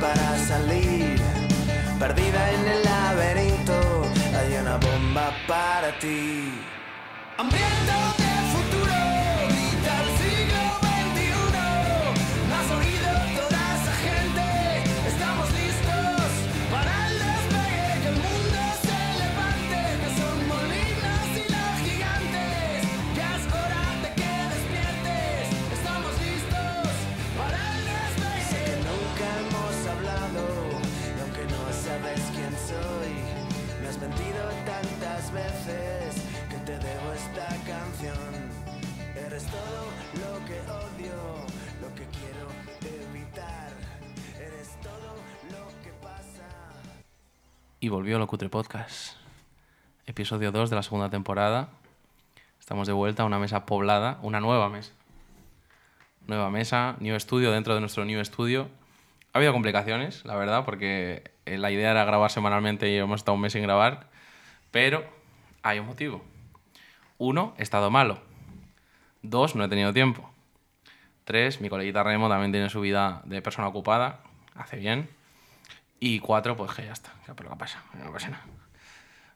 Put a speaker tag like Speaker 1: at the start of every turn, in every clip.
Speaker 1: para salir. Perdida en el laberinto, hay una bomba para ti. Hambriento de futuro, grita el siglo XXI. No has oído toda esa gente, estamos listos para el despegue. Que el mundo se levante, que son molinos y los gigantes. Ya es hora de que despiertes, estamos listos para el despegue. Sé que nunca hemos hablado, y aunque no sabes quién soy, me has mentido tantas veces que te debo esta canción. Eres todo lo que odio, lo que quiero evitar. Eres todo lo que pasa.
Speaker 2: Y volvió Locutre Podcast. Episodio 2 de la segunda temporada. Estamos de vuelta a una mesa poblada, una nueva mesa. Nueva mesa, new estudio dentro de nuestro new estudio. Ha habido complicaciones, la verdad, porque eh, la idea era grabar semanalmente y hemos estado un mes sin grabar. Pero hay un motivo. Uno, he estado malo. Dos, no he tenido tiempo. Tres, mi coleguita Remo también tiene su vida de persona ocupada. Hace bien. Y cuatro, pues que ya está. Ya, pero ¿qué pasa? No pasa nada.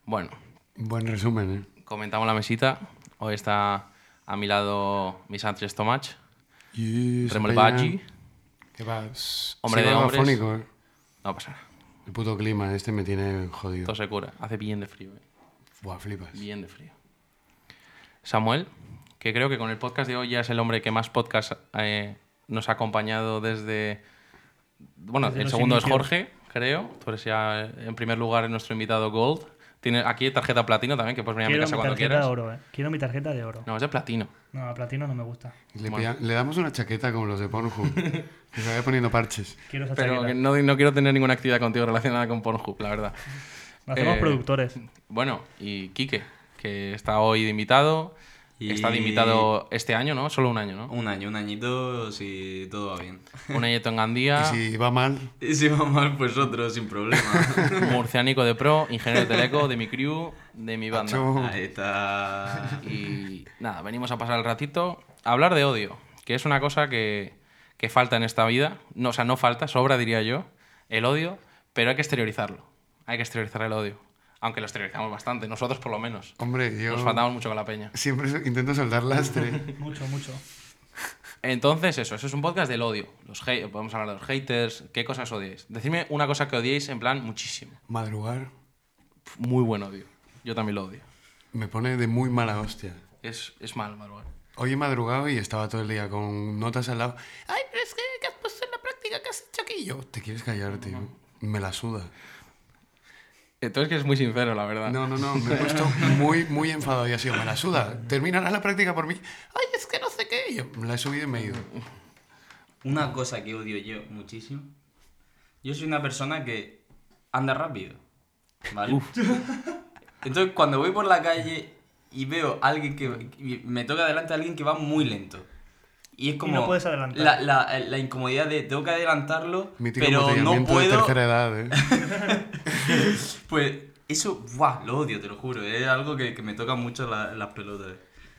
Speaker 2: Bueno,
Speaker 3: Buen resumen, ¿eh?
Speaker 2: comentamos la mesita. Hoy está a mi lado mis Andrés Tomach,
Speaker 3: Y esa
Speaker 2: Remo el
Speaker 3: peña-
Speaker 2: Baggi.
Speaker 3: Que va. s-
Speaker 2: Hombre
Speaker 3: sigo
Speaker 2: de hombres.
Speaker 3: agafónico, ¿eh?
Speaker 2: No pasa nada.
Speaker 3: El puto clima este me tiene jodido.
Speaker 2: Todo se cura. Hace bien de frío, eh.
Speaker 3: Buah, flipas.
Speaker 2: Bien de frío. Samuel, que creo que con el podcast de hoy ya es el hombre que más podcast eh, nos ha acompañado desde. Bueno,
Speaker 4: Desde
Speaker 2: el
Speaker 4: los
Speaker 2: segundo es
Speaker 4: inicios.
Speaker 2: Jorge, creo. Tú eres ya eh, en primer lugar nuestro invitado Gold. Tiene aquí tarjeta platino también, que puedes venir a mi
Speaker 4: Quiero
Speaker 2: casa
Speaker 4: mi
Speaker 2: cuando
Speaker 4: tarjeta de
Speaker 2: quieras.
Speaker 4: oro, eh. Quiero mi tarjeta de oro.
Speaker 2: No, es de platino.
Speaker 4: No, a platino no me gusta.
Speaker 3: Le, pilla- le damos una chaqueta como los de Pornhub. que se vaya poniendo parches.
Speaker 4: Quiero esa
Speaker 2: Pero que
Speaker 4: chaqueta.
Speaker 2: no, no quiero tener ninguna actividad contigo relacionada con Pornhub, la verdad.
Speaker 4: Nos hacemos
Speaker 2: eh,
Speaker 4: productores.
Speaker 2: Bueno, y Quique, que está hoy de invitado.
Speaker 5: Y-
Speaker 2: Está de invitado este año, ¿no? Solo un año, ¿no?
Speaker 5: Un año, un añito, si todo va bien.
Speaker 2: Un añeto en Gandía.
Speaker 3: Y si va mal,
Speaker 5: Y si va mal, pues otro, sin problema.
Speaker 2: murciánico de pro, ingeniero de teleco, de mi crew, de mi banda.
Speaker 3: chau.
Speaker 5: Ahí está.
Speaker 2: Y nada, venimos a pasar el ratito a hablar de odio, que es una cosa que, que falta en esta vida. No, o sea, no falta, sobra, diría yo, el odio, pero hay que exteriorizarlo. Hay que exteriorizar el odio. Aunque lo exteriorizamos bastante, nosotros por lo menos.
Speaker 3: Hombre, yo
Speaker 2: Nos faltamos mucho con la peña.
Speaker 3: siempre so- intento soltar lastre.
Speaker 4: Mucho, mucho.
Speaker 2: Entonces, eso, eso es un podcast del odio. Los hate- podemos hablar de los haters, qué cosas odiáis. Decidme una cosa que odiéis en plan muchísimo.
Speaker 3: Madrugar
Speaker 2: Pf, Muy buen odio. Yo también lo odio.
Speaker 3: me pone de muy mala hostia.
Speaker 2: Es, es malo, malo.
Speaker 3: Hoy he madrugado y estaba todo el día con notas al lado. Ay, pero es que ¿qué has puesto en la práctica? ¿Qué has hecho aquí? Y yo, te quieres callar, tío. Me la suda.
Speaker 2: Entonces que es muy sincero, la verdad.
Speaker 3: No, no, no, me he puesto muy, muy enfadado y ha sido, me la suda. Terminará la práctica por mí. Ay, es que no sé qué. Y Yo la he subido y me he ido.
Speaker 5: Una cosa que odio yo muchísimo. Yo soy una persona que anda rápido. ¿Vale? Entonces, cuando voy por la calle y veo a alguien que. y Me toca adelante a alguien que va muy lento. Y es como.
Speaker 4: no puedes adelantar.
Speaker 5: La, la- la incomodidad de tengo que adelantarlo,
Speaker 3: Mítico
Speaker 5: pero no
Speaker 3: embotellamiento de
Speaker 5: puedo.
Speaker 3: tercera edad, ¿eh?
Speaker 5: Pues eso, ¡buah! Lo odio, te lo juro. Es algo que, que me toca mucho la- las pelotas.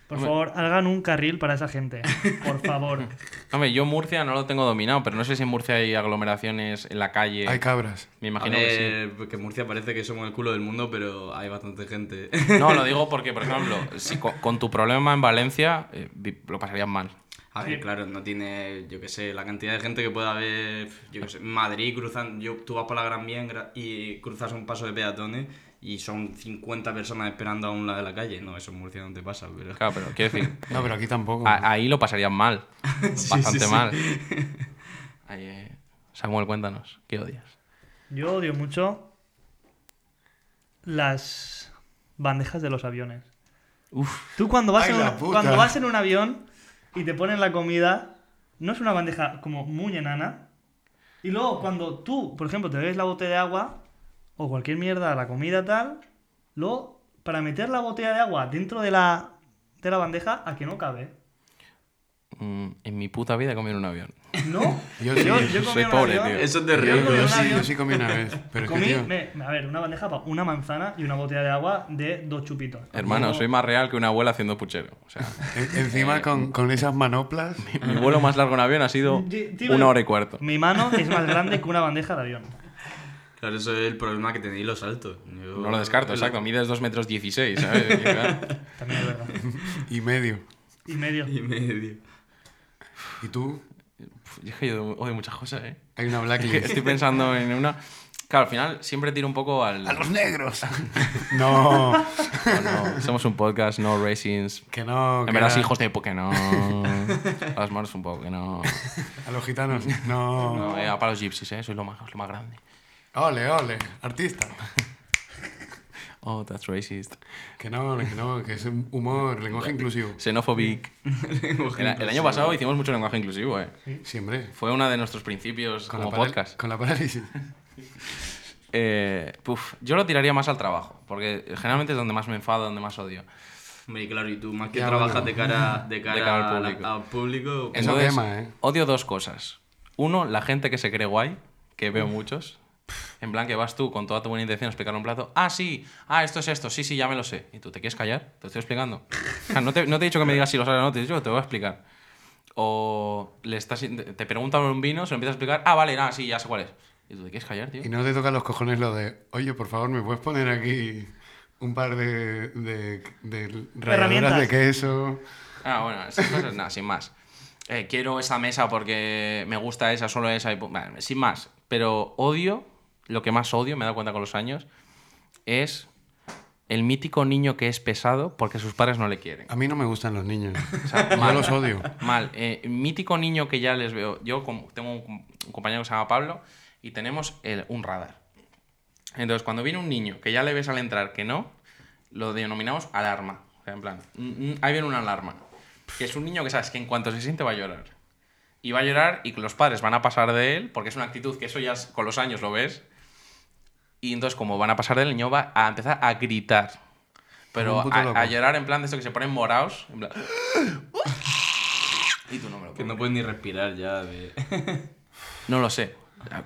Speaker 4: Por favor, hagan un carril para esa gente. Por favor.
Speaker 2: Hombre, yo Murcia no lo tengo dominado, pero no sé si en Murcia hay aglomeraciones en la calle.
Speaker 3: Hay cabras.
Speaker 2: Me
Speaker 5: A
Speaker 2: imagino que
Speaker 5: ver, porque Murcia parece que somos el culo del mundo, pero hay bastante gente.
Speaker 2: sí. No, lo digo porque, por ejemplo, si co- con, tu problema en Valencia eh, vi- lo pasarías mal.
Speaker 5: A ver, claro, no tiene, yo qué sé, la cantidad de gente que puede haber, yo qué sé, Madrid cruzan, yo, tú vas por la Gran Vía en gra- y cruzas un paso de peatones y son 50 personas esperando a un lado de la calle. No, eso en Murcia no te pasa, pero...
Speaker 2: Claro, pero quiero decir,
Speaker 3: No, pero aquí tampoco.
Speaker 2: a- ahí lo pasarías mal.
Speaker 5: Sí,
Speaker 2: Bastante
Speaker 5: sí, sí.
Speaker 2: mal. Ahí, eh, Samuel, cuéntanos, ¿qué odias?
Speaker 4: Yo odio mucho las bandejas de los aviones.
Speaker 2: Uf,
Speaker 4: Tú cuando vas,
Speaker 3: Ay,
Speaker 4: en
Speaker 3: la
Speaker 4: una-
Speaker 3: puta.
Speaker 4: cuando vas en un avión y te ponen la comida, no es una bandeja como muy enana. Y luego cuando tú, por ejemplo, te bebes la botella de agua o cualquier mierda, la comida tal, luego para meter la botella de agua dentro de la, de la bandeja, a que no cabe.
Speaker 2: mm, en mi puta vida he comido en un avión.
Speaker 4: ¿No?
Speaker 3: Yo sí, soy
Speaker 4: comía un
Speaker 2: pobre,
Speaker 4: avión,
Speaker 2: tío.
Speaker 5: Eso es
Speaker 3: Yo,
Speaker 4: Yo comí
Speaker 5: terrible.
Speaker 3: yo
Speaker 4: un
Speaker 3: sí,
Speaker 4: avión.
Speaker 3: yo sí comí una vez. Pero es que,
Speaker 4: Comí,
Speaker 3: tío,
Speaker 4: me- a ver, una bandeja para una manzana y una botella de agua de dos chupitos.
Speaker 2: Hermano,
Speaker 4: No-
Speaker 2: soy más real que una abuela haciendo puchero. O sea,
Speaker 3: en- encima con, con esas manoplas.
Speaker 2: mi vuelo más largo en avión ha sido
Speaker 4: Di- dime-
Speaker 2: una hora y cuarto.
Speaker 4: Mi mano es más grande que una bandeja de avión.
Speaker 5: Claro, eso es el problema que tenéis los altos. Yo-
Speaker 2: No lo descarto,
Speaker 5: el-
Speaker 2: exacto. Mides 2 metros 16, ¿sabes? Y, claro,
Speaker 4: También es verdad.
Speaker 3: Y medio.
Speaker 4: Y medio.
Speaker 5: Y medio.
Speaker 3: Y tú,
Speaker 2: pf, Es que yo odio muchas cosas, ¿eh?
Speaker 3: hay una
Speaker 2: Es que
Speaker 3: blacklist.
Speaker 2: Estoy pensando en una... Claro, al final siempre tiro un poco al...
Speaker 3: ¡A los negros! no,
Speaker 2: No, no, somos un podcast, no racings.
Speaker 3: que no. que
Speaker 2: En verdad,
Speaker 3: era-
Speaker 2: sí, hijos de... po- Que no. A los moros un poco, que no.
Speaker 3: A los gitanos. No.
Speaker 2: No, eh, para los gypsies, ¿eh? Soy lo más, lo más grande.
Speaker 3: Ole, ole, artista.
Speaker 2: Oh, that's racist.
Speaker 3: Que no, que no, que es un humor, lenguaje inclusivo.
Speaker 2: Xenophobic. El, el año pasado hicimos mucho lenguaje inclusivo, ¿eh?
Speaker 3: Siempre.
Speaker 2: Fue uno de nuestros principios
Speaker 3: Con
Speaker 2: como
Speaker 3: la paral-
Speaker 2: podcast.
Speaker 3: Con la parálisis.
Speaker 2: Eh, puf, yo lo tiraría más al trabajo, porque generalmente es donde más me enfado, donde más odio.
Speaker 5: Hombre, claro, y tú más que
Speaker 3: Ya,
Speaker 5: trabajas
Speaker 3: bueno.
Speaker 5: de cara, de cara,
Speaker 2: cara al
Speaker 5: a la-
Speaker 2: público.
Speaker 5: al público,
Speaker 3: Eso
Speaker 2: Entonces,
Speaker 3: quema, ¿eh?
Speaker 2: Odio dos cosas. Uno, la gente que se cree guay, que veo muchos. En plan que vas tú con toda tu buena intención a explicar un plato. Ah, sí, ah, esto es esto, sí, sí, ya me lo sé. ¿Y tú te quieres callar? Te estoy explicando. Ah, no, te, no te he dicho que me digas si lo sabes o no, te he dicho que te voy a explicar. O le estás, te preguntan un vino, se lo empiezas a explicar. Ah, vale, nada, sí, ya sé cuál es. ¿Y tú te quieres callar, tío?
Speaker 3: Y no te toca los cojones lo de, oye, por favor, ¿me puedes poner aquí un par de, de, de ralladuras de queso?
Speaker 2: Ah, bueno, esas cosas, nada, sin más. Eh, quiero esa mesa porque me gusta esa, solo esa, y pu- vale, sin más. Pero odio, lo que más odio, me he dado cuenta con los años, es el mítico niño que es pesado porque sus padres no le quieren.
Speaker 3: A mí no me gustan los niños.
Speaker 2: O sea,
Speaker 3: Ah, Yo
Speaker 2: mal,
Speaker 3: los odio.
Speaker 2: mal. Eh, mítico niño que ya les veo. Yo como- tengo un, com- un compañero que se llama Pablo y tenemos el- un radar. Entonces, cuando viene un niño que ya le ves al entrar que no, lo denominamos alarma. O sea, en plan, mm, mm, ahí viene una alarma. Que es un niño que sabes que en cuanto se siente va a llorar. Y va a llorar y que los padres van a pasar de él, porque es una actitud que eso ya es- con los años lo ves. Y entonces, como van a pasar del niño, va a empezar a gritar. Pero
Speaker 3: Un puto
Speaker 2: a,
Speaker 3: loco.
Speaker 2: a llorar en plan de esto que se ponen moraos. En plan... "Ah", Y tú no me lo
Speaker 5: que no
Speaker 2: no,
Speaker 5: puedes ni respirar ya. De...
Speaker 2: no lo sé.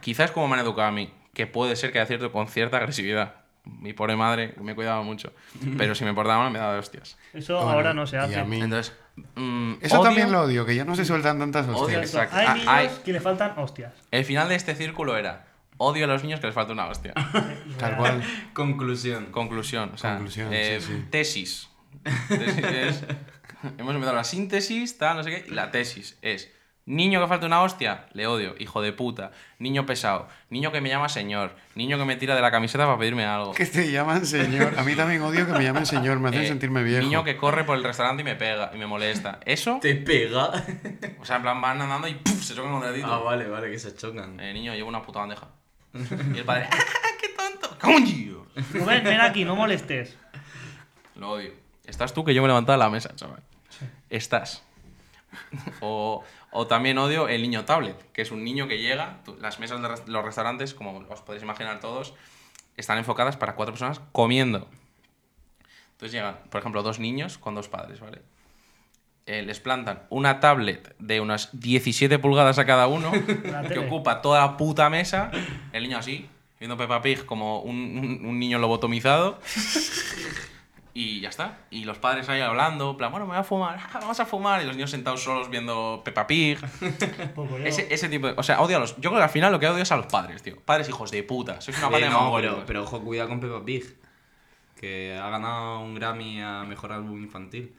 Speaker 2: Quizás como me han educado a mí, que puede ser que haya cierto con cierta agresividad. Mi pobre madre me cuidaba mucho. Pero si me portaba mal, me daba de hostias.
Speaker 4: Eso
Speaker 3: Bueno,
Speaker 4: ahora no se
Speaker 3: y
Speaker 4: hace.
Speaker 3: a mí-
Speaker 2: Entonces, mm,
Speaker 3: Eso
Speaker 2: odio-
Speaker 3: también lo odio, que ya no se sueltan tantas
Speaker 2: Odio
Speaker 3: hostias.
Speaker 4: Exacto.
Speaker 2: Exacto.
Speaker 4: Hay
Speaker 2: Ah,
Speaker 4: niños
Speaker 2: hay-
Speaker 4: que le faltan hostias.
Speaker 2: El final de este círculo era: odio a los niños que les falta una hostia.
Speaker 3: Tal cual.
Speaker 5: Conclusión.
Speaker 2: Conclusión, o sea,
Speaker 3: Conclusión,
Speaker 2: eh,
Speaker 3: sí, sí.
Speaker 2: tesis. Tesis es- hemos empezado la síntesis, tal, no sé qué, y la tesis es niño que falta una hostia, le odio, hijo de puta, niño pesado, niño que me llama señor, niño que me tira de la camiseta para pedirme algo.
Speaker 3: Que te llaman señor. A mí también odio que me llamen señor, me hacen
Speaker 2: eh,
Speaker 3: sentirme viejo.
Speaker 2: Niño que corre por el restaurante y me pega y me molesta. Eso,
Speaker 5: Te pega.
Speaker 2: o sea, en plan van andando y ¡puf! se chocan contra el dedito.
Speaker 5: ah, vale, vale, que se chocan.
Speaker 2: Eh, niño, llevo una puta bandeja. Y el padre, ¡ah, qué tonto! ¡Coño!
Speaker 4: Rubén, ven aquí, no molestes.
Speaker 2: Lo odio. Estás tú que yo me levantaba la mesa, chaval. Estás. O, o también odio el niño tablet, que es un niño que llega. tú- las mesas de res- los restaurantes, como os podéis imaginar todos, están enfocadas para cuatro personas comiendo. Entonces llegan, por ejemplo, dos niños con dos padres, ¿vale? Eh, les plantan una tablet de unas 17 pulgadas a cada uno, que
Speaker 4: tele.
Speaker 2: ocupa toda la puta mesa. El niño así, viendo Peppa Pig como un, un- un niño lobotomizado. Y ya está. Y los padres ahí hablando, en plan, bueno, me voy a fumar, vamos a fumar. Y los niños sentados solos viendo Peppa Pig.
Speaker 4: Poco yo.
Speaker 2: Ese, ese tipo de... O sea, odio a los... Yo creo que al final lo que odio es a los padres, tío. Padres hijos de puta. Sois una
Speaker 5: Eh,
Speaker 2: pata de
Speaker 5: no,
Speaker 2: mongoles.
Speaker 5: pero, pero ojo, cuidado con Peppa Pig. Que ha ganado un Grammy a mejor álbum infantil.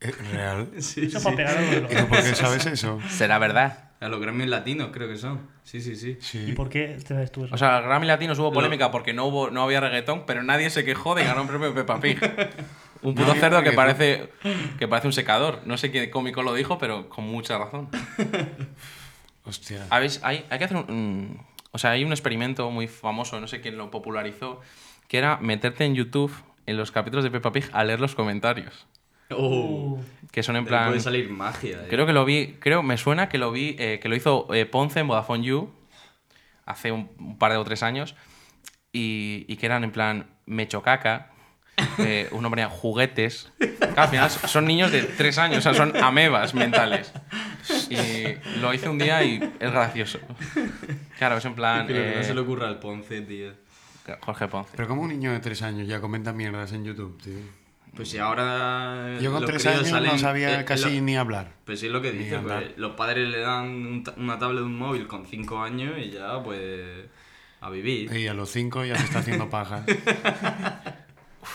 Speaker 3: Eh, Real.
Speaker 5: Sí,
Speaker 4: Eso para pegar a los
Speaker 3: ¿Y
Speaker 4: locos.
Speaker 3: tú por qué sabes eso?
Speaker 2: Será verdad.
Speaker 5: A los Grammys latinos, creo que son. Sí, sí, sí.
Speaker 4: ¿Y
Speaker 3: Sí.
Speaker 4: por qué te ves tú eso?
Speaker 2: O sea, el Grammy Latino hubo polémica porque no, hubo, no había reggaetón, pero nadie se quejó de ganar un premio Peppa Pig. Un puto
Speaker 3: había
Speaker 2: cerdo que
Speaker 3: reggaetón.
Speaker 2: parece, que parece un secador. No sé qué cómico lo dijo, pero con mucha razón.
Speaker 3: Hostia.
Speaker 2: ¿Habéis- hay, hay que hacer un... mm, o sea, hay un experimento muy famoso, no sé quién lo popularizó, que era meterte en YouTube, en los capítulos de Peppa Pig, a leer los comentarios.
Speaker 5: Oh,
Speaker 4: Uh,
Speaker 2: Que son en
Speaker 5: de ahí
Speaker 2: plan...
Speaker 5: puede salir magia. eh.
Speaker 2: Creo que lo vi, creo, me suena que lo vi, eh, que lo hizo eh, Ponce en Vodafone You hace un, un par de o tres años y, y que eran en plan mechocaca, eh, uno ponía juguetes. Claro, al final son niños de tres años, o sea, son amebas mentales. Y lo hice un día y es gracioso. Claro, es en plan.
Speaker 5: Pero que no
Speaker 2: eh,
Speaker 5: se le ocurra al Ponce, tío.
Speaker 2: Jorge Ponce.
Speaker 3: Pero como un niño de tres años ya comenta mierdas en YouTube, tío.
Speaker 5: Pues si ahora.
Speaker 3: Yo con
Speaker 5: los
Speaker 3: tres
Speaker 5: críos
Speaker 3: años
Speaker 5: salen-
Speaker 3: no
Speaker 5: eh,
Speaker 3: sabía
Speaker 5: lo-
Speaker 3: casi ni hablar.
Speaker 5: Pues sí es lo que
Speaker 3: ni
Speaker 5: dice, pues,
Speaker 3: andar.
Speaker 5: los padres le dan un ta- una tablet de un móvil con 5 años y ya, pues. a vivir.
Speaker 3: Y a los cinco ya se está haciendo paja.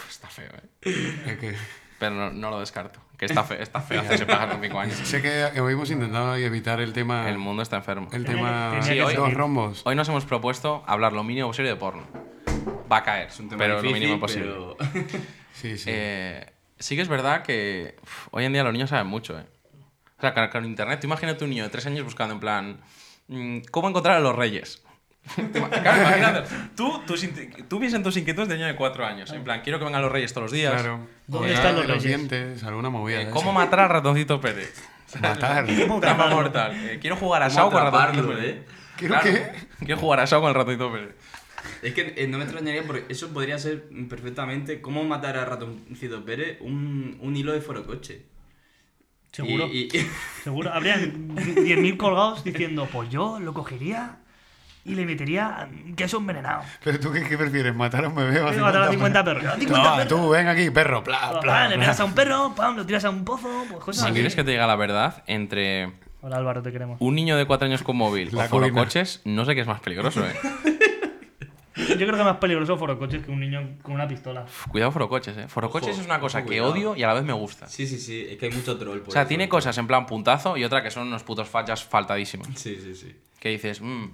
Speaker 2: Está feo, ¿eh?
Speaker 3: Es que-
Speaker 2: Pero no, no lo descarto. Que está feo, está feo hacerse pagar con cinco años.
Speaker 3: sé que hemos intentado evitar el tema.
Speaker 2: El
Speaker 3: El,
Speaker 2: mundo está enfermo.
Speaker 3: tema.
Speaker 4: Tenía que- tenía que
Speaker 3: dos
Speaker 4: salir.
Speaker 3: rombos.
Speaker 2: Hoy nos hemos propuesto hablar lo mínimo posible de porno. Va a caer,
Speaker 5: Es un tema
Speaker 2: pero
Speaker 5: difícil,
Speaker 2: lo mínimo posible.
Speaker 5: pero-
Speaker 3: Sí, sí.
Speaker 2: Eh, sí que es verdad que uf, hoy en día los niños saben mucho, ¿eh? O sea, con, con internet, tú imagínate un niño de tres años buscando en plan, mm, ¿cómo encontrar a los reyes? claro, imagínate, tú, tus inti- tú piensas en tus inquietudes de niño de cuatro años, en plan, quiero que vengan los reyes todos los días.
Speaker 3: claro.
Speaker 4: ¿Dónde
Speaker 3: Colgar
Speaker 4: están los
Speaker 3: de los
Speaker 4: reyes?
Speaker 3: dientes? Alguna movida.
Speaker 2: Eh,
Speaker 3: de
Speaker 2: ¿Cómo
Speaker 3: esas.
Speaker 2: matar al ratoncito Pérez?
Speaker 3: matar?
Speaker 2: Trama mortal. Eh, quiero jugar a
Speaker 5: ¿Cómo
Speaker 2: Sao con el
Speaker 5: atraparlo,
Speaker 2: ratoncito Pérez.
Speaker 5: eh?
Speaker 3: Quiero que-
Speaker 2: Quiero jugar a Sao con el ratoncito Pérez.
Speaker 5: Es que eh, no me extrañaría porque eso podría ser perfectamente cómo matar a Ratoncito Pérez un, un hilo de forocoche.
Speaker 4: Seguro.
Speaker 5: Y, y-
Speaker 4: Seguro. Habrían 10.000 colgados diciendo, pues yo lo cogería y le metería queso envenenado.
Speaker 3: ¿Pero tú qué, qué prefieres? ¿Matar a un bebé o a
Speaker 4: Voy a matar a 50
Speaker 3: 50
Speaker 4: perros. ¡A 50
Speaker 3: No,
Speaker 4: perros!
Speaker 3: tú ven aquí, perro. Bla,
Speaker 4: Ah,
Speaker 3: bla,
Speaker 4: le
Speaker 3: bla.
Speaker 4: pegas a un perro, pam, lo tiras a un pozo, pues cosas
Speaker 2: Si
Speaker 4: así.
Speaker 2: ¿eh? quieres que te diga la verdad, entre
Speaker 4: Hola Álvaro, te queremos.
Speaker 2: un niño de cuatro años con móvil
Speaker 3: La
Speaker 2: o con
Speaker 3: colina.
Speaker 2: coches, no sé qué es más peligroso, ¿eh?
Speaker 4: Yo creo que es más peligroso forocoches que un niño con una pistola.
Speaker 2: Cuidado forocoches, eh. Forocoches
Speaker 5: Ojo,
Speaker 2: es una cosa
Speaker 5: ojo,
Speaker 2: que
Speaker 5: cuidado.
Speaker 2: odio y a la vez me gusta.
Speaker 5: sí, sí, sí, es que hay mucho troll por
Speaker 2: o sea,
Speaker 5: ahí,
Speaker 2: tiene
Speaker 5: por ahí.
Speaker 2: cosas en plan puntazo y otra que son unos putos fallas faltadísimos.
Speaker 5: Sí, sí, sí.
Speaker 2: Que dices, mm,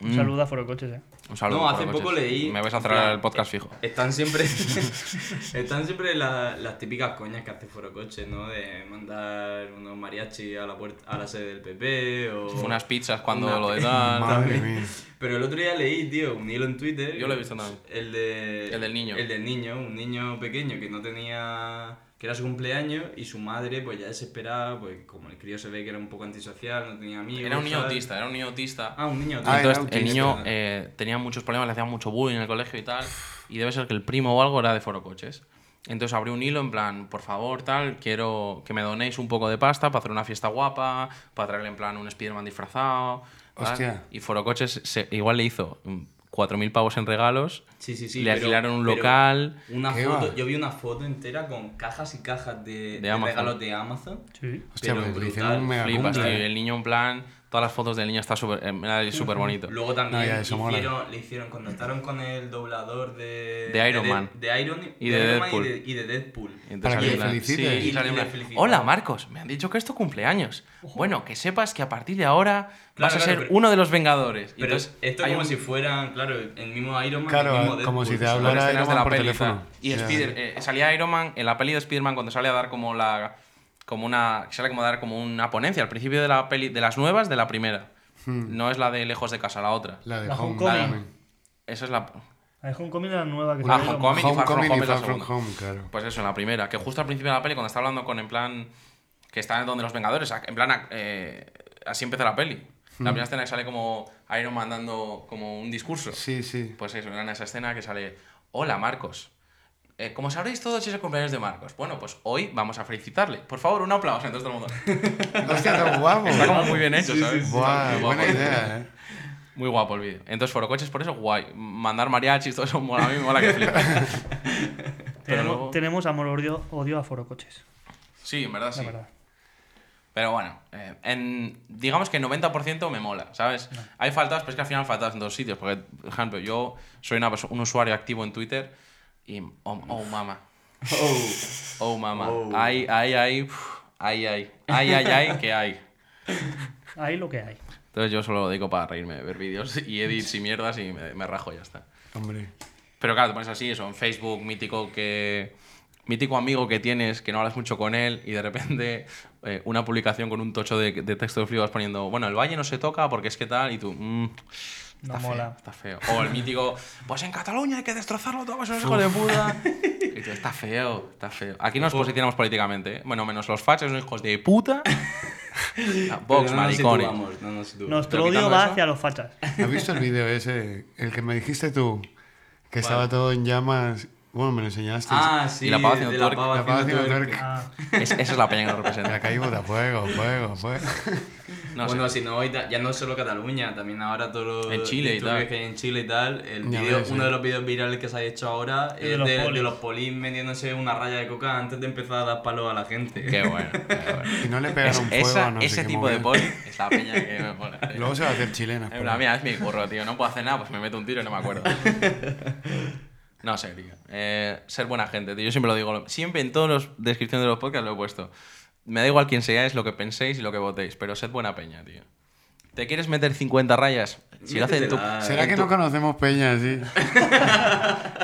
Speaker 4: Un saludo a forocoches, eh.
Speaker 2: un saludo.
Speaker 5: no, hace
Speaker 2: forocoches.
Speaker 5: poco leí.
Speaker 2: Me vas a
Speaker 5: en
Speaker 2: cerrar
Speaker 5: plan, eh,
Speaker 2: el podcast fijo.
Speaker 5: Están siempre. están siempre la- las típicas coñas que hace forocoche, ¿no? De mandar unos mariachi a la, puerta, a la sede del PP o.
Speaker 2: Unas pizzas cuando
Speaker 5: una-
Speaker 2: lo de tal.
Speaker 3: Madre mía.
Speaker 5: Pero el otro día leí, tío, un hilo en Twitter.
Speaker 2: Yo lo he visto también.
Speaker 5: El, de,
Speaker 2: El del niño.
Speaker 5: El del niño, un niño pequeño que no tenía. que era su cumpleaños y su madre, pues ya desesperada, pues como el crío se ve que era un poco antisocial, no tenía amigos.
Speaker 2: Era un niño
Speaker 5: tal.
Speaker 2: autista, era un niño autista.
Speaker 5: Ah, un niño
Speaker 3: Ah,
Speaker 5: autista.
Speaker 3: era
Speaker 2: Entonces, el
Speaker 3: autista.
Speaker 2: niño eh, tenía muchos problemas, le hacían mucho bullying en el colegio y tal. Y debe ser que el primo o algo era de forocoches. Entonces abrí un hilo en plan, por favor, tal, quiero que me donéis un poco de pasta para hacer una fiesta guapa, para traerle en plan un Spiderman disfrazado. tal".
Speaker 3: Hostia.
Speaker 2: Y forocoches se- igual le hizo mm, 4.000 pavos en regalos.
Speaker 5: Sí, sí, sí.
Speaker 2: Le
Speaker 5: pero-
Speaker 2: alquilaron un
Speaker 5: pero
Speaker 2: local.
Speaker 5: Una
Speaker 3: ¿Qué
Speaker 5: foto,
Speaker 3: va?
Speaker 5: yo vi una foto entera con cajas y cajas de, de
Speaker 2: Amazon.
Speaker 5: regalos de Amazon.
Speaker 4: Sí.
Speaker 3: Hostia, pues
Speaker 5: Pero
Speaker 3: le
Speaker 5: brutal,
Speaker 3: hicieron un mega
Speaker 2: Flipas,
Speaker 3: cumple.
Speaker 2: tío. Y el niño en plan, todas las fotos del niño está súper eh, era súper bonito.
Speaker 5: Luego también
Speaker 3: No, ya, eso mola.
Speaker 5: hicieron, le hicieron, contactaron con el doblador de,
Speaker 2: De Iron Man.
Speaker 5: De, de Iron,
Speaker 2: Y de
Speaker 5: Iron Man
Speaker 2: Deadpool.
Speaker 5: y de, y de Deadpool.
Speaker 2: Y entonces
Speaker 3: Para que
Speaker 2: salió
Speaker 3: le
Speaker 2: en plan-
Speaker 3: felicite.
Speaker 2: sí,
Speaker 5: Y-
Speaker 2: salió
Speaker 5: y
Speaker 2: en
Speaker 5: le
Speaker 2: plan,
Speaker 5: felicitaba.
Speaker 2: Hola Marcos, me han dicho que es tu cumpleaños. Bueno, que sepas que a partir de ahora
Speaker 5: Claro,
Speaker 2: vas a
Speaker 5: claro,
Speaker 2: ser
Speaker 5: pero-
Speaker 2: uno de los Vengadores. Y
Speaker 5: Pero
Speaker 2: entonces
Speaker 5: esto
Speaker 2: hay
Speaker 5: como
Speaker 2: un-
Speaker 5: si fueran, claro, el mismo Iron Man.
Speaker 3: Claro,
Speaker 5: el mismo
Speaker 3: como
Speaker 5: Deadpool,
Speaker 3: si te
Speaker 5: ¿sabes?
Speaker 2: con
Speaker 3: hablara-
Speaker 2: escenas
Speaker 3: Iron
Speaker 2: de
Speaker 3: Man
Speaker 2: la
Speaker 3: por
Speaker 2: peli y
Speaker 3: teléfono.
Speaker 2: tal. Y
Speaker 3: Ya.
Speaker 2: Spider- eh, salía Iron Man en la peli de Spider-Man cuando sale a dar como la como una que sale como a dar como una ponencia al principio de la peli de las nuevas de la primera. No es la de Lejos de casa, la otra.
Speaker 3: Hmm. La de
Speaker 4: La
Speaker 3: Home
Speaker 4: Homecoming.
Speaker 3: Homecoming.
Speaker 2: Esa es la
Speaker 4: La dejó un cómic de la nueva que
Speaker 2: Ah,
Speaker 4: salió.
Speaker 2: Homecoming. y Far From
Speaker 3: Homecoming
Speaker 2: Home
Speaker 3: y
Speaker 2: es la
Speaker 3: Far From
Speaker 2: segunda.
Speaker 3: Home, claro.
Speaker 2: Pues eso, en la primera, que justo al principio de la peli, cuando está hablando con en plan. que está donde los Vengadores, en plan. eh, así empieza la peli.
Speaker 3: Hmm.
Speaker 2: La primera escena que sale como Iron Man dando como un discurso.
Speaker 3: Sí, sí.
Speaker 2: Pues eso, era en esa escena que sale. Hola, Marcos. Eh, como sabréis todos, es el cumpleaños de Marcos. Bueno, pues hoy vamos a felicitarle. Por favor, un aplauso. Entonces todo el mundo.
Speaker 3: Hostia, tan guapo.
Speaker 2: Está como muy bien hecho, ¿sabes?
Speaker 3: Buah,
Speaker 2: Muy
Speaker 3: buena
Speaker 2: guapo.
Speaker 3: idea, eh.
Speaker 2: Muy guapo el vídeo. Entonces, forocoches, por eso, guay. Mandar mariachis, todo eso, mola, a mí me mola que flipa. Pero
Speaker 4: Tenemos,
Speaker 2: luego-
Speaker 4: tenemos amor odio, odio a forocoches.
Speaker 2: Sí, en verdad
Speaker 4: La
Speaker 2: sí.
Speaker 4: verdad.
Speaker 2: Pero bueno, eh, en, digamos que 90% me mola, ¿sabes? Hay faltas, pero es que al final faltas en dos sitios. Porque, por ejemplo, yo soy una perso- un usuario activo en Twitter y. Oh, oh mamá. Oh, mamá.
Speaker 5: Oh.
Speaker 2: Ay, ay, ay. uf, Ay, ay. Ay, ay, ay, que hay.
Speaker 4: Ahí lo que hay.
Speaker 2: Entonces yo solo lo dedico para reírme, ver vídeos y edits y mierdas y me, me rajo y ya está.
Speaker 3: Hombre.
Speaker 2: Pero claro, te pones así, eso, en Facebook, mítico que. Mítico amigo que tienes, que no hablas mucho con él, y de repente eh, una publicación con un tocho de, de texto de flipas poniendo, bueno, el valle no se toca porque es que tal, y tú, "Mm,
Speaker 4: No
Speaker 2: está
Speaker 4: mola.
Speaker 2: Feo, está feo. O el mítico, pues en Cataluña hay que destrozarlo todo, pues esos hijos de puta. Y tú, está feo, está feo. Aquí nos posicionamos políticamente, ¿eh? bueno, menos los fachos, los hijos de puta. La
Speaker 5: Pero
Speaker 2: Vox,
Speaker 5: no nos
Speaker 2: maricones.
Speaker 5: situamos, no nos situamos.
Speaker 4: Nuestro
Speaker 2: Pero
Speaker 4: odio
Speaker 2: quitando
Speaker 4: va
Speaker 2: eso-
Speaker 4: hacia los fachas.
Speaker 3: ¿Has visto el vídeo ese? El que me dijiste tú, que estaba todo en llamas. Bueno, me lo enseñaste.
Speaker 5: Ah, sí,
Speaker 2: Y la pava haciendo
Speaker 5: de
Speaker 2: twerk.
Speaker 5: pava
Speaker 3: La pava
Speaker 5: haciendo
Speaker 3: haciendo
Speaker 5: twerk.
Speaker 3: twerk.
Speaker 4: Ah,
Speaker 2: Es- esa es la peña que nos
Speaker 3: Me la
Speaker 2: representa.
Speaker 3: caí bota, fuego, fuego, fuego.
Speaker 2: No,
Speaker 5: bueno,
Speaker 2: sí.
Speaker 5: si no, hoy ta- ya no solo Cataluña, también ahora todos los
Speaker 2: En Chile y
Speaker 5: youtubers
Speaker 2: tal.
Speaker 5: que hay en Chile y tal. El
Speaker 3: Ya
Speaker 5: vídeo-
Speaker 3: ves,
Speaker 5: uno
Speaker 3: eh.
Speaker 5: de los vídeos virales que se ha hecho ahora
Speaker 4: El de
Speaker 5: es
Speaker 4: los
Speaker 5: de, de
Speaker 4: polis.
Speaker 5: los polis metiéndose una raya de coca antes de empezar a dar palos a la gente.
Speaker 2: Qué bueno, qué bueno.
Speaker 3: Y no le
Speaker 2: Es-
Speaker 3: pegaron fuego
Speaker 2: esa-
Speaker 3: a no sé
Speaker 2: ese
Speaker 3: qué
Speaker 2: tipo de
Speaker 3: movida.
Speaker 2: poli es la peña que me mola. tío.
Speaker 3: Luego se va a hacer chilena.
Speaker 2: En plan, mira, es mi curro, tío. No puedo hacer nada, pues me meto un tiro y no me acuerdo. No sé, tío. Eh, ser buena gente, tío. Yo siempre lo digo. Siempre en todas las descripciones de los podcasts lo he puesto. Me da igual quién seáis, lo que penséis y lo que votéis, pero sed buena peña, tío. ¿Te quieres meter 50 rayas? Si lo haces en tu,
Speaker 5: Métetela.
Speaker 3: ¿Será
Speaker 2: en
Speaker 3: que
Speaker 2: tu-
Speaker 3: no conocemos Peña así?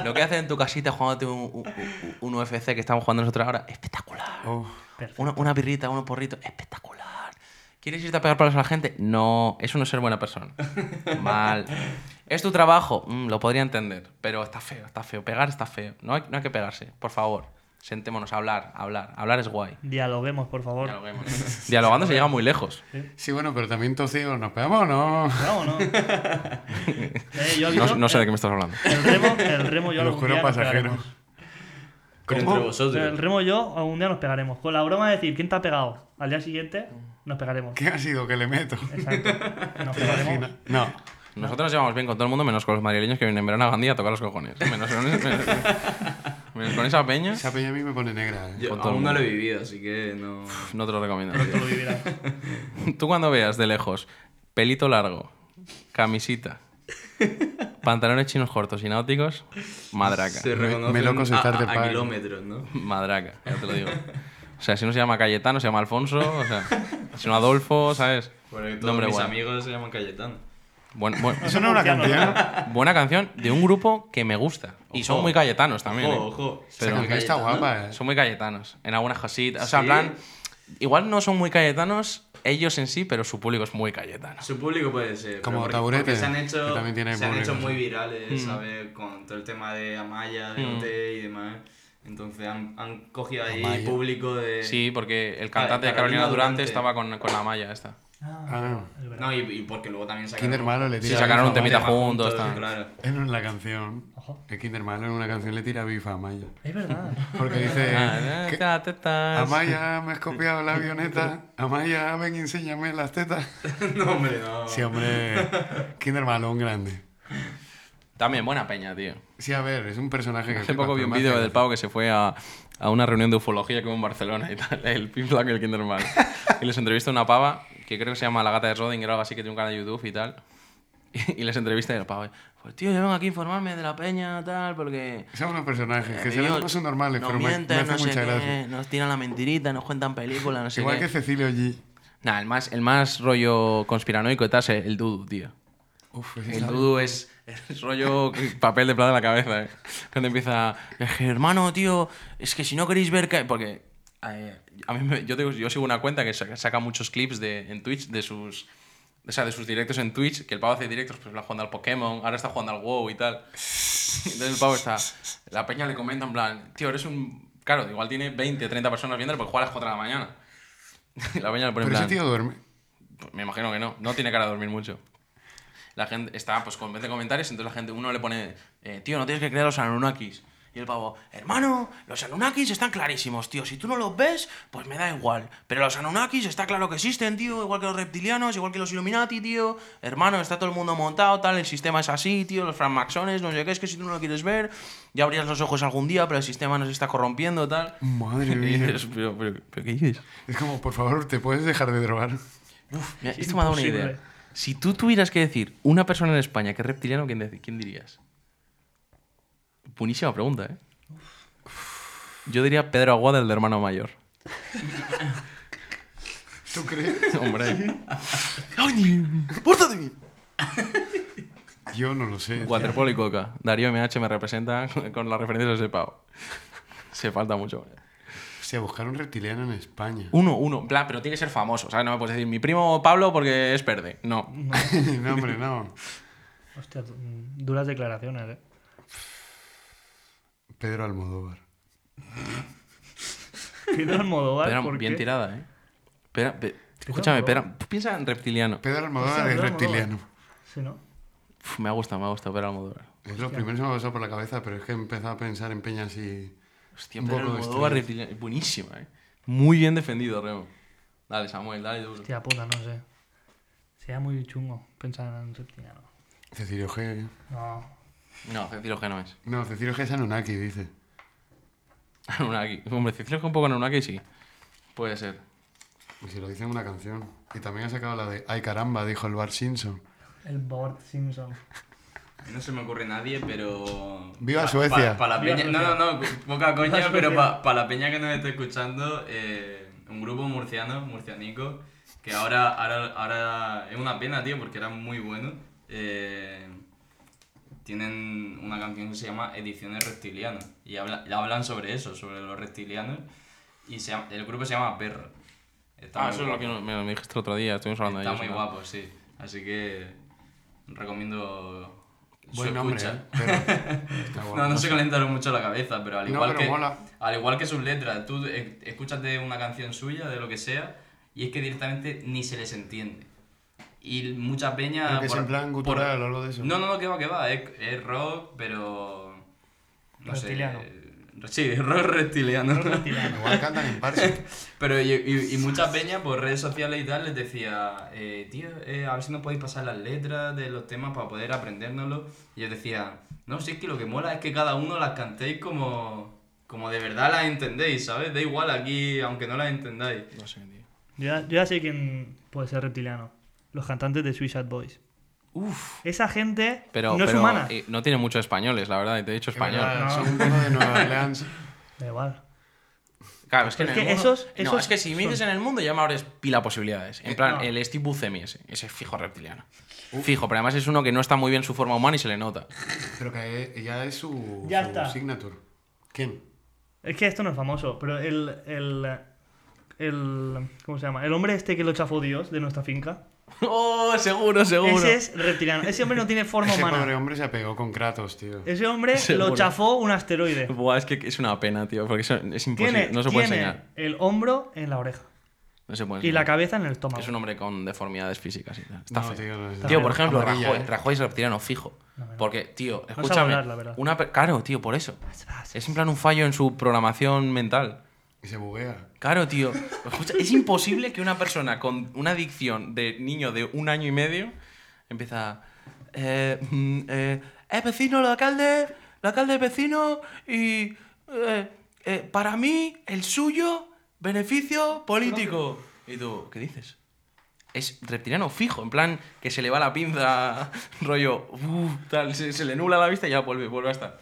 Speaker 2: Lo que haces en tu casita jugándote un, un- un UFC que estamos jugando nosotros ahora, espectacular.
Speaker 3: Oh,
Speaker 2: Una, una birrita, unos porritos, espectacular. ¿Quieres irte a pegar palos a la gente? No, eso no es ser buena persona. Mal. ¿Es tu trabajo? Mm, lo podría entender, pero está feo, está feo. Pegar está feo. No hay, no hay que pegarse, por favor. Sentémonos a hablar, a hablar. Hablar es guay.
Speaker 4: dialoguemos, por favor.
Speaker 2: Dialoguemos. Dialogando se llega muy lejos.
Speaker 3: sí, bueno, pero también tocidos, ¿nos pegamos o no?
Speaker 4: Vamos, ¿no? Eh, yo
Speaker 2: No,
Speaker 4: aviso,
Speaker 2: no sé de
Speaker 4: el-
Speaker 2: qué me estás hablando.
Speaker 4: El remo, el remo yo
Speaker 3: Lo
Speaker 4: algún
Speaker 3: juro
Speaker 4: día nos
Speaker 3: pasajero.
Speaker 4: pegaremos.
Speaker 5: Pero entre vosotros.
Speaker 4: El remo y yo algún día nos pegaremos. Con la broma de decir quién te ha pegado. Al día siguiente nos pegaremos.
Speaker 3: ¿Qué ha sido que le meto?
Speaker 4: Exacto. Nos pegaremos.
Speaker 3: No.
Speaker 2: Nosotros nos llevamos bien con todo el mundo, menos con los madrileños que vienen en verano a Gandía a tocar los cojones. Menos con, menos- menos con esa peña.
Speaker 3: Esa peña a mí me pone negra. ¿eh?
Speaker 5: Yo
Speaker 2: Con todo el
Speaker 5: aún no
Speaker 2: mundo.
Speaker 5: lo he vivido, así que no.
Speaker 2: No te lo recomiendo.
Speaker 4: Tú lo vivirás.
Speaker 2: Tú cuando veas de lejos pelito largo, camisita, pantalones chinos cortos y náuticos, madraca.
Speaker 5: Se reconocen
Speaker 3: Melocos
Speaker 5: a,
Speaker 3: Starter
Speaker 5: a- a
Speaker 3: Pack.
Speaker 5: kilómetros, ¿no?
Speaker 2: Madraca, ya te lo digo. O sea, si no se llama Cayetano, se llama Alfonso, o sea, si no Adolfo, ¿sabes?
Speaker 5: Porque todos
Speaker 2: Nombre
Speaker 5: mis
Speaker 2: bueno.
Speaker 5: amigos se llaman Cayetano.
Speaker 2: Buen- buen-
Speaker 3: Eso no es una
Speaker 4: Murciano,
Speaker 3: canción.
Speaker 2: buena canción de un grupo que me gusta. Y son
Speaker 5: Ojo.
Speaker 2: muy cayetanos también.
Speaker 5: Ojo,
Speaker 2: ¿eh?
Speaker 5: ojo.
Speaker 3: Esa
Speaker 2: Pero-
Speaker 3: canción está
Speaker 5: Cayetano.
Speaker 3: guapa, ¿eh?
Speaker 2: Son muy cayetanos. En algunas cositas. O sea, en
Speaker 5: Sí.
Speaker 2: plan. Igual no son muy cayetanos ellos en sí, pero su público es muy cayetano.
Speaker 5: Su público puede ser.
Speaker 3: Como
Speaker 5: pero porque-
Speaker 3: Taburete,
Speaker 5: porque se han hecho,
Speaker 3: que también tiene
Speaker 5: se han
Speaker 3: público,
Speaker 5: hecho muy
Speaker 3: sí.
Speaker 5: virales,
Speaker 2: Mm.
Speaker 5: ¿sabes? Con todo el tema de Amaya, de OT y demás. Entonces han, han cogido ahí
Speaker 3: Amaya.
Speaker 5: público de.
Speaker 2: Sí, porque el
Speaker 5: Claro,
Speaker 2: cantante de Carolina,
Speaker 5: Carolina
Speaker 2: Durante,
Speaker 5: Durante.
Speaker 2: estaba con, con la malla esta.
Speaker 3: Ah, no.
Speaker 4: es verdad.
Speaker 5: No, y, y porque luego también sacaron.
Speaker 3: Kinder Malo le
Speaker 2: Sí,
Speaker 3: tira
Speaker 2: sacaron
Speaker 3: bifa
Speaker 2: un temita
Speaker 3: a Maya.
Speaker 2: juntos, tal.
Speaker 5: Claro.
Speaker 3: En la canción.
Speaker 4: Ojo.
Speaker 3: El Kinder Malo en una canción le tira bifa a Maya.
Speaker 4: Es verdad.
Speaker 3: Porque dice.
Speaker 2: Ah,
Speaker 3: que-
Speaker 2: ta, ta, ta.
Speaker 3: Amaya, me has copiado la avioneta. Amaya, ven, enséñame las tetas.
Speaker 5: No, hombre, no.
Speaker 3: Sí, hombre. Kinder Malón grande.
Speaker 2: También buena peña, tío.
Speaker 3: Sí, a ver, es un personaje que.
Speaker 2: Hace
Speaker 3: flipas,
Speaker 2: poco vi
Speaker 3: pero
Speaker 2: un
Speaker 3: me
Speaker 2: vídeo
Speaker 3: hace
Speaker 2: del
Speaker 3: gracia.
Speaker 2: pavo que se fue a, a una reunión de ufología que hubo en Barcelona y tal. El Pin Flaco y el Kinder Malo. Y les entrevista una pava que creo que se llama La Gata de Rodinger o algo así, que tiene un canal de YouTube y tal. Y les entrevista y el pavo, pues tío, yo vengo aquí a informarme de la peña, tal, porque...
Speaker 3: Son unos personajes que se
Speaker 2: Ellos
Speaker 3: ven no son normales,
Speaker 2: nos
Speaker 3: pero me-
Speaker 2: mienten, Eh,
Speaker 3: me, hace
Speaker 2: no sé
Speaker 3: mucha
Speaker 2: qué,
Speaker 3: gracia.
Speaker 2: Nos tiran la mentirita, nos cuentan películas, no sé
Speaker 3: Igual
Speaker 2: qué.
Speaker 3: que Cecilio G.
Speaker 2: Nah, el más, el más rollo conspiranoico y tal es el Dudu, tío.
Speaker 3: Uf, ese
Speaker 2: El
Speaker 3: está-
Speaker 2: Dudu es, es rollo papel de plata en la cabeza, ¿eh? Cuando empieza, es que, hermano, tío, es que si no queréis ver... que-". Porque eh, a mí me- yo, tengo- yo sigo una cuenta que saca, saca muchos clips de, en Twitch de sus... O sea, de sus directos en Twitch, que el pavo hace directos, pues la jugando al Pokémon, ahora está jugando al WoW y tal. Entonces el pavo está. La peña le comenta en plan, tío, eres un. Claro, igual tiene 20, 30 personas viéndolo porque juega a las 4 de la mañana. la peña le pone en
Speaker 3: Pero ese
Speaker 2: plan.
Speaker 3: tío duerme.
Speaker 2: Pues Me imagino que no, no tiene cara de dormir mucho. La gente está pues con 20 comentarios, entonces la gente, uno le pone, eh, tío, no tienes que creer a los Anunnakis. Y el pavo, hermano, los Anunnakis están clarísimos, tío. Si tú no los ves, pues me da igual. Pero los Anunnakis está claro que existen, tío. Igual que los reptilianos, igual que los Illuminati, tío. Hermano, está todo el mundo montado, tal. El sistema es así, tío. Los francmaxones, no sé qué. Es que si tú no lo quieres ver, ya abrirás los ojos algún día, pero el sistema nos está corrompiendo, tal.
Speaker 3: Madre
Speaker 2: Y
Speaker 3: mía.
Speaker 2: dices, pero, pero, pero ¿qué dices?
Speaker 3: Es como, por favor, ¿te puedes dejar de drogar?
Speaker 2: Uf, mira, esto me ha dado una
Speaker 4: imposible.
Speaker 2: idea. Si tú tuvieras que decir una persona en España que es reptiliano, ¿quién, deci- quién dirías? Buenísima pregunta, ¿eh? Yo diría Pedro Aguada, el de hermano mayor.
Speaker 3: ¿Tú crees?
Speaker 2: Hombre,
Speaker 3: Yo no lo sé.
Speaker 2: Waterpolo y Coca. Darío MH me representa con las referencias de ese pavo. Se falta mucho.
Speaker 3: Se buscaron reptiliano en España.
Speaker 2: Uno, uno. En plan, pero tiene que ser famoso, ¿sabes? No me puedes decir mi primo Pablo porque es verde. No.
Speaker 3: no, hombre, no.
Speaker 4: Hostia, du- duras declaraciones, eh.
Speaker 3: Pedro Almodóvar.
Speaker 4: Pedro Almodóvar,
Speaker 2: Pedro,
Speaker 4: ¿por
Speaker 2: bien
Speaker 4: qué?
Speaker 2: tirada, ¿eh? Pedro- pe- escúchame,
Speaker 4: Almodóvar.
Speaker 2: Pedro, piensa en reptiliano.
Speaker 3: Pedro Almodóvar
Speaker 4: Pedro
Speaker 3: es
Speaker 4: Almodóvar.
Speaker 3: reptiliano.
Speaker 4: Sí, ¿no?
Speaker 2: Uf, me ha gustado, me ha gustado ver a Almodóvar.
Speaker 3: Es lo primero que me pasó por la cabeza, pero es que empezaba a pensar en peñas y...
Speaker 2: Hostia,
Speaker 3: Un
Speaker 2: Pedro
Speaker 3: poco de
Speaker 2: Almodóvar reptil- buenísima, eh. Muy bien defendido, Remo. Dale, Samuel, dale duro.
Speaker 4: Hostia puta, no sé. Sería muy chungo pensar en un reptiliano.
Speaker 3: Cecilio G.
Speaker 4: No.
Speaker 2: No, Cecilio G no es.
Speaker 3: No, Cecilio G es Anunnaki, dice.
Speaker 2: Anunnaki. Hombre, Cecilio G un poco Anunnaki sí. Puede ser.
Speaker 3: Y se lo dice en una canción. Y también ha sacado la de Ay caramba, dijo el Bar Simpson.
Speaker 4: El Bart Simpson.
Speaker 5: No se me ocurre nadie, pero.
Speaker 3: Viva
Speaker 5: Pa-
Speaker 3: Suecia.
Speaker 5: pa- pa la
Speaker 4: Viva
Speaker 5: peña- No, no, no, poca coña,
Speaker 4: Suecia.
Speaker 5: pero para la peña que nos esté escuchando, eh, un grupo murciano, murcianico, que ahora, ahora, ahora es una pena, tío, porque era muy bueno. eh, tienen una canción que se llama Ediciones Reptilianas y habla- y hablan sobre eso, sobre los reptilianos. Y se llama- el grupo se llama Perro. Está
Speaker 2: Ah,
Speaker 5: muy
Speaker 2: eso es lo
Speaker 5: guapo.
Speaker 2: que no- me, me dijiste el otro día, estuvimos hablando
Speaker 5: Está
Speaker 2: de ellos. ¿no?
Speaker 5: muy guapo, sí. Así que recomiendo. su
Speaker 3: Buen nombre,
Speaker 5: escucha.
Speaker 3: ¿eh? Pero está guapo.
Speaker 5: No, no se calentaron mucho la cabeza, pero al
Speaker 3: No,
Speaker 5: igual,
Speaker 3: pero
Speaker 5: que,
Speaker 3: mola.
Speaker 5: al igual que sus letras, tú eh, escuchas de una canción suya, de lo que sea, y es que directamente ni se les entiende. Y mucha peña...
Speaker 3: Creo que es en plan gutural o algo de eso.
Speaker 5: No, no, no, que va, que va, es, es rock, pero... No sé,
Speaker 4: Reptiliano.
Speaker 5: eh, sí, rock reptiliano.
Speaker 3: Igual cantan en parse.
Speaker 5: Pero y, y- y mucha peña por redes sociales y tal les decía, eh, tío, eh, a ver si nos podéis pasar las letras de los temas para poder aprendérnoslo. Y yo decía, no, si es que lo que mola es que cada uno las cantéis como, como de verdad las entendéis, ¿sabes? Da igual aquí, aunque no las entendáis.
Speaker 2: No sé, tío.
Speaker 4: Yo ya, yo ya sé quién puede ser reptiliano. Los cantantes de Suicide Boys.
Speaker 2: Uf.
Speaker 4: Esa gente
Speaker 2: Pero,
Speaker 4: no es
Speaker 2: pero,
Speaker 4: humana.
Speaker 2: eh, no tiene muchos españoles, la verdad, y te he dicho español.
Speaker 3: Verdad, Son un poco de Nueva Orleans.
Speaker 4: Da igual.
Speaker 2: Claro, es que,
Speaker 4: Pero
Speaker 2: en
Speaker 4: es
Speaker 2: el
Speaker 4: que
Speaker 2: mundo-
Speaker 4: esos-
Speaker 2: No,
Speaker 4: esos
Speaker 2: es que si
Speaker 4: son- Eh,
Speaker 2: mides en el mundo ya me abres pila posibilidades. En plan,
Speaker 4: no.
Speaker 2: el Steve Buscemi ese, ese es fijo reptiliano. Fijo, pero además es uno que no está muy bien su forma humana y se le nota.
Speaker 3: Pero que ya es su,
Speaker 4: Ya
Speaker 3: su
Speaker 4: está.
Speaker 3: signature. ¿Quién?
Speaker 4: Es que esto no es famoso, pero el, el, el. ¿Cómo se llama? El hombre este que lo chafó Dios de nuestra finca.
Speaker 2: ¡Oh, seguro, seguro!
Speaker 4: Ese es reptiliano. Ese hombre no tiene forma
Speaker 3: Ese pobre
Speaker 4: humana.
Speaker 3: hombre se apegó con Kratos, tío.
Speaker 4: Ese hombre
Speaker 2: Seguro.
Speaker 4: lo chafó un asteroide.
Speaker 2: Buah, es que es una pena, tío, porque eso es imposible.
Speaker 4: Tiene,
Speaker 2: no se puede
Speaker 4: tiene
Speaker 2: enseñar.
Speaker 4: el hombro en la oreja
Speaker 2: No se puede
Speaker 4: y la
Speaker 2: enseñar.
Speaker 4: cabeza en el estómago.
Speaker 2: Es un hombre con deformidades físicas y tal. Está
Speaker 3: No,
Speaker 2: feo.
Speaker 3: tío, no,
Speaker 4: Está
Speaker 2: Tío,
Speaker 4: feo.
Speaker 2: por ejemplo,
Speaker 3: Amarilla,
Speaker 2: Rajoy.
Speaker 3: eh.
Speaker 2: Rajoy es reptiliano fijo.
Speaker 4: No, no.
Speaker 2: Porque, tío, escúchame.
Speaker 4: hablar, la verdad.
Speaker 2: una per- Claro, tío, por eso.
Speaker 4: Ah,
Speaker 2: Es en plan un fallo en su programación mental.
Speaker 3: Y se buguea.
Speaker 2: Claro, tío. Escucha, es imposible que una persona con una adicción de niño de un año y medio empieza. Eh, mm, eh, "Eh, vecino, el alcalde, el alcalde es vecino y. eh, eh, para mí, el suyo, beneficio político. Y tú, ¿qué dices? Es reptiliano fijo, en plan que se le va la pinza, rollo, "Uf", tal, se, se le nula la vista y ya vuelve, vuelve a estar.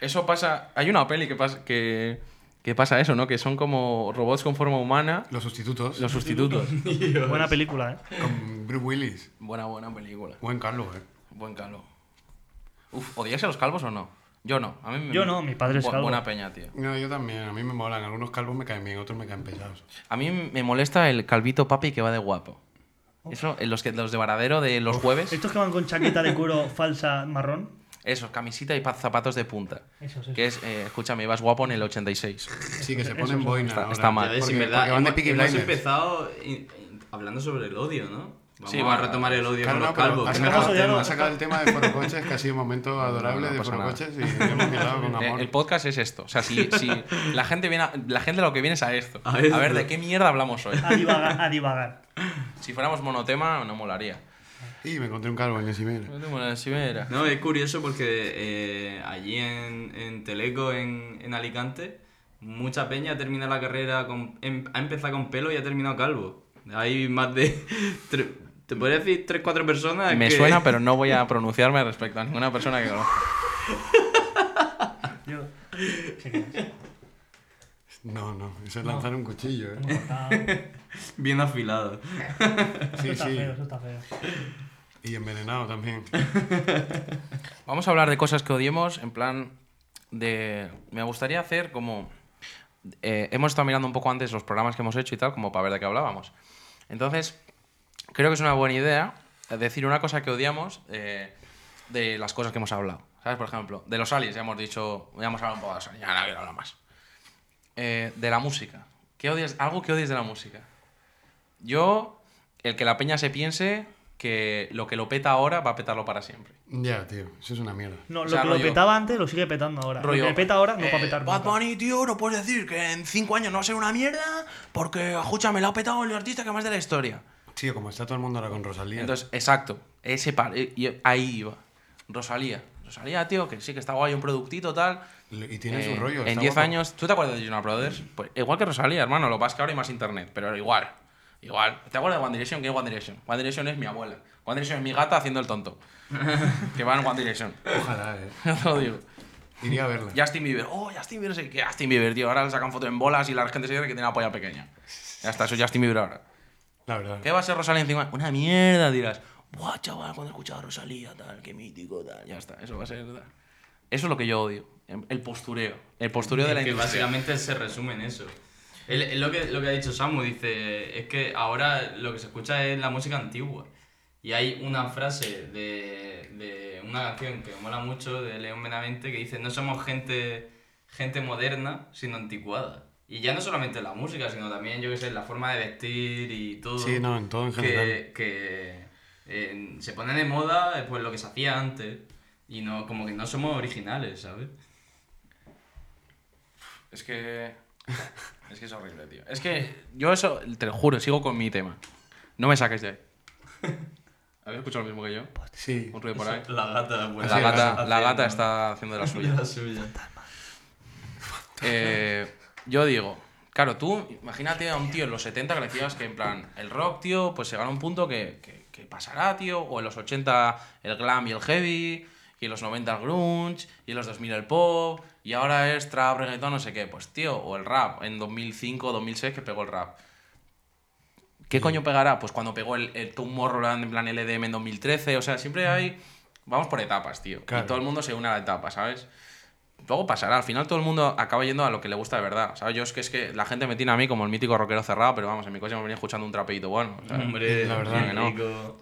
Speaker 2: Eso pasa. Hay una peli que pasa, que, que pasa eso, ¿no? Que son como robots con forma humana,
Speaker 3: Los sustitutos.
Speaker 2: los sustitutos.
Speaker 4: Buena película, ¿eh?
Speaker 3: Con Bruce Willis.
Speaker 2: buena, buena película.
Speaker 3: Buen Carlos, eh.
Speaker 2: Buen calvo. Uf, ¿odiáis a los calvos o no? Yo no. A mí me-
Speaker 4: Yo no, mi padre es
Speaker 2: Bu-
Speaker 4: calvo.
Speaker 2: Buena peña, tío.
Speaker 3: No, yo también. A mí me molan. Algunos calvos me caen bien, otros me caen pesados.
Speaker 2: A mí me molesta el calvito papi que va de guapo. Eso, eh, los, que, los de varadero de los jueves,
Speaker 4: Estos que van con chaqueta de cuero falsa marrón.
Speaker 2: esos, camisita y pa- zapatos de punta.
Speaker 4: Esos, esos.
Speaker 2: Que es, eh, escúchame, ibas guapo en el 86.
Speaker 3: Sí, que se ponen boina.
Speaker 2: Está-
Speaker 3: ahora.
Speaker 2: está mal.
Speaker 5: Entonces,
Speaker 3: Porque,
Speaker 5: en verdad,
Speaker 3: porque van de
Speaker 5: hemos,
Speaker 3: Peaky
Speaker 5: hemos
Speaker 3: Blinders.
Speaker 5: empezado in- in- hablando sobre el odio, ¿no? Vamos
Speaker 2: Sí,
Speaker 5: a
Speaker 2: bueno,
Speaker 5: retomar el odio
Speaker 3: Claro,
Speaker 5: con
Speaker 3: no,
Speaker 5: los
Speaker 3: pero
Speaker 5: calvos.
Speaker 3: has
Speaker 5: que
Speaker 3: sacado,
Speaker 5: mejor
Speaker 3: el
Speaker 4: ya
Speaker 3: tema-
Speaker 5: tema.
Speaker 4: no-
Speaker 3: has sacado el tema de Forocoches, que ha sido un momento adorable
Speaker 2: No, no
Speaker 3: de
Speaker 2: pasa
Speaker 3: Forocoches y lo hemos hilado con
Speaker 2: Eh,
Speaker 3: amor.
Speaker 2: El podcast es esto. O sea, si, si la gente viene a- la gente lo que viene es a esto.
Speaker 5: A
Speaker 2: A,
Speaker 5: esto.
Speaker 2: ver de qué mierda hablamos hoy.
Speaker 4: A divagar. A divagar.
Speaker 2: Si fuéramos monotema, no molaría.
Speaker 3: Y me encontré un calvo en Esimera.
Speaker 5: No, es curioso porque eh, allí en, en Teleco, en, en Alicante, mucha peña termina la carrera, con, em- ha empezado con pelo y ha terminado calvo. Hay más de... tre- ¿Te podría decir tres, cuatro personas?
Speaker 2: Me
Speaker 5: que-
Speaker 2: suena, pero no voy a pronunciarme respecto a ninguna persona que conozco.
Speaker 4: Yo.
Speaker 3: No, no, eso es lanzar un cuchillo, eh.
Speaker 5: Bien afilado.
Speaker 3: Sí,
Speaker 4: Eso está
Speaker 3: sí.
Speaker 4: feo, eso está feo.
Speaker 3: Y envenenado también.
Speaker 2: Vamos a hablar de cosas que odiemos, en plan de... Me gustaría hacer como... eh, hemos estado mirando un poco antes los programas que hemos hecho y tal, como para ver de qué hablábamos. Entonces, creo que es una buena idea decir una cosa que odiamos eh, de las cosas que hemos hablado. ¿Sabes? Por ejemplo, de los aliens, ya hemos dicho, ya hemos hablado un poco de los aliens, ya no quiero hablar más. Eh, de la música. ¿Qué odias? Algo que odies de la música. Yo, el que la peña se piense que lo que lo peta ahora va a petarlo para siempre.
Speaker 3: Ya, tío, eso es una mierda.
Speaker 4: No,
Speaker 2: O
Speaker 4: lo
Speaker 2: sea,
Speaker 4: que
Speaker 2: rollo-
Speaker 4: lo petaba antes lo sigue petando ahora.
Speaker 2: Rollo,
Speaker 4: lo que peta ahora no va a
Speaker 2: eh,
Speaker 4: petar
Speaker 2: Bad
Speaker 4: nunca.
Speaker 2: Bunny, tío, no puedes decir que en cinco años no va a ser una mierda porque, escúchame, la ha petado el artista que más de la historia.
Speaker 3: Tío, como está todo el mundo ahora con Rosalía.
Speaker 2: Entonces, exacto, ese par, eh, yo- ahí iba. Rosalía. Rosalía, tío, que sí que está guay, un productito, tal.
Speaker 3: y tiene
Speaker 2: Eh,
Speaker 3: su rollo.
Speaker 2: En
Speaker 3: está
Speaker 2: 10
Speaker 3: guapo.
Speaker 2: años, ¿tú te acuerdas de Jonas Brothers? Pues igual que Rosalía, hermano, lo que pasa es que ahora hay más internet, pero igual. Igual. ¿Te acuerdas de One Direction? ¿Qué es One Direction? One Direction es mi abuela. One Direction es mi gata haciendo el tonto. que va en One Direction.
Speaker 3: Ojalá, eh.
Speaker 2: Yo te lo digo.
Speaker 3: Iría a verla.
Speaker 2: Justin Bieber. Oh, Justin Bieber, no sé qué. Justin Bieber, tío. Ahora le sacan foto en bolas y la gente se cree que tiene la polla pequeña. Ya está, eso es Justin Bieber ahora.
Speaker 3: La verdad.
Speaker 2: ¿Qué va a ser Rosalía encima? Una mierda, dirás. Buah, chaval, cuando he escuchado a Rosalía, tal, qué mítico, tal. Ya está, eso va a ser. tal. Eso es lo que yo odio. El postureo. El postureo de la
Speaker 5: que
Speaker 2: industria.
Speaker 5: básicamente se resume en eso. Él- él lo, que, lo que ha dicho Samu, dice, es que ahora lo que se escucha es la música antigua. Y hay una frase de, de una canción que me mola mucho de León Benavente que dice, no somos gente, gente moderna, sino anticuada. Y ya no solamente la música, sino también, yo qué sé, la forma de vestir y todo.
Speaker 3: Sí, no, en todo en general.
Speaker 5: Que, que, eh, se pone de moda eh, pues, lo que se hacía antes. Y no, como que no somos originales, ¿sabes?
Speaker 2: Es que. Es que es horrible, tío. Es que yo eso, te lo juro, sigo con mi tema. No me saques de ahí. ¿Habéis escuchado lo mismo que yo?
Speaker 3: Sí.
Speaker 2: Un ruido por ahí.
Speaker 5: La gata, pues,
Speaker 2: La
Speaker 3: sí,
Speaker 2: gata,
Speaker 5: haciendo-
Speaker 2: la gata está haciendo de la suya.
Speaker 5: La suya.
Speaker 2: Eh, yo digo, claro, tú imagínate a un tío en los 70 que le decías que en plan, el rock, tío, pues se gana un punto que, que- que pasará, tío, o en los 80 el glam y el heavy, y en los 90 el grunge, y en los 2000 el pop, y ahora es trap, reggaetón, no sé qué, pues tío, o el rap, en 2005, 2006 que pegó el rap. ¿Qué coño pegará? Pues cuando pegó el, el Tomorrowland en plan LDM en 2013, o sea, siempre hay... Vamos por etapas, tío.
Speaker 3: Claro.
Speaker 2: Y todo el mundo se une a la etapa, ¿sabes? Luego pasará, al final todo el mundo acaba yendo a lo que le gusta de verdad. ¿sabes? Yo es que, es que la gente me tiene a mí como el mítico rockero cerrado, pero vamos, en mi coche me venía escuchando un trapeito bueno. ¿sabes?
Speaker 5: Hombre,
Speaker 3: La verdad
Speaker 2: que no.
Speaker 5: rico.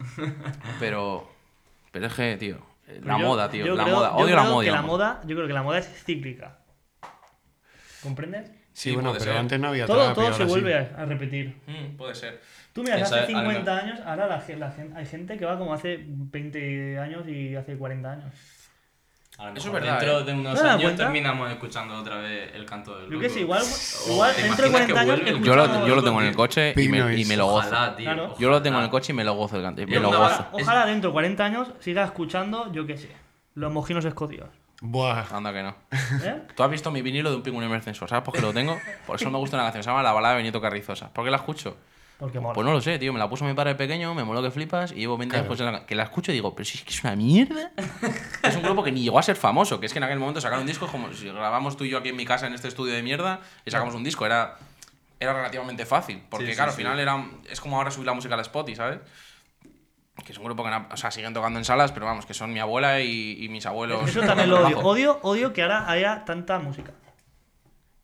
Speaker 2: Pero, pero es que, tío, eh, la
Speaker 4: Yo-
Speaker 2: moda, tío,
Speaker 4: yo
Speaker 2: la
Speaker 4: creo-
Speaker 2: moda.
Speaker 4: yo
Speaker 2: Odio la
Speaker 4: creo
Speaker 2: moda.
Speaker 4: que la
Speaker 2: digamos.
Speaker 4: moda. Yo creo que la moda es cíclica. ¿Comprendes?
Speaker 3: Sí,
Speaker 2: Sí,
Speaker 3: bueno,
Speaker 2: puede
Speaker 3: pero
Speaker 2: ser.
Speaker 3: antes no había
Speaker 4: Todo,
Speaker 3: trap y
Speaker 4: todo se
Speaker 3: ahora sí.
Speaker 4: vuelve a, a repetir.
Speaker 2: Mm, puede ser.
Speaker 4: Tú miras,
Speaker 5: Esa-
Speaker 4: hace 50
Speaker 5: además-
Speaker 4: años, ahora la, ge- la gen- hay gente que va como hace 20 años y hace 40 años.
Speaker 5: A lo
Speaker 2: Eso
Speaker 5: mejor
Speaker 2: es verdad,
Speaker 5: Dentro
Speaker 2: ¿eh?
Speaker 5: de
Speaker 4: ¿No
Speaker 5: unos
Speaker 4: te das
Speaker 5: años
Speaker 4: cuenta?
Speaker 5: terminamos escuchando otra vez el canto del
Speaker 4: Yo
Speaker 5: loco.
Speaker 4: qué sé, igual,
Speaker 5: Oh,
Speaker 4: igual
Speaker 5: ¿te
Speaker 4: dentro de
Speaker 5: imaginas que
Speaker 4: 40 años
Speaker 5: vuelve el
Speaker 2: Yo lo,
Speaker 5: canto
Speaker 2: yo lo
Speaker 5: del
Speaker 2: tengo en
Speaker 5: loco,
Speaker 2: el coche y me, y me lo gozo.
Speaker 5: Ojalá, tío.
Speaker 4: Claro.
Speaker 2: Yo lo tengo en
Speaker 5: ojalá.
Speaker 2: el coche y me lo gozo el canto. Me
Speaker 5: Yo
Speaker 2: lo
Speaker 5: no-
Speaker 2: gozo.
Speaker 4: Ojalá dentro de 40 años sigas escuchando, yo qué sé, los mojinos escocidos.
Speaker 3: Buah.
Speaker 2: Anda que no.
Speaker 4: ¿eh?
Speaker 2: Tú has visto mi vinilo de un pingüino emercenso, ¿sabes por qué lo tengo? Por eso me gusta una canción, se llama La balada de Benito Carrizosa. ¿Por qué la escucho?
Speaker 4: Porque mola.
Speaker 2: Pues no lo sé, tío. Me la puso mi padre pequeño, me moló que flipas y llevo 20 años escuchando la- que la escucho y digo, pero si es que es una mierda. es un grupo que ni llegó a ser famoso, que es que en aquel momento sacaron un disco como si grabamos tú y yo aquí en mi casa en este estudio de mierda y sacamos un disco. Era, era relativamente fácil, porque
Speaker 5: Sí, sí,
Speaker 2: claro,
Speaker 5: sí.
Speaker 2: al final era, es como ahora subir la música a la Spotify, ¿sabes? Que es un grupo que, na- o sea, siguen tocando en salas, pero vamos, que son mi abuela y, y mis abuelos.
Speaker 4: Eso también lo odio.
Speaker 2: Bajo.
Speaker 4: Odio, odio que ahora haya tanta música.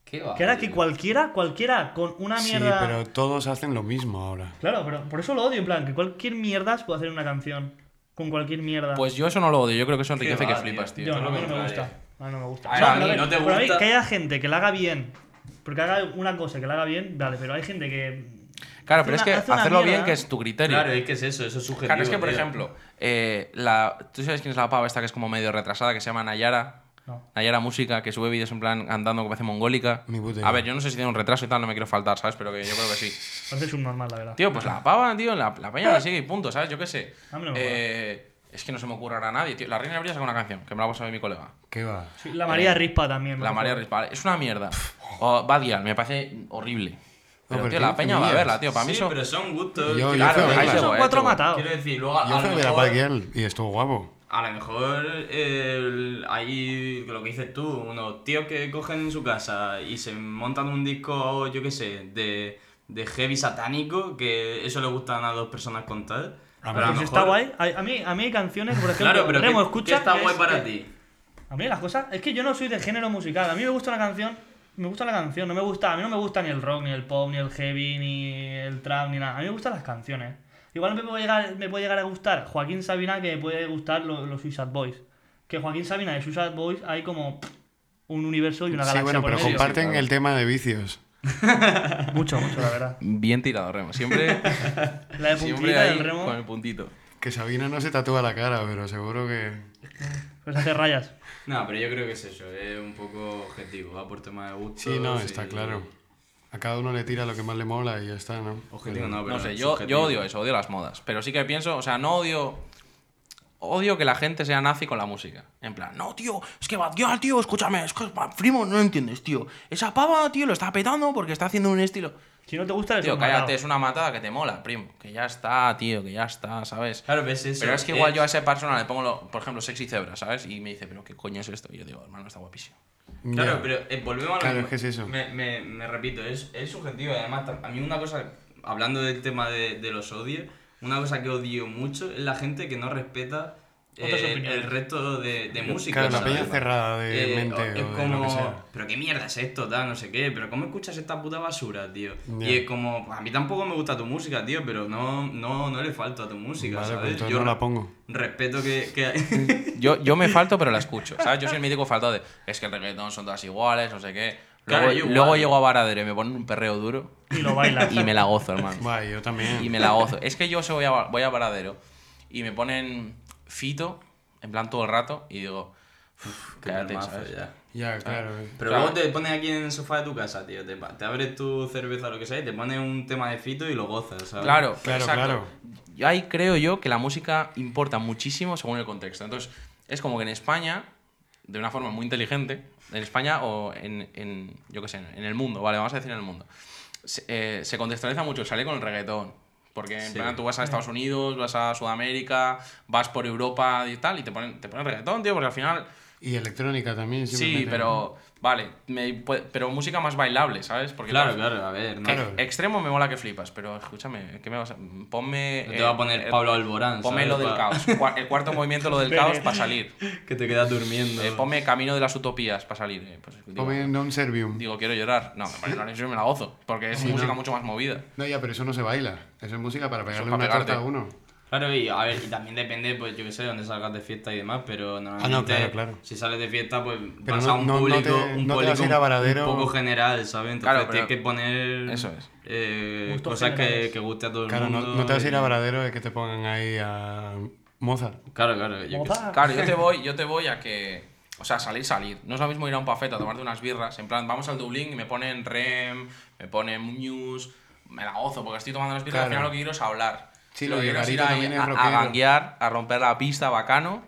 Speaker 5: ¿Qué va,
Speaker 4: Que ahora que
Speaker 5: tío?
Speaker 4: cualquiera, cualquiera con una
Speaker 3: Sí,
Speaker 4: Ah, mierda.
Speaker 3: pero todos hacen lo mismo ahora.
Speaker 4: Claro, pero por eso lo odio, en plan, que cualquier mierda se puede hacer una canción. Con cualquier mierda.
Speaker 2: Pues yo eso no lo odio, yo creo que eso enriquece
Speaker 5: va,
Speaker 2: que
Speaker 5: tío?
Speaker 2: flipas, tío.
Speaker 4: yo
Speaker 5: todo
Speaker 4: no,
Speaker 5: lo
Speaker 4: a mí no me
Speaker 5: contrario.
Speaker 4: gusta. A mí no me gusta.
Speaker 5: A
Speaker 4: O sea,
Speaker 5: mí
Speaker 4: ver,
Speaker 5: no te
Speaker 4: pero a mí
Speaker 5: gusta.
Speaker 4: que haya gente que la haga bien. Porque haga una cosa que la haga bien, vale, pero hay gente que.
Speaker 2: Claro,
Speaker 4: hace
Speaker 2: pero es
Speaker 4: una-
Speaker 2: que
Speaker 4: hace una
Speaker 2: hacerlo
Speaker 4: mierda.
Speaker 2: bien que es tu criterio.
Speaker 5: Claro, es que es eso, eso es subjetivo.
Speaker 2: Claro, es que, por
Speaker 5: tío.
Speaker 2: ejemplo, eh, la, ¿tú sabes quién es la pava esta que es como medio retrasada, que se llama Nayara?
Speaker 4: No.
Speaker 2: Nayara Música, que sube vídeos en plan andando como parece mongólica.
Speaker 3: Ni puta idea.
Speaker 2: A ver, yo no sé si tiene un retraso y tal, no me quiero faltar, ¿sabes? Pero que yo creo que sí.
Speaker 4: Parece subnormal, la verdad.
Speaker 2: Tío, pues la pava, tío, la, la peña la sigue y punto, ¿sabes? Yo qué sé.
Speaker 4: A mí no me
Speaker 2: Eh, es que no se me ocurre ahora a nadie, tío. La Reina Abril saca una canción, que me la ha pasado mi colega.
Speaker 3: ¿Qué va?
Speaker 4: Sí, la María
Speaker 5: eh,
Speaker 4: Rispa también. me
Speaker 2: La
Speaker 4: lo
Speaker 2: María
Speaker 4: juro.
Speaker 2: Rispal. Es una mierda. O Bad Gyal, me parece horrible. Pero,
Speaker 3: pero
Speaker 2: tío,
Speaker 3: ¿qué
Speaker 2: la peña va a
Speaker 3: dices?
Speaker 2: verla, tío. Para mí
Speaker 5: sí,
Speaker 2: eso...
Speaker 5: pero son gustos.
Speaker 3: Yo- yo
Speaker 5: claro,
Speaker 3: fui a
Speaker 5: ahí
Speaker 2: verla.
Speaker 5: se
Speaker 4: Esos
Speaker 2: Eso,
Speaker 4: son
Speaker 2: eh,
Speaker 4: cuatro
Speaker 2: tú.
Speaker 4: matados.
Speaker 5: Quiero decir, luego a,
Speaker 3: Yo
Speaker 5: Ah, a
Speaker 3: fui a
Speaker 5: lo
Speaker 3: ver a
Speaker 5: mejor,
Speaker 3: Bad Girl y estuvo guapo.
Speaker 5: a lo mejor eh, el- hay lo que dices tú, unos tíos que cogen en su casa y se montan un disco, yo qué sé, de, de heavy satánico, que eso le gustan a dos personas contar.
Speaker 3: A
Speaker 5: Pero a lo
Speaker 4: Pues está
Speaker 5: mejor-
Speaker 4: guay. A, a mí, a mí hay canciones, por ejemplo,
Speaker 5: Claro, pero
Speaker 4: Remo,
Speaker 5: ¿qué-
Speaker 4: escucha.
Speaker 5: qué está
Speaker 4: que
Speaker 5: guay
Speaker 4: es-
Speaker 5: para
Speaker 4: que-
Speaker 5: ti?
Speaker 4: A mí las cosas. Es que yo no soy de género musical. A mí me gusta una canción. Me gusta la canción. No me gusta. A mí no me gusta ni el rock, ni el pop, ni el heavy, ni el trap, ni nada. A mí me gustan las canciones. Igual me puede llegar, me puede llegar a gustar Joaquín Sabina que me puede gustar lo- los Suicide Boys. Que Joaquín Sabina y Suicide Boys hay como pff, un universo y una
Speaker 3: Sí,
Speaker 4: galaxia
Speaker 3: bueno,
Speaker 4: por
Speaker 3: pero
Speaker 4: medio.
Speaker 3: comparten
Speaker 2: Sí, claro.
Speaker 3: el tema de vicios.
Speaker 4: Mucho, mucho, la verdad.
Speaker 2: Bien tirado, Remo. Siempre,
Speaker 4: La de
Speaker 2: siempre
Speaker 4: puntita
Speaker 2: ahí
Speaker 4: del remo,
Speaker 2: con el puntito.
Speaker 3: Que Sabina no se tatúa la cara, pero seguro que.
Speaker 4: pues hace rayas.
Speaker 5: No, pero yo creo que es eso, es un poco objetivo, va por tema de gusto.
Speaker 3: Sí, no, está claro. A cada uno le tira lo que más le mola y ya está, ¿no?
Speaker 5: Objetivo no, pero
Speaker 2: No sé, yo, yo
Speaker 5: subjetivo.
Speaker 2: odio eso, odio las modas. Pero sí que pienso, o sea, no odio. Odio que la gente sea nazi con la música. En plan, no, tío, es que Bad Gyal, tío, escúchame, es que Bad Primo, no lo entiendes, tío. Esa pava, tío, lo está petando porque está haciendo un estilo.
Speaker 4: Si no te gusta, eres
Speaker 2: Tío,
Speaker 4: un
Speaker 2: cállate,
Speaker 4: matado.
Speaker 2: es una matada que te mola, primo. Que ya está, tío, que ya está, ¿sabes?
Speaker 5: Claro, ves eso.
Speaker 2: pero es que igual yo a esa persona le pongo, lo- por ejemplo, sexy cebra, ¿sabes? Y me dice, pero ¿qué coño es esto? Y yo digo, hermano, está guapísimo.
Speaker 5: Claro,
Speaker 3: Ya.
Speaker 5: pero eh, volvemos a lo
Speaker 3: Claro,
Speaker 5: mismo.
Speaker 3: es que es eso.
Speaker 5: Me, me- me repito, es, es subjetivo. Además, tam- a mí una cosa, hablando del tema de, de los odios, una cosa que odio mucho es la gente que no respeta eh,
Speaker 4: Otras
Speaker 5: el,
Speaker 4: opiniones.
Speaker 5: resto de, de música.
Speaker 3: Claro, la
Speaker 5: ¿sabes?
Speaker 3: peña cerrada de
Speaker 5: Eh,
Speaker 3: mente
Speaker 5: es
Speaker 3: o de
Speaker 5: como,
Speaker 3: lo que sea.
Speaker 5: pero qué mierda es esto, tal, no sé qué, pero cómo escuchas esta puta basura, tío.
Speaker 3: Ya.
Speaker 5: Y es como, a mí tampoco me gusta tu música, tío, pero no, no, no le falto a tu música,
Speaker 3: Vale, pues
Speaker 5: ¿sabes?
Speaker 3: entonces no la pongo.
Speaker 5: respeto que... que...
Speaker 2: Yo, yo me falto, pero la escucho, ¿sabes? Yo soy el mítico faltado de, es que el reggaetón son todas iguales, no sé qué. Luego,
Speaker 5: Claro, yo igual.
Speaker 2: luego llego a Varadero y me ponen un perreo duro
Speaker 4: Y lo bailas.
Speaker 2: y me la gozo, hermano.
Speaker 3: Guay, yo también.
Speaker 2: Y me la gozo. Es que yo se voy a, voy a Varadero y me ponen fito, en plan todo el rato, y digo, "Uf,
Speaker 5: Qué
Speaker 2: cállate,
Speaker 5: memazo,
Speaker 2: ¿sabes?
Speaker 5: ya.
Speaker 3: Ya, claro. eh.
Speaker 5: Pero
Speaker 2: Claro.
Speaker 5: luego te pones aquí en el sofá de tu casa, tío. Te, pa- te abres tu cerveza o lo que sea y te pones un tema de fito y lo gozas, ¿sabes?
Speaker 2: Claro,
Speaker 3: Claro,
Speaker 2: exacto.
Speaker 3: claro.
Speaker 2: Yo ahí creo yo que la música importa muchísimo según el contexto. Entonces, es como que en España, de una forma muy inteligente, en España o en, en- yo qué sé, en el mundo, vale, vamos a decir en el mundo, se, eh, se contextualiza mucho, sale con el reggaetón. Porque en
Speaker 5: Sí.
Speaker 2: plan, tú vas a Estados Unidos, vas a Sudamérica, vas por Europa y tal, y te ponen, te ponen reggaetón, tío, porque al final
Speaker 3: Y electrónica también. siempre
Speaker 2: Sí,
Speaker 3: meten.
Speaker 2: pero. Vale, me puede- pero música más bailable, ¿sabes? Porque
Speaker 5: Claro,
Speaker 2: claro,
Speaker 5: claro, a ver. No,
Speaker 3: Claro.
Speaker 2: extremo me mola que flipas, pero escúchame, ¿qué me vas a.? Ponme.
Speaker 5: no
Speaker 2: eh,
Speaker 5: te va a poner
Speaker 2: eh,
Speaker 5: Pablo Alborán.
Speaker 2: Ponme
Speaker 5: ¿sabes?
Speaker 2: lo del
Speaker 5: Pa-
Speaker 2: caos. cua- El cuarto movimiento, lo del caos, para salir.
Speaker 5: Que te quedas durmiendo.
Speaker 2: Eh, ponme camino de las utopías, para salir. Eh, pues, digo,
Speaker 3: Come non servium.
Speaker 2: digo, quiero llorar. No, me parece una lección y me la gozo, porque es
Speaker 3: Sí,
Speaker 2: música
Speaker 3: no.
Speaker 2: mucho más movida.
Speaker 3: No, ya, pero eso no se baila. Eso es música para pegarle
Speaker 2: pa'
Speaker 3: una carta a
Speaker 2: pegarte.
Speaker 3: uno.
Speaker 5: Claro, y a ver, y también depende, pues yo qué sé, de dónde salgas de fiesta y demás, pero normalmente.
Speaker 3: Ah, claro, claro.
Speaker 5: Si sales de fiesta, pues
Speaker 3: Pero
Speaker 5: vas
Speaker 3: no-
Speaker 5: a un
Speaker 3: no- no
Speaker 5: público.
Speaker 3: te-
Speaker 5: un
Speaker 3: no te vas
Speaker 5: público
Speaker 3: a ir a
Speaker 5: un-
Speaker 3: Varadero.
Speaker 5: Un poco general, ¿sabes? Entonces
Speaker 2: Claro, pero-
Speaker 5: tienes que poner.
Speaker 2: eso es.
Speaker 5: eh,
Speaker 4: Gustos
Speaker 5: cosas que,
Speaker 4: generales.
Speaker 5: que guste a todo
Speaker 3: Claro,
Speaker 5: el
Speaker 3: no,
Speaker 5: mundo.
Speaker 3: no te vas a ir a
Speaker 5: y-
Speaker 3: Varadero de que te pongan ahí a Mozart.
Speaker 5: Claro, claro. Yo qué sé.
Speaker 3: Ah.
Speaker 4: Moza.
Speaker 2: Claro, yo te voy, yo te voy a que. O sea, salir, salir. No es lo mismo ir a un pafeta a tomarte unas birras. En plan, vamos al Dublín y me ponen Rem, me ponen News, me la gozo porque estoy tomando las birras. Al
Speaker 3: Claro.
Speaker 2: final lo que quiero es hablar.
Speaker 3: Sí,
Speaker 2: lo
Speaker 3: lo
Speaker 2: que
Speaker 3: de
Speaker 2: quiero es ir
Speaker 3: Garito
Speaker 2: ahí
Speaker 3: también es
Speaker 2: a, a
Speaker 3: rockero.
Speaker 2: ganguear, a romper la pista bacano.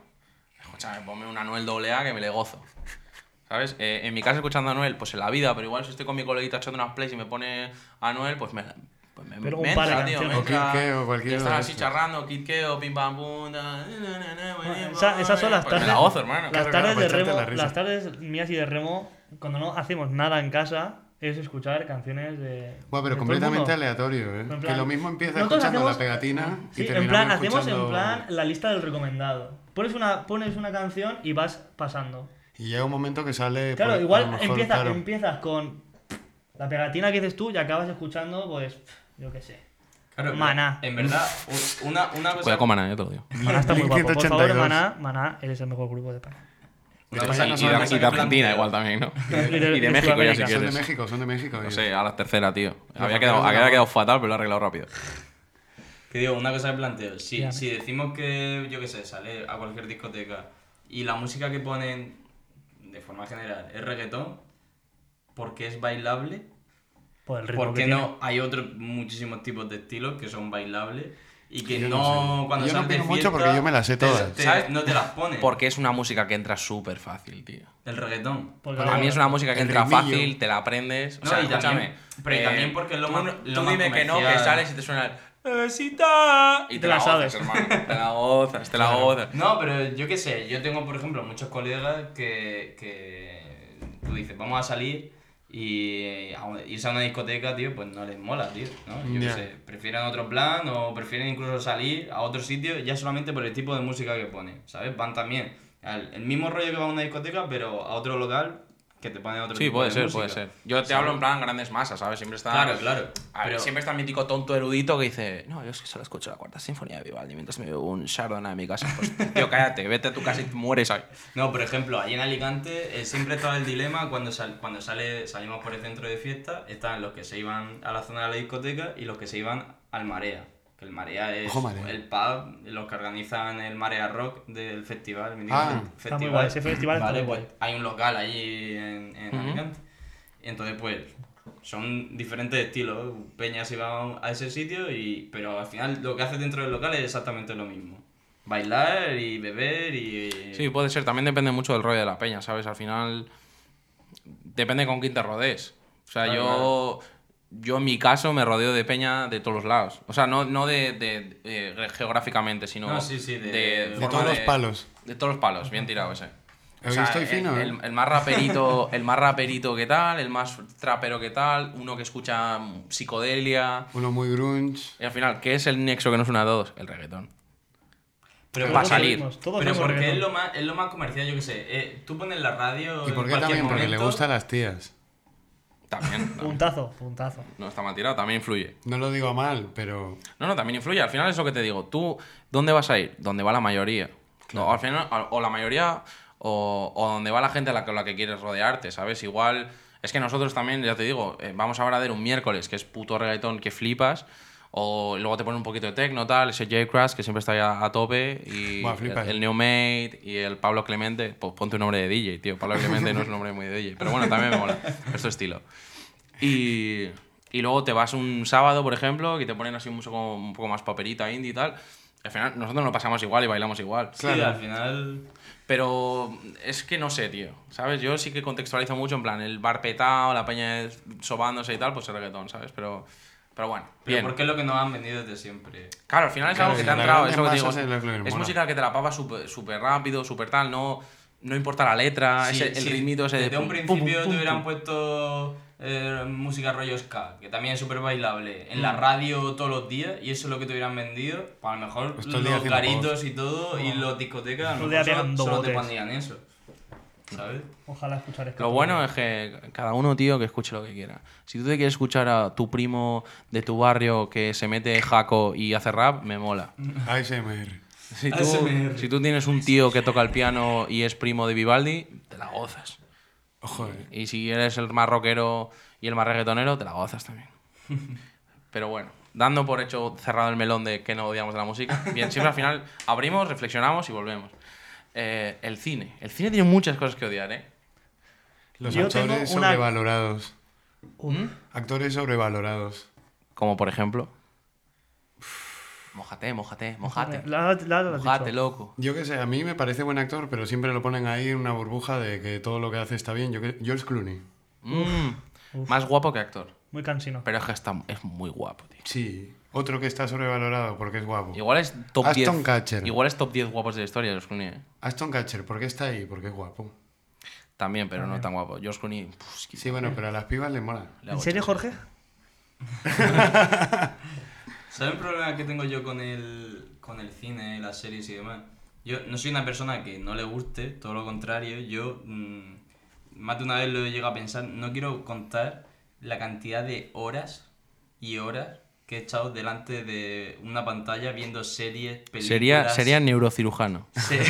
Speaker 2: Escúchame, ponme un Anuel AA que me le gozo. ¿Sabes? Eh, en mi casa escuchando a Anuel, pues en la vida, pero igual si estoy con mi coleguita echando unas plays y me pone Anuel, pues me. Pues me,
Speaker 4: Pero
Speaker 2: me
Speaker 4: un par de
Speaker 2: entra, tío, me
Speaker 4: canciones.
Speaker 3: O
Speaker 2: entra.
Speaker 3: Kid Keo, cualquiera
Speaker 2: Y estás
Speaker 3: de
Speaker 2: así
Speaker 3: esos.
Speaker 2: charrando, kitqueo, pim pam pum. da, na, na, na, na,
Speaker 4: Esa- esas son las
Speaker 2: Pues me
Speaker 4: tardes.
Speaker 2: la gozo, hermano.
Speaker 4: Las
Speaker 3: Claro,
Speaker 4: tardes
Speaker 3: claro,
Speaker 4: de
Speaker 3: para echarte
Speaker 4: remo,
Speaker 3: la risa.
Speaker 4: las tardes mías y de remo, cuando no hacemos nada en casa, es escuchar canciones
Speaker 3: Bueno,
Speaker 4: de. de todo
Speaker 3: pero
Speaker 4: el
Speaker 3: completamente
Speaker 4: mundo.
Speaker 3: aleatorio, ¿eh?
Speaker 4: En
Speaker 3: que
Speaker 4: plan-
Speaker 3: lo mismo empieza
Speaker 4: Nosotros
Speaker 3: escuchando
Speaker 4: hacemos-
Speaker 3: la pegatina
Speaker 4: Sí,
Speaker 3: y
Speaker 4: en
Speaker 3: terminamos
Speaker 4: plan,
Speaker 3: escuchando...
Speaker 4: hacemos en plan la lista del recomendado. Pones una, pones una canción y vas pasando.
Speaker 3: Y llega un momento que sale...
Speaker 4: Claro,
Speaker 3: por- Pues, a
Speaker 4: igual
Speaker 3: lo mejor,
Speaker 4: empiezas,
Speaker 3: claro.
Speaker 4: empiezas con la pegatina que dices tú y acabas escuchando, pues, yo qué sé.
Speaker 5: Claro, pero
Speaker 4: Maná.
Speaker 5: En verdad, u- una, una cosa.
Speaker 2: Cuidado con Maná, yo te lo digo.
Speaker 4: Maná está muy
Speaker 3: Blink
Speaker 4: guapo. Por favor,
Speaker 3: 182.
Speaker 4: Maná, Maná, eres el mejor grupo de España.
Speaker 5: Una
Speaker 3: Y
Speaker 5: cosa-
Speaker 3: de-
Speaker 5: una
Speaker 3: y
Speaker 2: Y
Speaker 3: de-
Speaker 5: cosa que
Speaker 2: de Argentina
Speaker 5: planteo.
Speaker 2: igual también, ¿no?
Speaker 4: Y
Speaker 2: Y de México ya si
Speaker 4: Sudamérica.
Speaker 3: Son de
Speaker 2: quieres.
Speaker 3: México, son de México.
Speaker 2: No
Speaker 3: tío.
Speaker 2: sé, a la tercera, tío. Había
Speaker 3: Rafael
Speaker 2: quedado,
Speaker 3: es una
Speaker 2: había
Speaker 3: bomba.
Speaker 2: quedado fatal, pero lo he arreglado rápido.
Speaker 5: Que digo, una cosa que planteo, si,
Speaker 4: Dígame.
Speaker 5: si decimos que, yo qué sé, sale a cualquier discoteca y la música que ponen de forma general es reggaetón, porque es bailable,
Speaker 4: Por el ritmo
Speaker 5: porque
Speaker 4: que
Speaker 5: no
Speaker 4: tiene.
Speaker 5: hay otros muchísimos tipos de estilos que son bailables y que
Speaker 3: Yo
Speaker 5: no,
Speaker 3: no sé.
Speaker 5: cuando
Speaker 3: Yo no
Speaker 5: sales de
Speaker 3: opino mucho
Speaker 5: fiesta,
Speaker 3: porque yo me las sé
Speaker 5: te-
Speaker 3: todas.
Speaker 5: te-
Speaker 2: ¿Sabes?
Speaker 5: No te las pones.
Speaker 2: Porque es una música que entra súper fácil, tío.
Speaker 5: El reggaetón.
Speaker 4: Porque
Speaker 2: Para
Speaker 4: ahora-
Speaker 2: mí es una música que
Speaker 3: El
Speaker 2: entra
Speaker 3: ritmillo.
Speaker 2: fácil, te la aprendes. O
Speaker 5: No,
Speaker 2: sea,
Speaker 5: y también-
Speaker 2: escúchame. eh,
Speaker 5: pero y también porque es lo
Speaker 2: tú-
Speaker 5: más- lo
Speaker 2: Tú
Speaker 5: más
Speaker 2: dime que no, que
Speaker 5: comercial.
Speaker 2: sales y te suena el. "Besita",
Speaker 4: Y te la sabes.
Speaker 2: gozas, hermano. Te la gozas, te la gozas.
Speaker 5: No, pero yo qué sé, yo tengo, por ejemplo, muchos colegas que, que tú dices, vamos a salir y eh, a- irse a una discoteca, tío, pues no les mola, tío, ¿no? Yo
Speaker 3: Ya.
Speaker 5: qué sé, prefieren otro plan o prefieren incluso salir a otro sitio ya solamente por el tipo de música que pone, ¿sabes? Van también al el mismo rollo que va a una discoteca, pero a otro local que que te ponen otro
Speaker 2: Sí,
Speaker 5: tipo
Speaker 2: puede
Speaker 5: de
Speaker 2: ser,
Speaker 5: música.
Speaker 2: puede ser. Yo te hablo en plan grandes masas, ¿sabes? Siempre está.
Speaker 5: Claro, claro.
Speaker 2: A ver,
Speaker 5: Pero-
Speaker 2: siempre está el mítico tonto erudito que dice, no, yo es que solo escucho la cuarta sinfonía de Vivaldi mientras me veo un Chardonnay en mi casa. Pues, tío, cállate, vete a tu casa y te mueres ahí.
Speaker 5: No, por ejemplo, allí en Alicante eh, siempre estaba el dilema cuando, sal- cuando sale, salimos por el centro de fiesta, estaban los que se iban a la zona de la discoteca y los que se iban al Marea. Que el Marea es
Speaker 3: Ojo, Marea.
Speaker 5: el pub, los que organizan el Marea Rock del festival. el mítico
Speaker 3: Ah.
Speaker 5: fe-
Speaker 3: Está
Speaker 4: muy guay, ese festival está
Speaker 5: Vale,
Speaker 4: muy
Speaker 5: pues,
Speaker 4: guay.
Speaker 5: Hay un local allí en, en Alicante. Entonces, pues, son diferentes estilos. Peña se va a ese sitio, y, pero al final lo que hace dentro del local es exactamente lo mismo. Bailar y beber y...
Speaker 2: Sí, puede ser. También depende mucho del rollo de la peña, ¿sabes? Al final. Depende con quién te rodees. O sea,
Speaker 5: Claro,
Speaker 2: yo. Yo en mi caso me rodeo de peña de todos los lados. O sea, no, no de, de- de- geográficamente, sino.
Speaker 5: No, sí, sí, de- De
Speaker 2: forma
Speaker 3: todos los palos.
Speaker 2: De todos los palos, bien tirado ese.
Speaker 3: Hoy estoy fino,
Speaker 2: el,
Speaker 3: ¿eh?
Speaker 2: el- el más raperito, el más raperito que tal, el más trapero que tal, uno que escucha mm, psicodelia.
Speaker 3: Uno muy grunge.
Speaker 2: Y al final, ¿qué es el nexo que no suena a todos? El reggaetón.
Speaker 5: Pero
Speaker 2: Va
Speaker 5: por-
Speaker 2: a salir.
Speaker 4: Todos todos
Speaker 5: pero
Speaker 4: hacemos
Speaker 5: porque es
Speaker 4: reggaetón.
Speaker 5: lo, más, es lo más comercial, yo que sé. Eh, tú pones la radio.
Speaker 3: ¿Y
Speaker 5: en
Speaker 3: por qué
Speaker 5: cualquier
Speaker 3: también? Porque le
Speaker 5: momento.
Speaker 3: gustan las tías.
Speaker 2: También. también.
Speaker 4: Puntazo, puntazo.
Speaker 2: No está mal tirado, también influye.
Speaker 3: No lo digo a mal, pero.
Speaker 2: No, no, también influye. Al final es lo que te digo. Tú, ¿dónde vas a ir? Donde va la mayoría. No, al final, al- o la mayoría, o, o donde va la gente a la, que- la que quieres rodearte, ¿sabes? Igual, es que nosotros también, ya te digo, eh, vamos ahora a ver un miércoles, que es puto reggaetón que flipas, o luego te ponen un poquito de techno, tal, ese J. Crash que siempre está ahí a, a tope, y
Speaker 3: Buah,
Speaker 2: el,
Speaker 3: flipas.
Speaker 2: el New Mate, y el Pablo Clemente, pues ponte un nombre de DJ, tío. Pablo Clemente no es un nombre muy de DJ, pero bueno, también me mola, es tu estilo. Y, y luego te vas un sábado, por ejemplo, que te ponen así un músico un poco más paperita, indie y tal. Al final, nosotros nos lo pasamos igual y bailamos igual.
Speaker 5: Sí, al final.
Speaker 2: Pero es que no sé, tío. ¿Sabes? Yo sí que contextualizo mucho, en plan, el bar petao, la peña es- sobándose y tal, pues el reggaetón, ¿sabes? Pero, pero bueno,
Speaker 5: Pero
Speaker 2: bien.
Speaker 5: porque es lo que nos han vendido desde siempre.
Speaker 2: Claro, al final es
Speaker 3: Claro,
Speaker 2: algo que
Speaker 3: y
Speaker 2: te ha
Speaker 3: la
Speaker 2: entrado,
Speaker 3: gran
Speaker 2: es lo que
Speaker 3: masa
Speaker 2: digo.
Speaker 3: es lo que le
Speaker 2: Es
Speaker 3: mola.
Speaker 2: música que te la pava súper súper rápido, súper tal, no, no importa la letra,
Speaker 5: Sí,
Speaker 2: Ah, ese- el
Speaker 5: sí,
Speaker 2: ritmito ese de...
Speaker 5: Desde un
Speaker 2: pum, pum,
Speaker 5: principio
Speaker 2: pum,
Speaker 5: te hubieran
Speaker 2: pum.
Speaker 5: puesto eh, música rollo ska, que también es súper bailable. En la
Speaker 2: Mm.
Speaker 5: radio todos los días, y eso es lo que te hubieran vendido. Pues a lo mejor
Speaker 3: Pues todo el día
Speaker 5: los
Speaker 3: haciendo
Speaker 5: garitos y todo,
Speaker 2: Oh.
Speaker 5: y los discotecas, a lo
Speaker 4: Todo el día
Speaker 5: mejor solo,
Speaker 4: pegando
Speaker 5: solo te
Speaker 4: botes.
Speaker 5: pondrían eso. ¿Sabes?
Speaker 4: Ojalá escuchar esto.
Speaker 2: Lo bueno es que cada uno, tío, que escuche lo que quiera. Si tú te quieres escuchar a tu primo de tu barrio que se mete jaco y hace rap, me mola.
Speaker 3: Mm. ASMR.
Speaker 2: Si tú,
Speaker 5: ASMR.
Speaker 2: si tú tienes un tío que toca el piano y es primo de Vivaldi, te la gozas.
Speaker 3: Ojo, eh.
Speaker 2: Y si eres el más rockero y el más reggaetonero, te la gozas también. Pero bueno, dando por hecho cerrado el melón de que no odiamos de la música, bien, siempre al final abrimos, reflexionamos y volvemos. Eh, el cine. El cine tiene muchas cosas que odiar, ¿eh?
Speaker 3: Los
Speaker 4: Yo tengo
Speaker 3: actores
Speaker 4: una-
Speaker 3: sobrevalorados.
Speaker 4: Un-
Speaker 3: Actores sobrevalorados.
Speaker 2: Como por ejemplo. Mójate, mójate, mojate.
Speaker 4: La- la- la- la-
Speaker 2: Mojate,
Speaker 4: dicho.
Speaker 2: loco.
Speaker 3: Yo qué sé, a mí me parece buen actor, pero siempre lo ponen ahí en una burbuja de que todo lo que hace está bien. Yo que... George Clooney.
Speaker 2: Mm, Más guapo que actor.
Speaker 4: Muy cansino.
Speaker 2: Pero es que está, es muy guapo, tío.
Speaker 3: Sí. Otro que está sobrevalorado porque es guapo.
Speaker 2: Igual es top
Speaker 3: Ashton
Speaker 2: 10.
Speaker 3: Kutcher.
Speaker 2: Igual es top 10 guapos de la historia, George Clooney. ¿eh?
Speaker 3: Aston Catcher, ¿por qué está ahí? Porque es guapo.
Speaker 2: También, pero no tan guapo. George Clooney. puf, es que
Speaker 3: Sí, bueno, pero a las pibas les mola.
Speaker 2: le hago
Speaker 4: ¿En serio,
Speaker 2: chico.
Speaker 4: Jorge?
Speaker 5: ¿Sabes el problema que tengo yo con el, con el cine, las series y demás? Yo no soy una persona que no le guste, todo lo contrario, yo mm, más de una vez lo he llegado a pensar, no quiero contar la cantidad de horas y horas que he echado delante de una pantalla viendo series, películas...
Speaker 2: Sería, sería neurocirujano.
Speaker 5: se-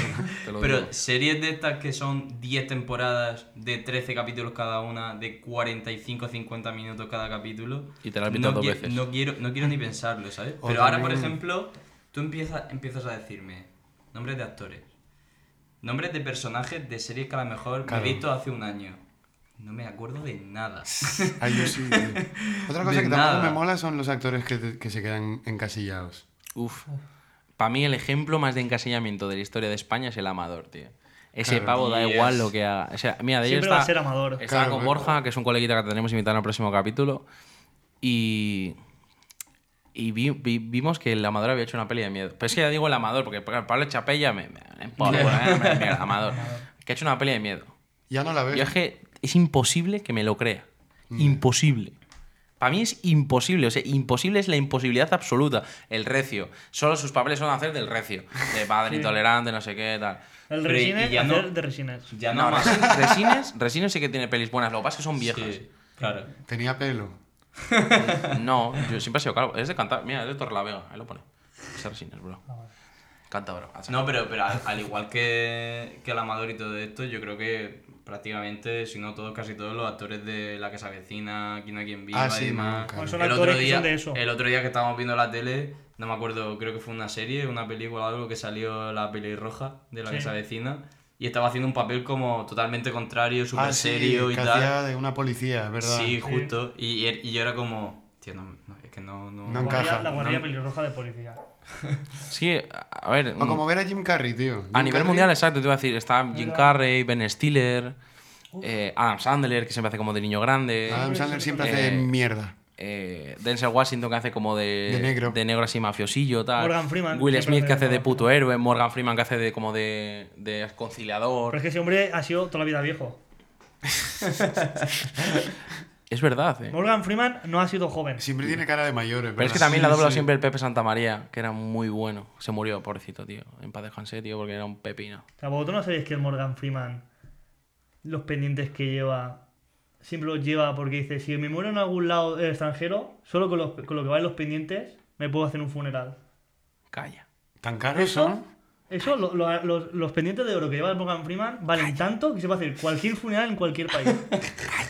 Speaker 2: Te lo
Speaker 5: pero
Speaker 2: digo.
Speaker 5: series de estas que son 10 temporadas de 13 capítulos cada una, de 45-50 minutos cada capítulo.
Speaker 2: Y te la has visto
Speaker 5: no
Speaker 2: dos
Speaker 5: qui-
Speaker 2: veces.
Speaker 5: No quiero, no quiero ni pensarlo, ¿sabes?
Speaker 3: O
Speaker 5: Pero ahora, por
Speaker 3: también-
Speaker 5: ejemplo, tú empiezas, empiezas a decirme nombres de actores, nombres de personajes de series que a lo mejor
Speaker 3: Claro.
Speaker 5: me he visto hace un año. No me acuerdo de nada.
Speaker 3: Ay, yo sí, tío. Otra cosa
Speaker 5: De
Speaker 3: que
Speaker 5: nada.
Speaker 3: tampoco me mola son los actores que, te- que se quedan encasillados.
Speaker 2: Uf. Para mí, el ejemplo más de encasillamiento de la historia de España es el Amador, tío. Ese
Speaker 3: Claro.
Speaker 2: pavo da
Speaker 5: Yes.
Speaker 2: igual lo que haga. O sea, mira, de ello
Speaker 4: Siempre
Speaker 2: está-
Speaker 4: va a ser amador.
Speaker 2: Estaba Eh,
Speaker 3: Claro,
Speaker 2: con
Speaker 3: claro.
Speaker 2: Borja, que es un coleguita que tenemos invitado en el próximo capítulo. Y. Y vi- vi- vimos que el Amador había hecho una peli de miedo. Pero es que ya digo el Amador, porque claro, Pablo Chapella me. me, me empolvo, ¿eh? Me- me- Amador. Que ha hecho una peli de miedo.
Speaker 3: Ya no la ves.
Speaker 2: Yo es que es imposible que me lo crea. Imposible. Para mí es imposible, o sea, imposible es la imposibilidad absoluta. El recio. Solo sus papeles son hacer del recio. De padre
Speaker 4: Sí.
Speaker 2: intolerante, no sé qué, tal.
Speaker 4: El
Speaker 5: Pero y-
Speaker 4: Resines,
Speaker 5: y ya
Speaker 4: hacer
Speaker 5: no-
Speaker 4: de Resines.
Speaker 5: Ya
Speaker 2: No,
Speaker 5: no, más.
Speaker 2: Resines, Resines, Resines sí que tiene pelis buenas, lo que pasa es que son viejas.
Speaker 5: Sí, claro.
Speaker 3: Tenía pelo.
Speaker 2: No, yo siempre he sido calvo. Es de cantar. Mira, es de Torrelavega. Ahí lo pone. Es de Resines, bro.
Speaker 4: Ah,
Speaker 2: Canta, bro.
Speaker 5: No, pero, pero al, al igual que, que el Amador y todo esto, yo creo que prácticamente, si no todos, casi todos los actores de La que se avecina, Quién a quien viva
Speaker 3: Ah, sí,
Speaker 5: y
Speaker 3: no,
Speaker 5: demás.
Speaker 3: claro.
Speaker 4: Son
Speaker 5: el,
Speaker 4: actores
Speaker 5: otro
Speaker 4: que
Speaker 5: día,
Speaker 4: son de eso.
Speaker 5: el otro día que estábamos viendo la tele, no me acuerdo, creo que fue una serie, una película, algo que salió la pelirroja de La
Speaker 4: Sí.
Speaker 5: que se avecina. Y estaba haciendo un papel como totalmente contrario, súper
Speaker 3: Ah, sí,
Speaker 5: serio y
Speaker 3: que
Speaker 5: tal.
Speaker 3: hacía de una policía, ¿verdad?
Speaker 5: Sí, justo. Y, y yo era como, tío, no, no, es que no. no-
Speaker 3: No
Speaker 4: La guardia,
Speaker 3: encaja.
Speaker 4: la guardia
Speaker 5: No-
Speaker 4: pelirroja de policía.
Speaker 2: Sí, a ver.
Speaker 3: O como ver a Jim Carrey, tío.
Speaker 2: mm. A
Speaker 3: Jim
Speaker 2: nivel
Speaker 3: Carrey-
Speaker 2: mundial, exacto, te iba a decir, está Jim Carrey, Ben Stiller, eh, Adam Sandler, que siempre hace como de niño grande,
Speaker 3: Adam Sandler siempre
Speaker 2: Eh,
Speaker 3: hace mierda.
Speaker 2: eh, Denzel Washington, que hace como de,
Speaker 3: De negro.
Speaker 2: así mafiosillo, tal.
Speaker 4: Morgan Freeman,
Speaker 2: Will
Speaker 4: siempre
Speaker 2: Smith,
Speaker 4: hace
Speaker 2: que hace
Speaker 4: de
Speaker 2: de
Speaker 4: Morgan
Speaker 2: puto héroe, Morgan Freeman, que hace de como de, de
Speaker 4: Pero
Speaker 2: conciliador.
Speaker 4: es que ese hombre ha sido toda la vida viejo.
Speaker 2: Es verdad, eh.
Speaker 4: Morgan Freeman no ha sido joven.
Speaker 3: Siempre tiene cara de mayores.
Speaker 2: Pero es que
Speaker 3: ¿verdad?
Speaker 2: también la ha
Speaker 3: Ah, Sí,
Speaker 2: doblado
Speaker 3: sí.
Speaker 2: siempre el Pepe Santamaría, que era muy bueno. Se murió, pobrecito, tío. En paz descanse, tío, porque era un pepino.
Speaker 4: O sea, vosotros no sabéis que el Morgan Freeman, los pendientes que lleva, siempre los lleva porque dice, si me muero en algún lado eh, extranjero, solo con, los- con lo que valen los pendientes, me puedo hacer un funeral.
Speaker 2: Calla.
Speaker 3: ¿Tan caros son?
Speaker 4: Eso, lo- lo- los, los pendientes de oro que lleva el Morgan Freeman valen tanto que se puede hacer cualquier funeral en cualquier país.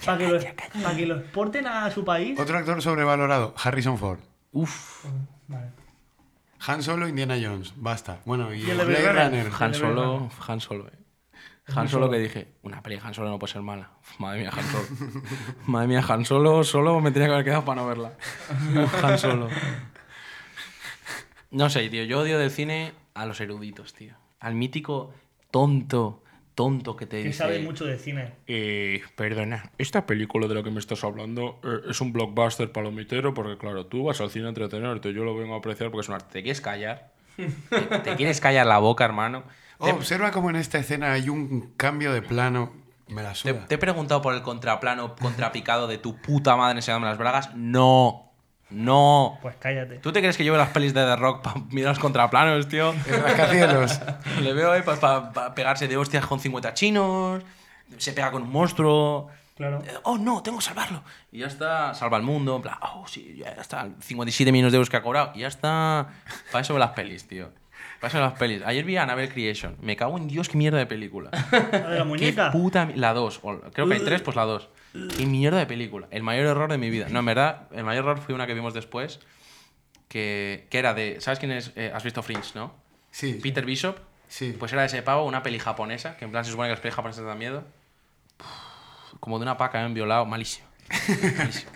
Speaker 4: Para que, lo- pa' que lo exporten a su país.
Speaker 3: Otro actor sobrevalorado, Harrison Ford.
Speaker 2: Uf,
Speaker 4: Vale.
Speaker 3: Han Solo, Indiana Jones. Basta. Bueno, y,
Speaker 4: Y el
Speaker 3: Blade
Speaker 4: de Blade
Speaker 3: Runner.
Speaker 4: Runner.
Speaker 2: Han
Speaker 4: de
Speaker 2: Solo, Han Solo, eh. Han Solo que dije, una peli de Han Solo no puede ser mala. Madre mía, Han Solo. Madre mía, Han Solo, solo me tenía que haber quedado para no verla. Han Solo. No sé, tío, yo odio del cine a los eruditos, tío. Al mítico tonto, tonto que te
Speaker 4: Que
Speaker 2: dice...
Speaker 4: sabe mucho de cine.
Speaker 2: "Eh, perdona,
Speaker 6: Esta película de la que me estás hablando eh, es un blockbuster palomitero porque, claro, tú vas al cine a entretenerte, yo lo vengo a apreciar porque es un arte.
Speaker 2: ¿Te quieres callar? ¿Te, te quieres callar la boca, hermano?
Speaker 3: Oh, observa cómo en esta escena hay un cambio de plano. Me la
Speaker 2: Te,
Speaker 3: suda.
Speaker 2: te he preguntado por el contraplano, contrapicado de tu puta madre enseñándome las bragas. No, no.
Speaker 4: Pues cállate.
Speaker 2: ¿Tú te crees que yo veo las pelis de The Rock para mirar los contraplanos, tío?
Speaker 3: El rascacielos.
Speaker 2: Le veo eh, ahí para pegarse de hostias con 50 chinos, se pega con un monstruo.
Speaker 4: Claro.
Speaker 2: Eh, Oh, no, tengo que salvarlo. Y ya está, salva el mundo. en plan, oh, sí, ya está, 57 millones de euros que ha cobrado. Y ya está. Para eso veo las pelis, tío. Para eso veo las pelis. Ayer vi Annabelle Creation. Me cago en Dios, qué mierda de película.
Speaker 4: La de la
Speaker 2: Qué
Speaker 4: muñeca.
Speaker 2: puta. mi- La 2. Creo que hay 3, pues la 2. Qué mierda de película. El mayor error de mi vida. No, en verdad, el mayor error fue una que vimos después. Que, que era de. ¿Sabes quién es? Eh, has visto Fringe, ¿no?
Speaker 3: Sí.
Speaker 2: Peter Bishop.
Speaker 3: Sí.
Speaker 2: Pues era de ese pavo, una peli japonesa. Que en plan se supone que las pelis japonesas te dan miedo. Puf, Como de una paca, han violado. Malísimo. Malísimo.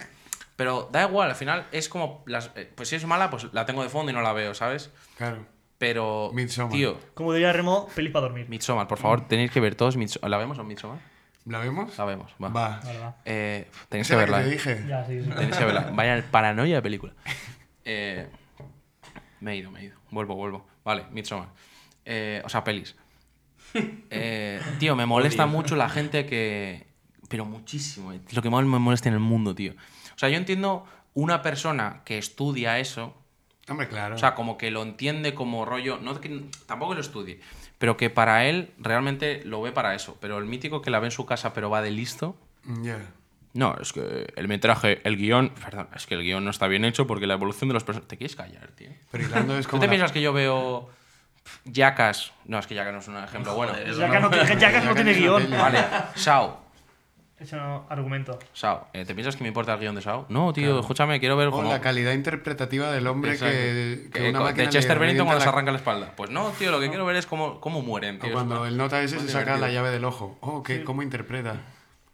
Speaker 2: Pero da igual, al final es como. Las, eh, pues si es mala, pues la tengo de fondo y no la veo, ¿sabes?
Speaker 3: Claro.
Speaker 2: Pero.
Speaker 3: Midsommar.
Speaker 2: Tío,
Speaker 4: Como diría Remo, pelis para dormir.
Speaker 2: Midsommar, por favor, tenéis que ver todos Midsommar. ¿La vemos o Midsommar?
Speaker 3: ¿La vemos?
Speaker 2: La vemos, Ah, va.
Speaker 3: Va.
Speaker 4: Vale, va.
Speaker 2: Eh, pf, tenéis
Speaker 3: Esa
Speaker 2: que
Speaker 3: es la
Speaker 2: verla.
Speaker 3: que te
Speaker 2: eh.
Speaker 3: dije.
Speaker 4: Ya, sí, sí.
Speaker 2: Tenéis que verla. Vaya paranoia de película. Eh, me he ido, me he ido. Vuelvo, vuelvo. Vale, Midsommar. Eh, o sea, pelis. Eh, tío, me molesta mucho la gente que... Pero muchísimo. eh. Lo que más me molesta en el mundo, tío. O sea, yo entiendo una persona que estudia eso,
Speaker 3: Hombre, claro.
Speaker 2: o sea, como que lo entiende como rollo. No, que- tampoco que lo estudie. Pero que para él realmente lo ve para eso. Pero el mítico que la ve en su casa pero va de listo.
Speaker 3: Mm, Ya.
Speaker 2: No, es que el metraje, el guión. Perdón, es que el guión no está bien hecho porque la evolución de los personajes. ¿Te quieres callar, tío?
Speaker 3: Pero Irlando es
Speaker 2: ¿Tú
Speaker 3: como.
Speaker 2: te
Speaker 3: la-
Speaker 2: piensas que yo veo. Yacas? No, es que Yacas no es un ejemplo bueno.
Speaker 5: Joder,
Speaker 4: Jackass no, tiene- Jackass no
Speaker 3: Jackass
Speaker 4: tiene
Speaker 3: es una
Speaker 4: guión.
Speaker 3: peli.
Speaker 2: Vale, Sao.
Speaker 4: Eso no, argumento.
Speaker 2: Sao. eh, ¿Te piensas que me importa el guión de Sao? No, tío, escúchame, quiero ver
Speaker 3: O
Speaker 2: como.
Speaker 3: la calidad interpretativa del hombre
Speaker 2: Exacto.
Speaker 3: que, que
Speaker 2: Que
Speaker 3: una
Speaker 2: co-
Speaker 3: máquina
Speaker 2: de
Speaker 3: le
Speaker 2: Chester Bennington cuando
Speaker 3: revienta
Speaker 2: se
Speaker 3: la-
Speaker 2: arranca la espalda. Pues no, tío, lo que quiero ver es cómo, cómo mueren, tío.
Speaker 3: O
Speaker 2: es
Speaker 3: cuando
Speaker 2: una-
Speaker 3: el nota ese se saca
Speaker 2: divertido.
Speaker 3: la llave del ojo. Oh, ¿qué, ¿cómo interpreta?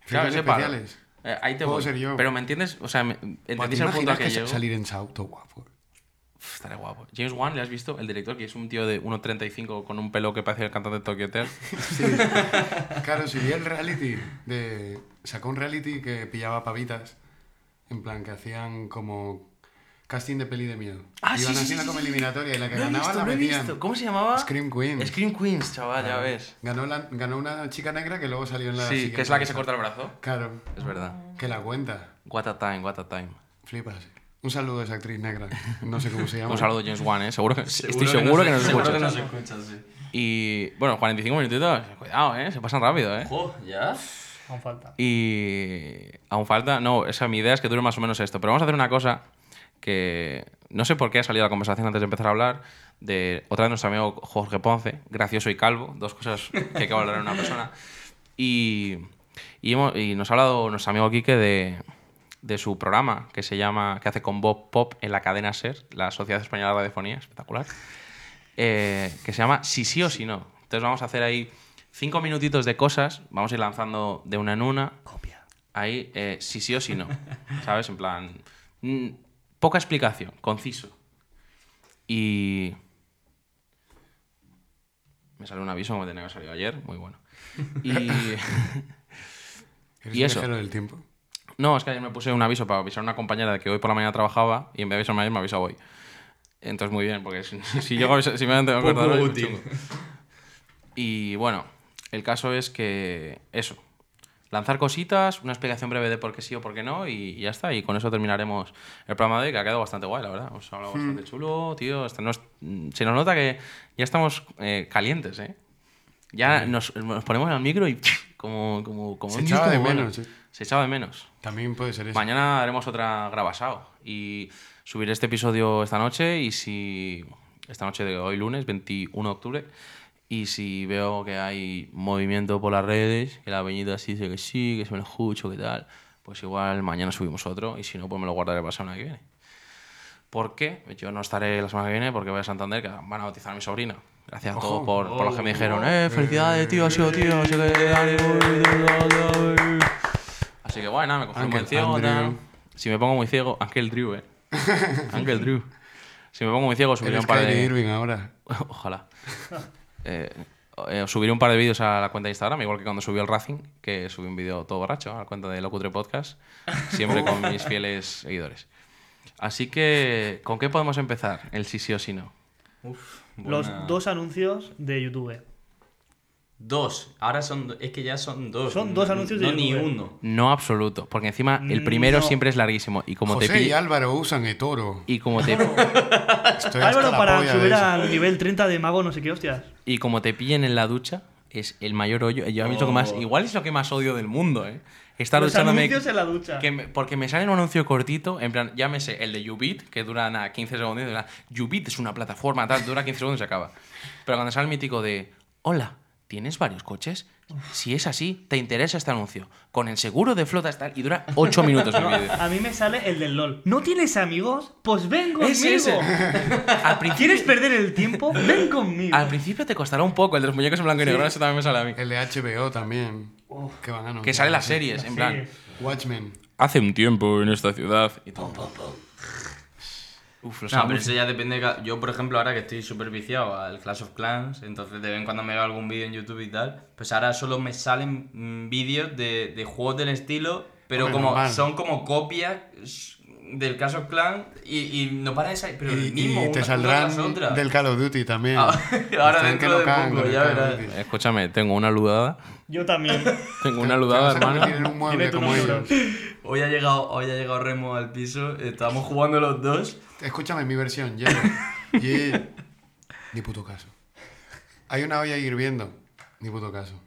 Speaker 2: Claro,
Speaker 3: Efectos
Speaker 2: ese palo.
Speaker 3: especiales.
Speaker 2: Eh, ahí te
Speaker 3: Puedo
Speaker 2: voy.
Speaker 3: ser yo.
Speaker 2: Pero me entiendes, o sea, me-
Speaker 3: Buah, ¿Te
Speaker 2: ¿entendéis el punto
Speaker 3: imaginas
Speaker 2: al que,
Speaker 3: que sa-
Speaker 2: llego?
Speaker 3: salir en Sauto, guapo?
Speaker 2: Uf, estaré guapo. James Wan, ¿le has visto? El director, que es un tío de 1.35 con un pelo que parece el cantante de Tokyo Hotel.
Speaker 3: Claro, si vi el reality de... Sacó un reality que pillaba pavitas. En plan, que hacían como casting de peli de miedo.
Speaker 2: Ah, sí,
Speaker 3: Iban
Speaker 2: sí,
Speaker 3: haciendo
Speaker 2: sí,
Speaker 3: como
Speaker 2: sí, sí.
Speaker 3: eliminatoria y la que ganaba la metían.
Speaker 2: ¿Cómo se llamaba?
Speaker 3: Scream Queen.
Speaker 2: Scream Queens, chaval, ya ves.
Speaker 3: Ganó, la- ganó una chica negra que luego salió en la
Speaker 2: Sí,
Speaker 3: siguiente
Speaker 2: que es la que se
Speaker 3: mesa.
Speaker 2: corta el brazo.
Speaker 3: Claro,
Speaker 2: Es verdad.
Speaker 3: que la cuenta.
Speaker 2: What a time, what a time.
Speaker 3: Flipas. Un saludo a esa actriz negra. No sé cómo se llama.
Speaker 2: Un saludo James Wan, ¿eh? Seguro que, estoy
Speaker 5: no
Speaker 2: seguro que
Speaker 5: se-
Speaker 2: nos
Speaker 5: seguro que
Speaker 2: escucha.
Speaker 5: nos escucha, sí.
Speaker 2: Y bueno, 45 minutitos, cuidado, ¿eh? Se pasan rápido, ¿eh?
Speaker 5: Jo, ¿ya?
Speaker 4: Aún falta.
Speaker 2: Y aún falta, no, esa mi idea es que dure más o menos esto, pero vamos a hacer una cosa que no sé por qué ha salido la conversación antes de empezar a hablar de otra de nuestro amigo Jorge Ponce, gracioso y calvo, dos cosas que hay que valorar en una persona. Y, y, hemos- y nos ha hablado nuestro amigo Quique de, de su programa que se llama, que hace con Bob Pop en la cadena SER, la Sociedad Española de Radiofonía, espectacular eh, que se llama Si sí o si no. Entonces vamos a hacer ahí cinco minutitos de cosas, vamos a ir lanzando de una en una. Ahí, eh, si sí o si no. ¿Sabes? En plan, mm, poca explicación, conciso. Y... Me salió un aviso como tenía que salir ayer, muy bueno. Y...
Speaker 3: ¿Eres
Speaker 2: y
Speaker 3: un
Speaker 2: eso.
Speaker 3: viajero del tiempo?
Speaker 2: No, es que ayer me puse un aviso para avisar a una compañera de que hoy por la mañana trabajaba y en vez de avisarme ayer me avisa hoy. Entonces muy bien, porque si, si llego a avisar- si me tengo que
Speaker 5: Poco
Speaker 2: acordar, es muy
Speaker 5: útil.
Speaker 2: chungo. Y bueno, el caso es que eso. Lanzar cositas, una explicación breve de por qué sí o por qué no y ya está. Y con eso terminaremos el programa de hoy, que ha quedado bastante guay, la verdad. Hemos hablado
Speaker 3: Hmm.
Speaker 2: bastante chulo, tío. Este no es- mm, se nos nota que ya estamos eh, calientes, ¿eh? Ya nos, nos ponemos al micro y como... como, como
Speaker 3: Hmm. Se echaba de
Speaker 2: como bueno.
Speaker 3: menos, ¿eh?
Speaker 2: Se echaba de menos.
Speaker 3: También puede ser eso.
Speaker 2: Mañana haremos otra grabasao y subiré este episodio esta noche y si esta noche de hoy lunes 21 de octubre y si veo que hay movimiento por las redes, que la peñita sí dice que sí, que se me lo escucho, que tal, pues igual mañana subimos otro y si no pues me lo guardaré para la semana que viene. ¿Por qué? Yo no estaré la semana que viene porque voy a Santander que van a bautizar a mi sobrina. Gracias a todos por, por los que me dijeron,
Speaker 3: Oh.
Speaker 2: eh, felicidades, tío, ha sido tío, ha sido que ánimo, y tal, tal, tal". Así que bueno, nada, me cogí un
Speaker 3: Uncle
Speaker 2: buen ciego. tal.
Speaker 3: Andrew.
Speaker 2: Si me pongo muy ciego, Ángel Drew, eh. Ángel Drew. Si me pongo muy ciego, subiré
Speaker 3: Eres
Speaker 2: un par
Speaker 3: Kyrie
Speaker 2: de.
Speaker 3: Irving ahora.
Speaker 2: Ojalá. Eh, eh, subiré un par de vídeos a la cuenta de Instagram, igual que cuando subió el Racing, que subí un vídeo todo borracho a la cuenta de Locutre Podcast, siempre con mis fieles seguidores. Así que, ¿con qué podemos empezar? El sí sí o sí no.
Speaker 5: Uf, buena-
Speaker 4: Los dos anuncios de YouTube.
Speaker 5: Dos. Ahora son... do- Es que ya son dos.
Speaker 4: Son
Speaker 5: No-
Speaker 4: dos anuncios de
Speaker 5: No ni
Speaker 4: YouTube.
Speaker 5: uno.
Speaker 2: No absoluto, porque encima el primero siempre es larguísimo y como te
Speaker 3: José y
Speaker 2: pille-
Speaker 3: Álvaro usan Etoro.
Speaker 2: y como te
Speaker 3: Estoy hasta
Speaker 4: Álvaro,
Speaker 3: la
Speaker 4: para
Speaker 3: polla de
Speaker 4: subir
Speaker 3: eso.
Speaker 4: al nivel 30 de mago, no sé qué hostias.
Speaker 2: y como te pillen en la ducha es el mayor hoyo. Yo a mí es lo que más igual es lo que más odio del mundo, eh. Estar
Speaker 4: Oh. Los
Speaker 2: duchándome
Speaker 4: anuncios en la ducha.
Speaker 2: Que me- porque me sale un anuncio cortito, en plan, llámese el de Ubit, que dura nada, 15 segundos, y dura, Ubit es una plataforma, tal, dura 15 segundos y se acaba. Pero cuando sale el mítico de, hola, ¿tienes varios coches? Si es así, te interesa este anuncio. Con el seguro de flota tal, y dura 8 minutos el vídeo.
Speaker 4: A mí me sale el del LOL. ¿No tienes amigos? Pues ven conmigo.
Speaker 2: Es ese. Al
Speaker 4: ¿Quieres
Speaker 2: principio,
Speaker 4: perder el tiempo? Ven conmigo.
Speaker 2: al principio te costará un poco el de los muñecos en blanco y negro, eso también me sale a mí.
Speaker 3: El de HBO también. que van a anunciar.
Speaker 2: Que sale las series, en plan,
Speaker 4: Sí.
Speaker 3: Watchmen.
Speaker 6: Hace un tiempo en esta ciudad. Y todo.
Speaker 2: uf, los
Speaker 5: No, pero
Speaker 2: anuncios.
Speaker 5: eso ya depende. de ca- Yo, por ejemplo, ahora que estoy súper viciado al Clash of Clans, entonces de vez en cuando me veo algún vídeo en YouTube y tal, pues ahora solo me salen mm, vídeos de, de juegos del estilo, pero
Speaker 3: Hombre,
Speaker 5: como
Speaker 3: normal.
Speaker 5: son como copias s- del Clash of Clans y, y no para de salir, pero el
Speaker 3: Y,
Speaker 5: mismo,
Speaker 3: y
Speaker 5: una-
Speaker 3: te
Speaker 5: una
Speaker 3: saldrán
Speaker 5: tras otra.
Speaker 3: del Call of Duty también.
Speaker 5: Ah, ahora
Speaker 3: Están
Speaker 5: dentro
Speaker 3: que no
Speaker 5: de
Speaker 3: cagan
Speaker 5: poco,
Speaker 3: con el
Speaker 5: ya
Speaker 3: Call of
Speaker 5: verás.
Speaker 3: Duty.
Speaker 2: Escúchame, tengo una ludada.
Speaker 4: Yo también.
Speaker 2: Tengo
Speaker 3: Te-
Speaker 2: una
Speaker 3: te
Speaker 2: ludada,
Speaker 3: vas a convertir
Speaker 2: hermano.
Speaker 3: en un mueble
Speaker 4: Dime tu
Speaker 3: como
Speaker 4: número.
Speaker 3: ellos.
Speaker 5: Hoy ha llegado, hoy ha llegado Remo al piso, estamos jugando los dos.
Speaker 3: Escúchame mi versión, hielo. Hielo. Ni puto caso. Hay una olla hirviendo. Ni puto caso.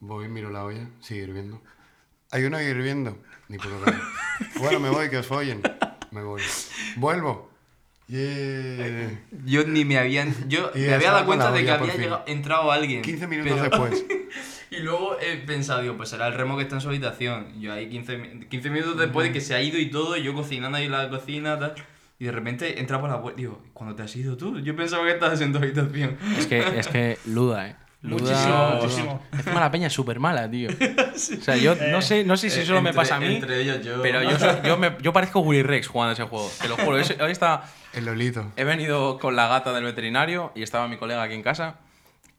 Speaker 3: Voy, miro la olla, sigue hirviendo. Hay una olla hirviendo. Ni puto caso. Bueno, me voy, que os follen. Me voy. Vuelvo. Yeah.
Speaker 5: Yo ni me habían, yo
Speaker 3: Y
Speaker 5: me había
Speaker 3: estaba
Speaker 5: dado
Speaker 3: con la
Speaker 5: cuenta de que
Speaker 3: olla, por
Speaker 5: había
Speaker 3: fin.
Speaker 5: llegado- entrado alguien.
Speaker 3: 15 minutos
Speaker 5: pero-
Speaker 3: después.
Speaker 5: Y luego he pensado, digo, pues será el remo que está en su habitación. Yo ahí 15, mi- 15 minutos después de que se ha ido y todo, yo cocinando ahí en la cocina, tal. Y de repente entra por la puerta. Digo, ¿cuándo te has ido tú? Yo pensaba que estabas en tu habitación.
Speaker 2: Es que, es que luda, eh. Luda,
Speaker 4: Muchísimo,
Speaker 2: luda.
Speaker 4: muchísimo.
Speaker 2: Encima la peña es súper mala, tío. O sea, yo no sé, no sé si
Speaker 5: Eh,
Speaker 2: solo me
Speaker 5: entre-
Speaker 2: pasa a mí,
Speaker 5: Entre ellos yo.
Speaker 2: pero yo, soy- yo, me- yo parezco Willy Rex jugando ese juego. Te lo juro. Ese- Hoy está,
Speaker 3: El Lolito.
Speaker 2: he venido con la gata del veterinario y estaba mi colega aquí en casa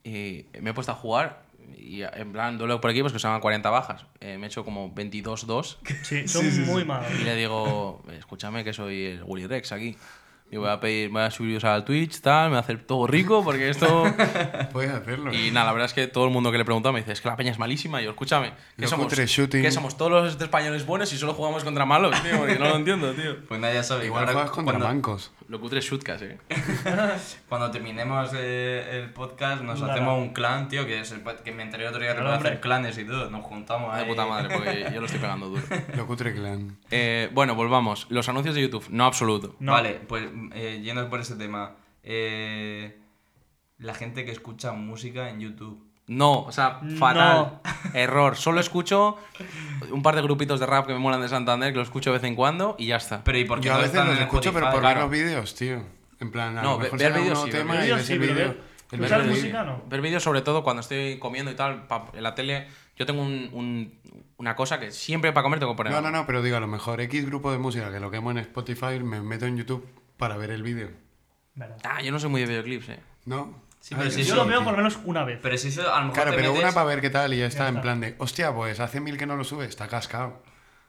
Speaker 2: y me he puesto a jugar. Y en plan, duelo por equipos que se llaman 40 bajas. Eh, me he hecho como 22-2
Speaker 4: Sí, son muy malos.
Speaker 2: y le digo, escúchame que soy el Willy Rex aquí. Yo voy a pedir, voy a subiros al Twitch, tal, me hacer todo rico porque esto...
Speaker 3: Puedes hacerlo. ¿eh?
Speaker 2: Y nada, la verdad es que todo el mundo que le preguntaba me dice, es que la peña es malísima. Y yo, escúchame, que
Speaker 3: Los
Speaker 2: somos,
Speaker 3: cutres shooting.
Speaker 2: que somos todos los españoles buenos y solo jugamos contra malos, tío, porque no lo entiendo, tío.
Speaker 5: Pues nada, ya sabéis.
Speaker 3: Igual
Speaker 5: ahora
Speaker 3: juegas contra
Speaker 5: cuando,
Speaker 3: bancos.
Speaker 2: Lo cutre es shootcast, eh.
Speaker 5: Cuando terminemos eh, el podcast, nos
Speaker 4: Claro.
Speaker 5: hacemos un clan, tío, que es el pod- que me enteré otro día que
Speaker 4: Claro,
Speaker 5: voy a
Speaker 4: hombre.
Speaker 5: hacer clanes y todo. Nos juntamos ahí.
Speaker 2: De puta madre, porque yo lo estoy pegando duro.
Speaker 3: Lo cutre clan.
Speaker 2: Eh, bueno, volvamos. Los anuncios de YouTube, no absoluto.
Speaker 4: No.
Speaker 5: Vale, pues eh, yendo por ese tema. eh, la gente que escucha música en YouTube.
Speaker 2: No, o sea, fatal. Error. Solo escucho un par de grupitos de rap que me molan de Santander, que lo escucho de vez en cuando y ya está.
Speaker 5: Pero ¿y por qué
Speaker 3: Yo a
Speaker 5: no
Speaker 3: veces
Speaker 5: están
Speaker 3: los
Speaker 5: en
Speaker 3: escucho, pero
Speaker 5: Spotify?
Speaker 3: por ver
Speaker 5: Claro.
Speaker 3: los vídeos, tío. En plan, a
Speaker 2: No,
Speaker 3: lo
Speaker 2: ve-
Speaker 3: mejor
Speaker 2: ver
Speaker 3: sacan
Speaker 2: vídeos
Speaker 3: un
Speaker 2: sí,
Speaker 3: nuevo
Speaker 2: ver
Speaker 3: tema y
Speaker 4: vídeos
Speaker 3: ves
Speaker 4: sí,
Speaker 3: el
Speaker 4: pero
Speaker 3: vídeo.
Speaker 4: ver-
Speaker 3: el
Speaker 4: escuchar
Speaker 3: vídeo.
Speaker 4: música no.
Speaker 2: Ver vídeos sobre todo cuando estoy comiendo y tal, pa- en la tele. Yo tengo un- un- una cosa que siempre para comer tengo que poner.
Speaker 3: No, no, no, pero digo, a lo mejor X grupo de música que lo quemo en Spotify, me meto en YouTube para ver el vídeo.
Speaker 4: Verdad.
Speaker 2: Ah, yo no soy muy de videoclips, eh.
Speaker 3: ¿No?
Speaker 5: Sí, pero sí,
Speaker 4: Yo
Speaker 5: sí.
Speaker 4: lo veo por lo menos una vez.
Speaker 5: Pero si eso a lo mejor
Speaker 3: Claro,
Speaker 5: te
Speaker 3: pero
Speaker 5: metes-
Speaker 3: una para ver qué tal y ya está, en
Speaker 4: está.
Speaker 3: plan de, hostia, pues hace mil que no lo sube, está cascado.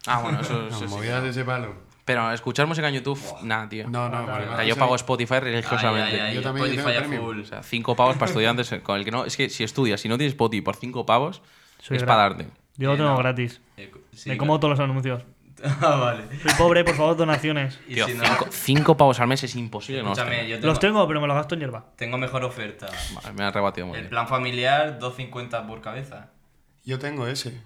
Speaker 2: Ah, bueno, eso,
Speaker 3: No,
Speaker 2: eso sí.
Speaker 3: movidas de ese palo.
Speaker 2: Pero escuchar música en YouTube, nada, tío.
Speaker 3: No, no,
Speaker 2: O
Speaker 3: vale,
Speaker 2: sea,
Speaker 3: vale,
Speaker 2: yo
Speaker 3: sí.
Speaker 2: pago Spotify
Speaker 5: Ay, ay,
Speaker 2: religiosamente.
Speaker 5: ay,
Speaker 3: Yo también, yo
Speaker 5: Spotify
Speaker 3: tengo
Speaker 5: a
Speaker 3: premium.
Speaker 5: full.
Speaker 2: O sea, cinco pavos para estudiantes eh, con el que no. Es que si estudias, si no tienes Spotify por cinco pavos,
Speaker 4: Soy
Speaker 2: es
Speaker 4: gra-
Speaker 2: para darte.
Speaker 4: Yo lo
Speaker 5: Eh,
Speaker 4: tengo
Speaker 5: no.
Speaker 4: gratis.
Speaker 5: Eh, sí,
Speaker 4: Me como todos los anuncios.
Speaker 5: Ah, vale.
Speaker 4: Soy pobre, por favor, donaciones.
Speaker 5: Y
Speaker 2: Tío,
Speaker 5: si no,
Speaker 2: cinco, cinco pavos al mes es imposible que no los
Speaker 5: escúchame, yo
Speaker 4: Los
Speaker 5: tengo,
Speaker 4: tengo, pero me los gasto en hierba.
Speaker 5: tengo mejor oferta.
Speaker 2: tengas. Vale, me han rebatido muy
Speaker 5: El
Speaker 2: bien.
Speaker 5: plan familiar, 2.50 por cabeza.
Speaker 3: Yo tengo ese.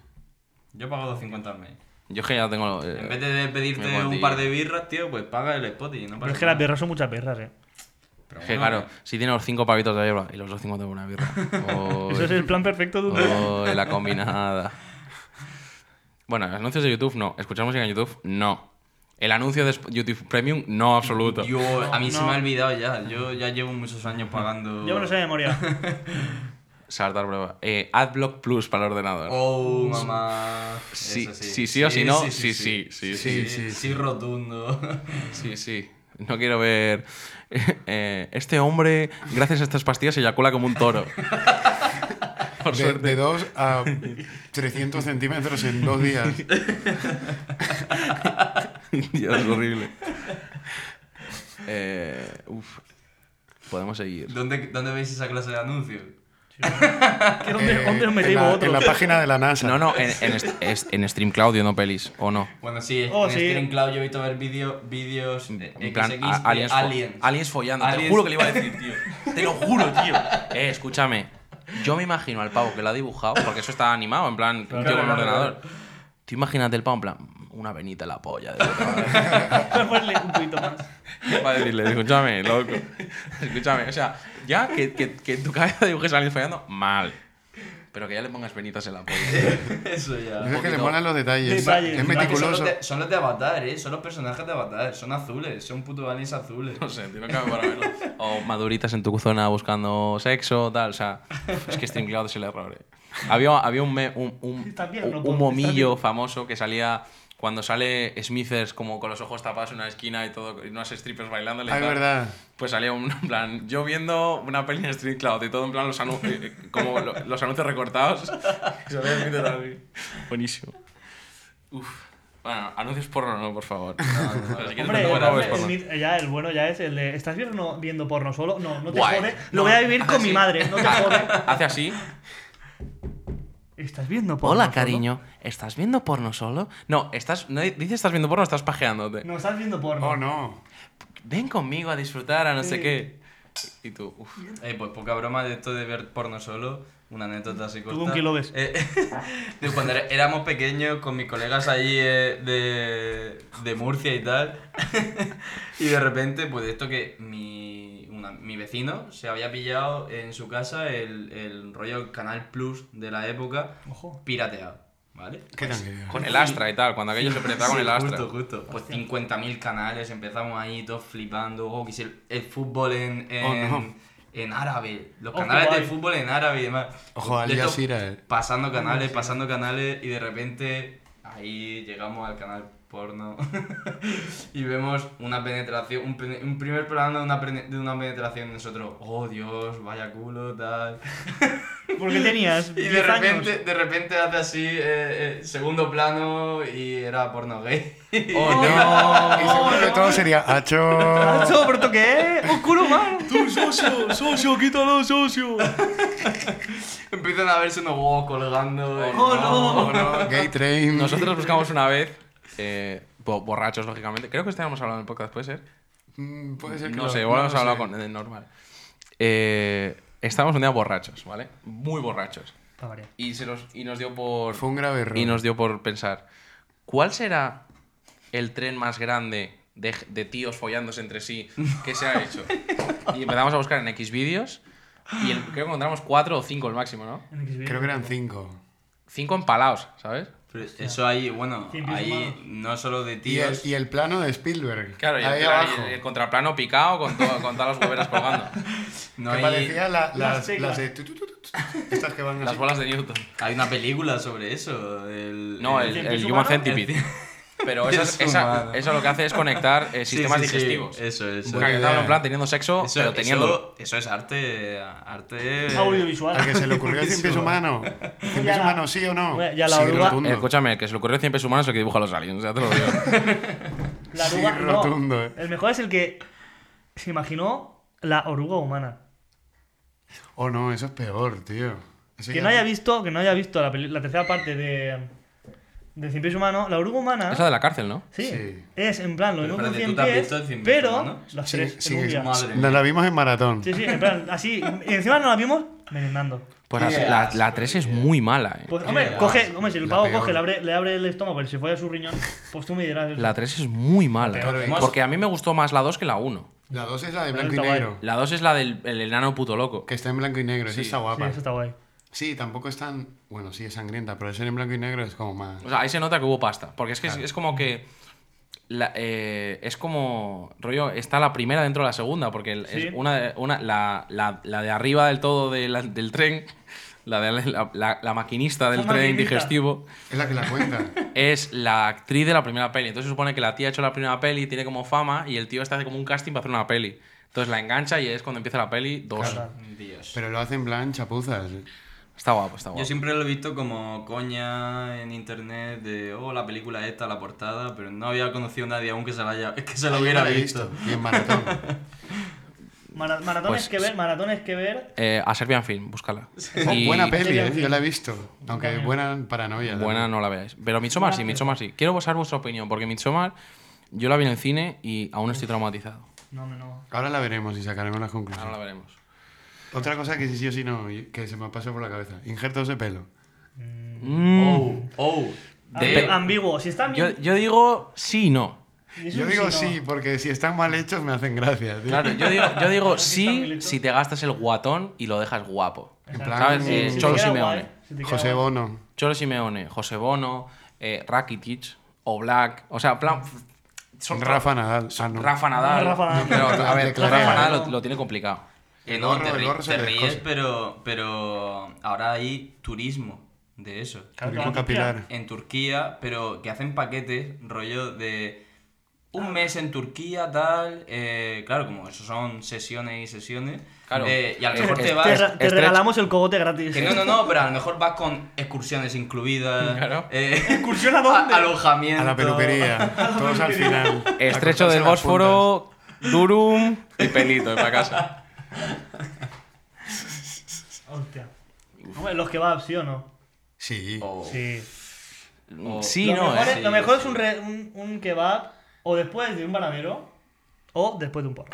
Speaker 5: Yo pago 2.50 al mes.
Speaker 2: Yo es que ya tengo. eh,
Speaker 5: En vez de
Speaker 2: me
Speaker 5: pedirte
Speaker 2: motiva.
Speaker 5: un par de birras, tío, pues paga el spot y no
Speaker 4: Pero
Speaker 5: pasa
Speaker 4: es que las
Speaker 5: nada.
Speaker 4: birras son muchas birras, eh.
Speaker 5: Pero
Speaker 2: es que,
Speaker 5: bueno,
Speaker 2: claro, si tienes los cinco pavitos de hierba y los dos cincuenta por una birra. pues Oy,
Speaker 4: Eso es el plan perfecto de un día.
Speaker 2: oy, la combinada. Bueno, anuncios de YouTube no. Escuchar música en YouTube no. El anuncio de Sp- YouTube Premium no, absoluto.
Speaker 5: Yo, a mí se
Speaker 4: No.
Speaker 5: me ha olvidado ya. Yo ya llevo muchos años pagando.
Speaker 4: Yo me lo sé de memoria.
Speaker 2: Saltar prueba. Eh, Adblock Plus para el ordenador.
Speaker 5: Oh, mamá.
Speaker 2: Sí,
Speaker 5: Eso
Speaker 2: sí, sí o sí no, sí, sí, sí,
Speaker 5: sí,
Speaker 3: sí, sí,
Speaker 5: sí, rotundo.
Speaker 2: Sí, sí. No quiero ver. eh, este hombre, gracias a estas pastillas, se eyacula como un toro. Por
Speaker 3: De,
Speaker 2: suerte.
Speaker 3: de 2 a 300 centímetros en dos días.
Speaker 2: Dios, es horrible. Eh, uf. Podemos seguir.
Speaker 5: ¿Dónde, ¿Dónde veis esa clase de anuncios?
Speaker 4: ¿Qué, ¿Dónde,
Speaker 3: Eh,
Speaker 4: dónde nos
Speaker 3: en,
Speaker 4: metimos
Speaker 3: la,
Speaker 4: vosotros?
Speaker 3: en la página de la NASA.
Speaker 2: No, no, en, en, est- es- en Stream Claudio, no pelis, o no.
Speaker 5: Bueno, sí,
Speaker 4: Oh,
Speaker 5: en
Speaker 4: sí.
Speaker 5: StreamCloud yo he visto ver vídeo- vídeos eh,
Speaker 2: En plan,
Speaker 5: XX
Speaker 2: a-
Speaker 5: de
Speaker 2: aliens, fo-
Speaker 5: aliens.
Speaker 2: aliens follando. Te
Speaker 5: Aliens.
Speaker 2: lo juro que le iba a decir, tío. Te lo juro, tío. Eh, escúchame. Yo me imagino al pavo que lo ha dibujado, porque eso está animado, en plan, un tío con un
Speaker 5: claro,
Speaker 2: ordenador. Tú imagínate el pavo, en plan, una venita en la polla. De puta madre.
Speaker 4: Para ponerle un poquito más.
Speaker 2: Para decirle, escúchame, loco. Escúchame, o sea, ya que, que, que en tu cabeza dibujes a alguien fallando, mal. Pero que ya le pongas venitas en la polla.
Speaker 5: Eso ya.
Speaker 3: Es que le
Speaker 2: poquito.
Speaker 3: molan los detalles.
Speaker 4: Detalles.
Speaker 3: Es
Speaker 5: Pero es que son,
Speaker 3: meticuloso. Ah,
Speaker 5: los de, son los de Avatar, ¿eh? Son los personajes de Avatar. Son azules. Son puto aliens azules.
Speaker 2: No sé, tío, no cabe para verlo. O maduritas en tu zona buscando sexo, tal, o sea, es que Stream Cloud es el error. eh. Había, había un, me- un, un,
Speaker 4: Está bien,
Speaker 2: un-
Speaker 4: no
Speaker 2: un
Speaker 4: puedo, está
Speaker 2: momillo
Speaker 4: bien.
Speaker 2: famoso que salía cuando sale Smithers como con los ojos tapados en una esquina y todo, y unas strippers bailando.
Speaker 3: Ah, es verdad.
Speaker 2: Pues salía un en plan, yo viendo una peli en Street Cloud y todo en plan los, anu- eh, como lo- los anuncios recortados. Y salía el Peter así. Buenísimo. Uf. Bueno, anuncios porno no, por favor. Pero si quieres
Speaker 4: Hombre,
Speaker 2: no te
Speaker 4: el,
Speaker 2: grabes
Speaker 4: el
Speaker 2: porno.
Speaker 4: mit- ya el bueno ya es el de. ¿Estás viendo, no- viendo porno solo? No, no te
Speaker 2: Guay.
Speaker 4: jode. Lo
Speaker 2: No,
Speaker 4: voy a vivir con
Speaker 2: así.
Speaker 4: mi madre, no te jode.
Speaker 2: Hace así.
Speaker 4: ¿Estás viendo porno?
Speaker 2: Hola,
Speaker 4: solo?
Speaker 2: cariño. ¿Estás viendo porno solo? No, estás, no dices estás viendo porno, estás pajeándote.
Speaker 4: No, estás viendo porno.
Speaker 3: Oh, no.
Speaker 2: Ven conmigo a disfrutar, a no sé qué. Y tú, uf.
Speaker 5: Eh, pues poca broma de esto de ver porno solo. Una anécdota así corta.
Speaker 4: con quién lo ves?
Speaker 5: Eh, de cuando era- éramos pequeños con mis colegas allí eh, de, de Murcia y tal. y de repente, pues esto que mi, una- mi vecino se había pillado en su casa el, el rollo Canal Plus de la época
Speaker 4: Ojo.
Speaker 5: pirateado. ¿Vale?
Speaker 3: Qué tan querido.
Speaker 2: Con el Astra y tal, cuando aquello se apretaba con
Speaker 5: Sí,
Speaker 2: el Astra.
Speaker 5: Justo, justo. Pues 50.000 canales, empezamos ahí todos flipando. Oh, que si el, el fútbol en, en,
Speaker 3: Oh, no.
Speaker 5: en árabe. Los
Speaker 4: Oh, qué
Speaker 5: canales de
Speaker 4: guay.
Speaker 5: fútbol en árabe y demás.
Speaker 3: Ojo, Al
Speaker 5: De esto,
Speaker 3: Jazeera, eh.
Speaker 5: Pasando canales, pasando canales y de repente ahí llegamos al canal porno y vemos una penetración, un, pene- un primer plano de una, pene- de una penetración y nosotros, oh Dios, vaya culo, tal.
Speaker 4: Porque tenías
Speaker 5: Y
Speaker 4: 10
Speaker 5: de repente,
Speaker 4: años.
Speaker 5: de repente hace así, eh, eh, segundo plano y era porno gay.
Speaker 2: ¡Oh,
Speaker 3: Y seguro que todo sería hacho.
Speaker 4: Nacho, ¿pero esto qué es? ¡Oscuro, mano!
Speaker 6: ¡Tú, socio! ¡Socio, quítalo, socio!
Speaker 5: Empiezan a verse unos huevos colgando. y-
Speaker 4: Oh, no.
Speaker 3: Gay train.
Speaker 2: Nosotros buscamos una vez, eh, bo- borrachos, lógicamente. Creo que estábamos hablando en el podcast, ¿puede ser?
Speaker 3: Mm, Puede ser que
Speaker 2: No
Speaker 3: lo-
Speaker 2: sé, igual hemos
Speaker 3: lo
Speaker 2: hablado
Speaker 3: sé.
Speaker 2: con el normal. Eh, estábamos un día borrachos, ¿vale? Muy borrachos.
Speaker 4: Pa' variar.
Speaker 2: Y, se nos, y nos dio por.
Speaker 3: Fue un grave error.
Speaker 2: Y nos dio por pensar, ¿cuál será el tren más grande de, de tíos follándose entre sí que se ha hecho? Y empezamos a buscar en X vídeos y el- creo que encontramos cuatro o cinco el máximo, ¿no?
Speaker 4: En XB.
Speaker 3: Creo que eran cinco.
Speaker 2: Cinco empalados, ¿sabes?
Speaker 5: Pero eso ahí, bueno,
Speaker 4: Cien pies
Speaker 5: ahí
Speaker 4: humanos.
Speaker 5: no solo de
Speaker 3: Y el,
Speaker 5: tíos.
Speaker 3: y el plano de Spielberg.
Speaker 2: Claro, y el,
Speaker 3: ahí
Speaker 2: tra-
Speaker 3: abajo.
Speaker 2: y el- el contraplano picado con, todo- con todas las hueveras colgando.
Speaker 5: no
Speaker 3: que
Speaker 5: hay,
Speaker 3: parecía la- las,
Speaker 4: teclas.
Speaker 3: las de... tu, tu, tu, tu, tu, estas que van
Speaker 2: Las
Speaker 3: así.
Speaker 2: bolas de Newton.
Speaker 5: hay una película sobre eso. El,
Speaker 2: No, el,
Speaker 5: el-
Speaker 2: el,
Speaker 4: ¿El pies
Speaker 2: Human
Speaker 4: humano?
Speaker 2: Centipede. Pero esa-
Speaker 5: pies
Speaker 2: esa-
Speaker 5: humano.
Speaker 2: eso lo que hace es conectar eh,
Speaker 5: Sí,
Speaker 2: sistemas
Speaker 5: sí, sí,
Speaker 2: digestivos. O
Speaker 5: eso, eso.
Speaker 2: sea,
Speaker 3: Buena
Speaker 2: que estaban en
Speaker 3: idea.
Speaker 2: plan teniendo sexo,
Speaker 5: Eso,
Speaker 2: pero teniéndolo.
Speaker 5: eso- eso es arte. Arte.
Speaker 4: Audiovisual.
Speaker 3: Al que se le ocurrió cien pies humano. Cien pies
Speaker 4: la-
Speaker 3: humano, sí o no.
Speaker 4: Voy a- ya la
Speaker 3: sí,
Speaker 4: oruga-
Speaker 3: rotundo.
Speaker 2: Eh, escúchame, el que se le ocurrió 100 pies humanos es el que dibuja los aliens, ya te lo digo.
Speaker 4: La
Speaker 3: Sí,
Speaker 4: oruga, no.
Speaker 3: rotundo, eh.
Speaker 4: El mejor es el que se imaginó la oruga humana.
Speaker 3: Oh, no, eso es peor, tío. Eso
Speaker 4: Que
Speaker 3: ya-
Speaker 4: no haya visto, que no haya visto la, peli- la tercera parte de, de Cien Pies Humano, la oruga humana.
Speaker 2: Esa de la cárcel, ¿no?
Speaker 4: Sí,
Speaker 3: Sí.
Speaker 4: es en plan lo
Speaker 5: Pero
Speaker 4: mismo que un
Speaker 5: espérate,
Speaker 4: Cien
Speaker 5: ¿tú te has
Speaker 4: Pies,
Speaker 5: visto el Cien Pies
Speaker 4: pero
Speaker 5: Humano?
Speaker 4: las
Speaker 3: Sí,
Speaker 4: tres
Speaker 3: sí,
Speaker 4: en un
Speaker 3: es-
Speaker 4: día.
Speaker 5: Madre mía.
Speaker 3: Nos la vimos en maratón.
Speaker 4: Sí, sí, en plan, así. Y encima nos la vimos merendando.
Speaker 2: Pues
Speaker 5: Sí,
Speaker 2: la,
Speaker 5: sí,
Speaker 2: la 3 es muy mala, ¿eh?
Speaker 4: Pues, hombre,
Speaker 5: Sí,
Speaker 4: coge, hombre, si el
Speaker 3: la
Speaker 4: pavo
Speaker 3: peor.
Speaker 4: coge, le abre, le abre el estómago y se fue a su riñón, pues tú me dirás. eso.
Speaker 2: La 3 es muy
Speaker 3: Claro,
Speaker 2: mala.
Speaker 3: hemos-
Speaker 2: Porque a mí me gustó más la 2 que la 1.
Speaker 3: La dos es la de blanco y
Speaker 4: está guay.
Speaker 3: negro.
Speaker 2: La 2 es la del el enano puto loco.
Speaker 3: Que está en blanco y negro. Esa está
Speaker 4: Sí,
Speaker 3: guapa.
Speaker 4: eso está guay.
Speaker 3: Sí, tampoco es tan... Bueno, sí, es sangrienta, pero el ser en blanco y negro es como más...
Speaker 2: O sea, ahí se nota que hubo pasta. Porque es que es- es, como que. la- eh, es como. Rollo, está la primera dentro de la segunda. Porque el-
Speaker 4: Sí.
Speaker 2: es una, de- una- la, la- la de arriba del todo de la- del tren. La, de, la, la- la maquinista del
Speaker 4: La
Speaker 2: tren
Speaker 4: maquinista.
Speaker 2: digestivo.
Speaker 3: Es la que la cuenta.
Speaker 2: es la actriz de la primera peli. Entonces se supone que la tía ha hecho la primera peli, tiene como fama y el tío está hace como un casting para hacer una peli. Entonces la engancha y es cuando empieza la peli dos.
Speaker 4: Claro.
Speaker 5: Dios.
Speaker 3: Pero lo hacen en plan chapuzas.
Speaker 2: Está guapo, está
Speaker 5: Yo
Speaker 2: guapo.
Speaker 5: siempre lo he visto como coña en internet de, oh, la película esta, la portada, pero no había conocido a nadie aún que se, la haya, que se lo hubiera
Speaker 3: Yo la he
Speaker 5: visto.
Speaker 3: Y en maratón.
Speaker 4: Mara- maratones
Speaker 2: Pues-
Speaker 4: que ver, maratones que ver.
Speaker 2: Eh, a Serbian Film, búscala.
Speaker 3: Oh,
Speaker 2: Y
Speaker 3: buena peli,
Speaker 4: Sería
Speaker 3: ¿eh?
Speaker 4: en fin.
Speaker 3: Yo la he visto. Aunque
Speaker 4: También.
Speaker 3: buena paranoia.
Speaker 2: Buena no la veáis. Pero Midsommar sí, Midsommar sí. Quiero basar vuestra opinión porque Midsommar yo la vi en el cine y aún estoy traumatizado.
Speaker 4: No, hombre, no.
Speaker 3: Ahora la veremos y sacaremos las
Speaker 2: Ahora
Speaker 3: conclusiones.
Speaker 2: la veremos.
Speaker 3: Otra cosa que sí, sí o sí no, y- que se me pasó por la cabeza. Injertos de pelo.
Speaker 2: Mm,
Speaker 5: Oh,
Speaker 2: De-
Speaker 4: Ambi- ambiguo. Si están
Speaker 2: yo,
Speaker 4: bien.
Speaker 2: yo digo sí y no.
Speaker 4: es
Speaker 3: Yo
Speaker 4: un
Speaker 3: digo
Speaker 4: no.
Speaker 3: sí, porque si están mal hechos me hacen gracia. tío.
Speaker 2: Claro, yo digo, yo digo
Speaker 4: Sí, está muy
Speaker 2: sí
Speaker 4: listo.
Speaker 2: si te gastas el guatón y lo dejas guapo.
Speaker 3: En
Speaker 4: Exacto.
Speaker 3: plan,
Speaker 2: ¿Sabes?
Speaker 3: Sí,
Speaker 2: Eh,
Speaker 3: sí,
Speaker 4: te
Speaker 2: Cholo
Speaker 4: queda
Speaker 2: Simeone.
Speaker 4: guay, si te queda
Speaker 3: José
Speaker 4: guay.
Speaker 3: Bono.
Speaker 2: Cholo Simeone, José Bono, eh, Rakitic o Black. O sea, plan. Son
Speaker 3: Rafa Nadal. Ah, no.
Speaker 2: Rafa Nadal.
Speaker 4: Rafa Nadal.
Speaker 2: Pero, a ver,
Speaker 3: Declarado.
Speaker 2: Rafa Nadal lo, lo tiene complicado.
Speaker 5: Eh,
Speaker 3: El
Speaker 5: no,
Speaker 3: gorro-
Speaker 5: te,
Speaker 3: el
Speaker 5: ri-
Speaker 3: gorro se
Speaker 5: te
Speaker 3: le
Speaker 5: ríes,
Speaker 3: descosa.
Speaker 5: pero, pero ahora hay turismo de eso.
Speaker 4: Claro,
Speaker 3: Turismo
Speaker 4: claro,
Speaker 3: capilar.
Speaker 5: En Turquía, pero que hacen paquetes, rollo de
Speaker 2: Ah.
Speaker 5: un mes en Turquía, tal. eh, claro, como eso son sesiones y sesiones.
Speaker 2: Claro.
Speaker 5: eh, y a lo
Speaker 2: Es-
Speaker 5: mejor
Speaker 2: es-
Speaker 5: te
Speaker 4: Te,
Speaker 5: vas.
Speaker 4: ra- te
Speaker 2: Estrecho.
Speaker 4: regalamos el cogote gratis.
Speaker 5: Que no, no, no, pero a lo mejor vas con excursiones incluidas.
Speaker 2: Claro.
Speaker 5: eh,
Speaker 4: ¿Excursión a dónde?
Speaker 5: alojamiento.
Speaker 3: A la peluquería. Todos al final.
Speaker 2: Estrecho
Speaker 3: A cortarse
Speaker 2: del
Speaker 3: las puntas.
Speaker 2: Bósforo, Durum y Pelito para casa.
Speaker 4: Hostia. Hombre, los kebabs, ¿sí o no?
Speaker 3: Sí.
Speaker 5: O-
Speaker 4: Sí.
Speaker 5: o-
Speaker 2: Sí,
Speaker 4: lo,
Speaker 2: no,
Speaker 4: mejor
Speaker 2: eh.
Speaker 4: es, lo mejor es un, re- un, un kebab o después de un bananero o después de un porro.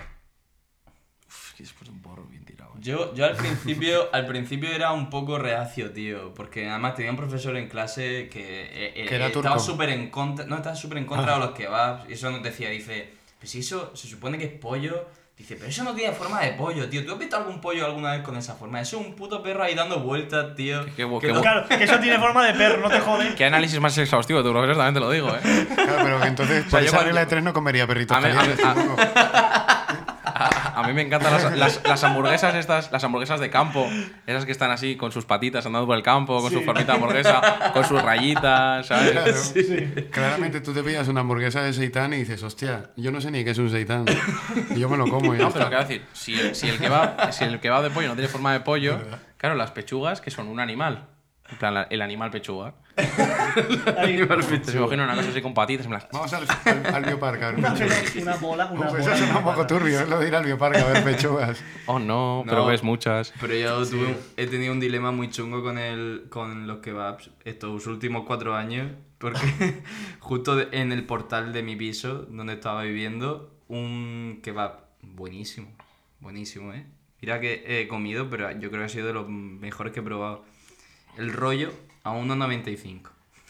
Speaker 5: Yo, yo al principio, al principio era un poco reacio, tío, porque además tenía un profesor en clase que, eh, eh,
Speaker 3: Que era
Speaker 5: estaba
Speaker 3: turco. Ah.
Speaker 5: súper en contra, no, estaba súper en contra de los kebabs, y eso nos decía, dice, pues si eso se supone que es pollo, dice, pero eso no tiene forma de pollo, tío, ¿tú has visto algún pollo alguna vez con esa forma? Eso es un puto perro ahí dando vueltas, tío.
Speaker 2: Que bu-
Speaker 5: que
Speaker 2: que
Speaker 5: lo-
Speaker 2: bu-
Speaker 4: Claro, que eso tiene forma de perro, no te joden.
Speaker 2: ¿Qué análisis más exhaustivo? Tu profesor también te lo digo, ¿eh?
Speaker 3: Claro, pero que entonces por
Speaker 2: Pues yo
Speaker 3: esa
Speaker 2: cuando-
Speaker 3: regla de tres no comería perritos
Speaker 2: A mí- a mí-
Speaker 3: calientes.
Speaker 2: a-
Speaker 3: tampoco.
Speaker 2: A mí me encantan las, las- las hamburguesas estas, las hamburguesas de campo, esas que están así con sus patitas andando por el campo, con su formita de hamburguesa, con sus rayitas,
Speaker 3: Claro.
Speaker 2: ¿sabes?
Speaker 3: Claramente tú te pillas una hamburguesa de seitán y dices, hostia, yo no sé ni qué es un seitán. Y yo me lo como. Y ya
Speaker 2: No, pero
Speaker 3: está.
Speaker 2: quiero decir, si el, si, el kebab, si el kebab de pollo no tiene forma de pollo, claro, las pechugas que son un animal. En plan, la- el animal pechuga.
Speaker 4: Ahí,
Speaker 2: Se me imagina una cosa así con patitas. en plan,
Speaker 3: Vamos al, al, al bioparque. a ver
Speaker 4: una,
Speaker 3: pechugas.
Speaker 4: una bola,
Speaker 3: Uf,
Speaker 4: una bola.
Speaker 3: eso
Speaker 4: y
Speaker 3: suena
Speaker 4: una
Speaker 3: un poco
Speaker 4: pata.
Speaker 3: turbio, es lo de ir al bioparque a ver pechugas.
Speaker 2: Oh no,
Speaker 5: No.
Speaker 2: pero ves muchas.
Speaker 5: Pero yo tuve un- he tenido un dilema muy chungo con, el, con los kebabs estos últimos cuatro años, porque justo de- en el portal de mi piso, donde estaba viviendo, un kebab buenísimo, buenísimo, ¿eh? Mira que he comido, pero yo creo que ha sido de los mejores que he probado. El rollo a 1,95.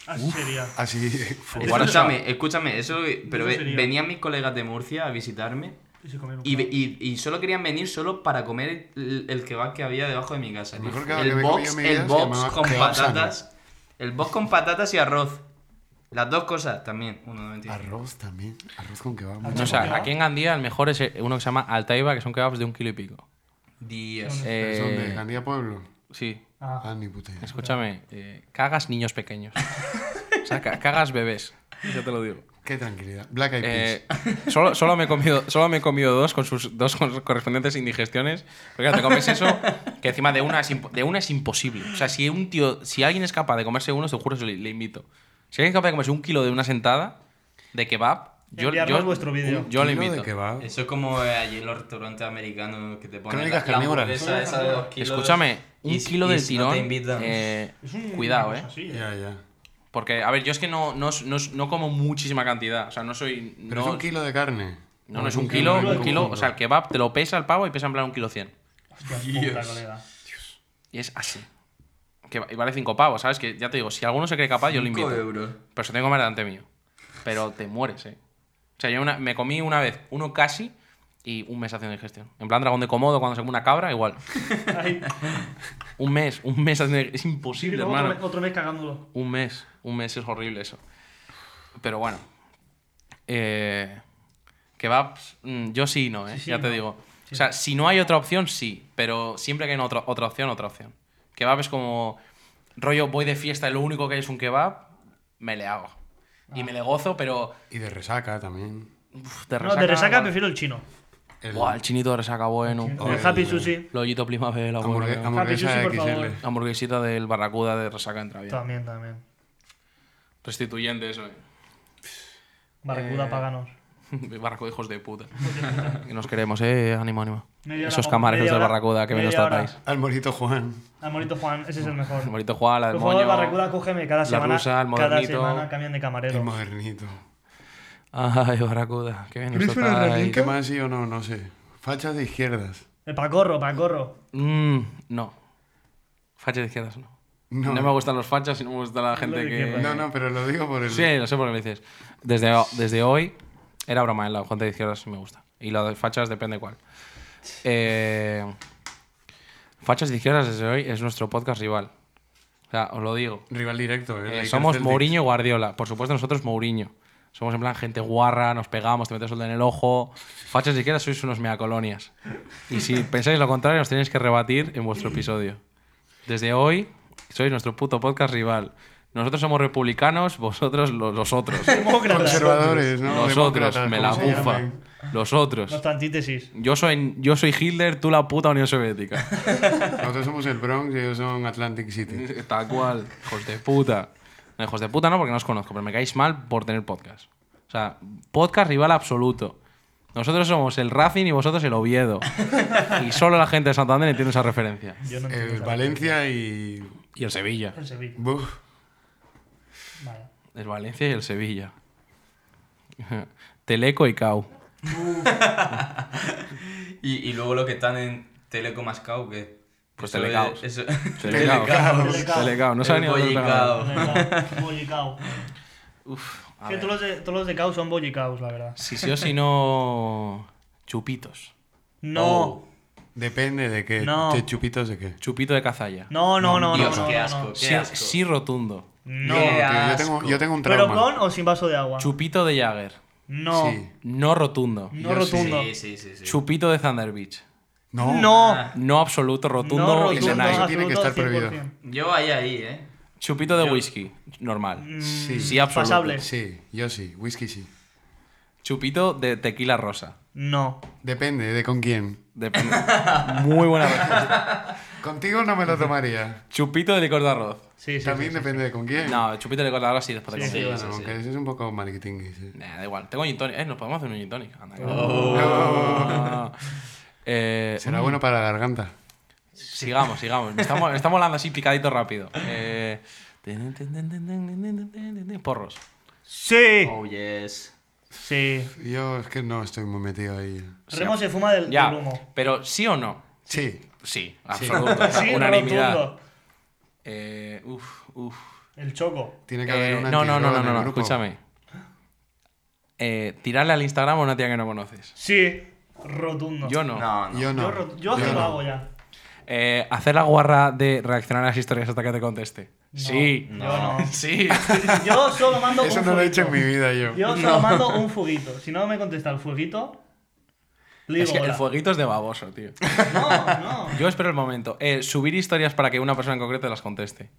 Speaker 4: Así Ah, sería.
Speaker 3: Así. fu-
Speaker 2: Igual eso-
Speaker 5: Escúchame, escúchame, eso, pero
Speaker 4: Eso
Speaker 5: ve-
Speaker 4: sería.
Speaker 5: venían mis colegas de Murcia a visitarme
Speaker 4: Y se comieron un
Speaker 5: y, ve-
Speaker 4: plato.
Speaker 5: y- y solo querían venir solo para comer el, el kebab que había debajo de mi casa.
Speaker 3: El
Speaker 5: tío.
Speaker 3: mejor kebab que
Speaker 5: El
Speaker 3: me he
Speaker 5: box,
Speaker 3: comido en mi
Speaker 5: el
Speaker 3: vida se
Speaker 5: box
Speaker 3: llamaba
Speaker 5: con
Speaker 3: kebab sano.
Speaker 5: patatas. El box con patatas y arroz. Las dos cosas también. Uno, no mentira.
Speaker 3: Arroz también. Arroz con kebab.
Speaker 2: No,
Speaker 3: mucho
Speaker 2: o sea,
Speaker 3: mejor.
Speaker 2: aquí en Gandía el mejor es eh, uno que se llama Altaiba, que son kebabs de un kilo y pico.
Speaker 5: Dios.
Speaker 3: Pero
Speaker 2: Eh,
Speaker 3: Son de Gandía Pueblo.
Speaker 2: sí,
Speaker 4: Ah,
Speaker 3: Ah, ni puta idea.
Speaker 2: escúchame, eh, cagas niños pequeños. O sea, ca- cagas bebés. Ya te lo digo.
Speaker 3: Qué tranquilidad. Black Eyed Peas.
Speaker 2: Eh, solo, solo, me he comido, solo me he comido dos con sus dos con- correspondientes indigestiones. Porque claro, te comes eso, que encima de una, es impo- de una es imposible. O sea, si un tío, si alguien es capaz de comerse uno, te juro que le, le invito. Si alguien es capaz de comerse un kilo de una sentada de kebab, yo,
Speaker 4: Enviarnos
Speaker 2: yo, Uh.
Speaker 4: vuestro vídeo.
Speaker 2: yo le
Speaker 3: Kilo de
Speaker 2: invito.
Speaker 3: kebab.
Speaker 5: Eso es como eh, allí en los restaurantes americanos que te ponen
Speaker 3: Crónicas
Speaker 5: la, la
Speaker 3: carnívoras.
Speaker 5: hamburguesa esa de dos kilos.
Speaker 2: Escúchame, un
Speaker 5: Y si-
Speaker 2: kilo
Speaker 5: y
Speaker 2: del
Speaker 5: si
Speaker 2: tirón.
Speaker 5: no te invitan.
Speaker 2: eh,
Speaker 4: Es un-
Speaker 2: cuidado,
Speaker 4: una
Speaker 2: eh.
Speaker 4: cosa así,
Speaker 3: Ya, ya.
Speaker 2: Porque, a ver, yo es que no, no, no, no como muchísima cantidad. O sea, no soy.
Speaker 3: Pero
Speaker 2: no,
Speaker 3: es un kilo de carne.
Speaker 2: No, no es un kilo,
Speaker 4: kilo de
Speaker 2: un kilo. O sea, el
Speaker 3: conjunto.
Speaker 2: kebab te lo pesa el pavo y pesa en plan un kilo cien.
Speaker 4: Hostia, puta, colega.
Speaker 2: Y es así. Que va- y vale 5 pavos, ¿sabes? Que ya te digo, si alguno se cree capaz, yo lo invito.
Speaker 5: Cinco euros.
Speaker 2: Pero se lo tengo que comer delante mío. Pero te mueres, ¿eh? O sea, yo una- me comí una vez uno casi y un mes haciendo digestión. En plan dragón de comodo cuando se come una cabra, igual.
Speaker 4: Ahí.
Speaker 2: Un mes, un mes haciendo... dig- Es
Speaker 4: Sí,
Speaker 2: imposible,
Speaker 4: luego
Speaker 2: hermano.
Speaker 4: otro, mes- otro mes cagándolo.
Speaker 2: Un mes, un mes es horrible eso. Pero bueno. Eh, kebabs, mm, yo sí y no, ¿eh?
Speaker 4: Sí, sí,
Speaker 2: ya te
Speaker 4: no.
Speaker 2: digo. O sea, si no hay otra opción, sí. Pero siempre que hay otra, otra opción, otra opción. Kebab es como rollo, voy de fiesta y lo único que hay es un kebab, me le hago. Y me le gozo, pero...
Speaker 3: Y de resaca también.
Speaker 2: uf, de
Speaker 4: No,
Speaker 2: resaca,
Speaker 4: de resaca
Speaker 2: guau.
Speaker 4: prefiero el chino.
Speaker 3: El-
Speaker 2: Buah, el chinito de resaca, bueno.
Speaker 3: Oh,
Speaker 4: el happy
Speaker 3: el-
Speaker 4: sushi.
Speaker 2: Lollito primavera, bueno.
Speaker 3: hamburgue-
Speaker 2: bueno.
Speaker 3: hamburguesa
Speaker 4: Happy sushi, por
Speaker 3: XL.
Speaker 4: favor.
Speaker 2: Hamburguesita del barracuda de resaca entra bien.
Speaker 4: También, también.
Speaker 2: Restituyente eso, ¿eh?
Speaker 4: Barracuda,
Speaker 2: Eh,
Speaker 4: paganos.
Speaker 2: Barraco de hijos de puta. Que nos queremos, eh. Ánimo, ánimo.
Speaker 4: Media hora
Speaker 2: Esos
Speaker 4: con-
Speaker 2: camareros
Speaker 4: media
Speaker 2: del
Speaker 4: hora-
Speaker 2: Barracuda que bien os
Speaker 4: media hora.
Speaker 2: tratáis.
Speaker 3: Al morito Juan.
Speaker 4: Ah, bonito Juan, ese es el mejor.
Speaker 2: El bonito Juan, la del
Speaker 4: Por favor,
Speaker 2: moño.
Speaker 4: Barracuda, cógeme cada
Speaker 2: la
Speaker 4: semana.
Speaker 2: rusa, el
Speaker 4: cada
Speaker 2: modernito.
Speaker 4: semana cambian de
Speaker 3: El
Speaker 4: camarero.
Speaker 3: modernito.
Speaker 2: Ay, Barracuda, qué bien os
Speaker 3: ¿Eres una
Speaker 2: tratáis.
Speaker 3: ¿Qué más sí o no? No sé. Fachas de izquierdas.
Speaker 4: El Eh, pacorro, pacorro.
Speaker 2: Mm, no. Fachas de izquierdas, no.
Speaker 3: No.
Speaker 2: No, me gustan los fachas y no me gusta la gente
Speaker 4: de
Speaker 2: que.
Speaker 4: izquierdas.
Speaker 3: No, no, pero lo digo por el.
Speaker 2: Sí, lo sé por qué lo dices. Desde, desde hoy era broma, en la gente de izquierdas sí me gusta. Y la de fachas depende cuál. Eh, fachas de izquierdas desde hoy es nuestro podcast rival. O sea, os lo digo.
Speaker 3: Rival directo,
Speaker 2: Eh,
Speaker 3: ¿eh?
Speaker 2: somos
Speaker 3: Celtic.
Speaker 2: Mourinho y Guardiola. Por supuesto, nosotros Mourinho. Somos en plan gente guarra, nos pegamos, te metes el dedo en el ojo. Fachas de izquierdas sois unos meacolonias. Y si pensáis lo contrario, os tenéis que rebatir en vuestro episodio. Desde hoy, sois nuestro puto podcast rival. Nosotros somos republicanos, vosotros lo- los otros.
Speaker 4: Demócrata.
Speaker 3: Conservadores, ¿no?
Speaker 2: Los otros,
Speaker 3: Demócratas,
Speaker 2: me
Speaker 3: ¿cómo
Speaker 2: la
Speaker 3: se
Speaker 2: bufa.
Speaker 3: llaman?
Speaker 2: Los otros.
Speaker 4: Nuestra antítesis.
Speaker 2: Yo soy, yo soy Hitler, tú la puta Unión Soviética.
Speaker 3: Nosotros somos el Bronx y ellos son Atlantic City.
Speaker 2: Tal cual, hijos de puta. No, hijos de puta no, porque no os conozco, pero me caéis mal por tener podcast. O sea, podcast rival absoluto. Nosotros somos el Racing y vosotros el Oviedo. Y solo la gente de Santander entiende esa referencia.
Speaker 4: Yo no entiendo
Speaker 3: El
Speaker 4: esa-
Speaker 3: Valencia y.
Speaker 2: Y el Sevilla.
Speaker 4: El Sevilla.
Speaker 3: Buf.
Speaker 4: Vale.
Speaker 2: El Valencia y el Sevilla. Teleco y Cau.
Speaker 5: Y, y luego los que están en Telecomascao, que.
Speaker 2: Pues
Speaker 5: eso
Speaker 2: Telecaos.
Speaker 5: es- eso-
Speaker 2: Telecao.
Speaker 4: Telecao.
Speaker 2: Telecao. No saben ni
Speaker 5: El
Speaker 2: dónde está.
Speaker 5: bollicao.
Speaker 4: Venga, Bollicao.
Speaker 2: Uf, a
Speaker 4: Que
Speaker 2: ver.
Speaker 4: todos los de, todos los de caos son bollicaos, la verdad.
Speaker 2: Si sí o si no. Chupitos.
Speaker 3: Oh.
Speaker 4: No.
Speaker 3: Depende de qué.
Speaker 4: No.
Speaker 3: ¿De chupitos de qué?
Speaker 2: Chupito de cazalla.
Speaker 4: No, no, no, no.
Speaker 5: Dios,
Speaker 4: no,
Speaker 5: qué
Speaker 4: no,
Speaker 5: asco.
Speaker 4: no.
Speaker 5: Qué
Speaker 2: Sí,
Speaker 5: asco.
Speaker 2: sí rotundo.
Speaker 4: No.
Speaker 5: Qué
Speaker 3: tío, yo, tengo,
Speaker 5: asco.
Speaker 3: yo tengo un
Speaker 4: ¿Pero
Speaker 3: trauma.
Speaker 4: con o sin vaso de agua?
Speaker 2: Chupito de Jagger.
Speaker 4: No.
Speaker 3: Sí.
Speaker 2: No rotundo.
Speaker 4: No
Speaker 3: Yo
Speaker 4: rotundo.
Speaker 5: Sí, sí, sí. sí.
Speaker 2: Chupito de Thunder Beach.
Speaker 3: No.
Speaker 4: No.
Speaker 2: No absoluto, rotundo
Speaker 4: no
Speaker 2: y
Speaker 4: rotundo,
Speaker 3: ese
Speaker 2: Senai.
Speaker 3: Nike tiene que estar
Speaker 4: absoluto,
Speaker 3: prohibido.
Speaker 4: 100%.
Speaker 5: Yo ahí, ahí, ¿eh?
Speaker 2: Chupito de
Speaker 5: Yo-
Speaker 2: whisky, normal.
Speaker 3: Sí.
Speaker 2: Sí, absoluto.
Speaker 4: Mm, Pasable.
Speaker 3: Sí, yo sí. Whisky sí.
Speaker 2: Chupito de tequila rosa.
Speaker 4: No.
Speaker 3: Depende de con quién.
Speaker 2: Depende. Muy buena respuesta.
Speaker 3: Contigo no me lo tomaría.
Speaker 2: Chupito de licor de arroz.
Speaker 4: Sí, sí.
Speaker 3: También
Speaker 4: sí, sí.
Speaker 3: depende de con quién.
Speaker 2: No, chupito de licor de arroz sí, después de
Speaker 4: Sí,
Speaker 3: Sí,
Speaker 2: comer.
Speaker 3: bueno,
Speaker 5: sí, sí.
Speaker 3: aunque eso es un poco ¿eh? marketing. sí.
Speaker 2: Nah, da igual. Tengo gin tonic. Eh, nos podemos hacer un gin tonic. Anda, que no.
Speaker 4: Oh.
Speaker 2: Eh,
Speaker 3: Será bueno para la garganta.
Speaker 2: Sigamos, sigamos. Me Estamos, estamos hablando así picadito rápido. Eh, Porros.
Speaker 4: Sí.
Speaker 5: Oh, yes.
Speaker 4: Sí.
Speaker 3: Yo es que no estoy muy metido ahí.
Speaker 4: Remo se fuma del,
Speaker 2: Ya.
Speaker 4: del humo.
Speaker 2: Pero sí o no.
Speaker 3: Sí.
Speaker 2: Sí, absoluto.
Speaker 4: Sí,
Speaker 2: Unanimidad.
Speaker 4: rotundo.
Speaker 2: Eh, uf, uf.
Speaker 4: El choco.
Speaker 3: Tiene que haber
Speaker 2: Eh,
Speaker 3: una
Speaker 2: no, no, no, no, no, no, escúchame. Eh, tirarle al Instagram a una tía que no conoces.
Speaker 4: Sí. Rotundo.
Speaker 2: Yo no.
Speaker 5: No, no.
Speaker 3: Yo
Speaker 4: Yo,
Speaker 3: no.
Speaker 4: ro- yo sí lo
Speaker 3: no.
Speaker 4: hago ya.
Speaker 2: Eh, hacer la guarra de reaccionar a las historias hasta que te conteste.
Speaker 4: No,
Speaker 2: Sí.
Speaker 4: Yo no.
Speaker 2: Sí.
Speaker 4: Yo solo mando
Speaker 3: Eso
Speaker 4: un
Speaker 3: no lo he hecho en
Speaker 4: fueguito.
Speaker 3: mi vida yo.
Speaker 4: Yo solo mando un fueguito. Si no me contesta el fueguito, le
Speaker 2: Es
Speaker 4: digo
Speaker 2: que el
Speaker 4: hola.
Speaker 2: fueguito es de baboso, tío.
Speaker 4: No, no.
Speaker 2: Yo espero el momento. Eh, subir historias para que una persona en concreto las conteste.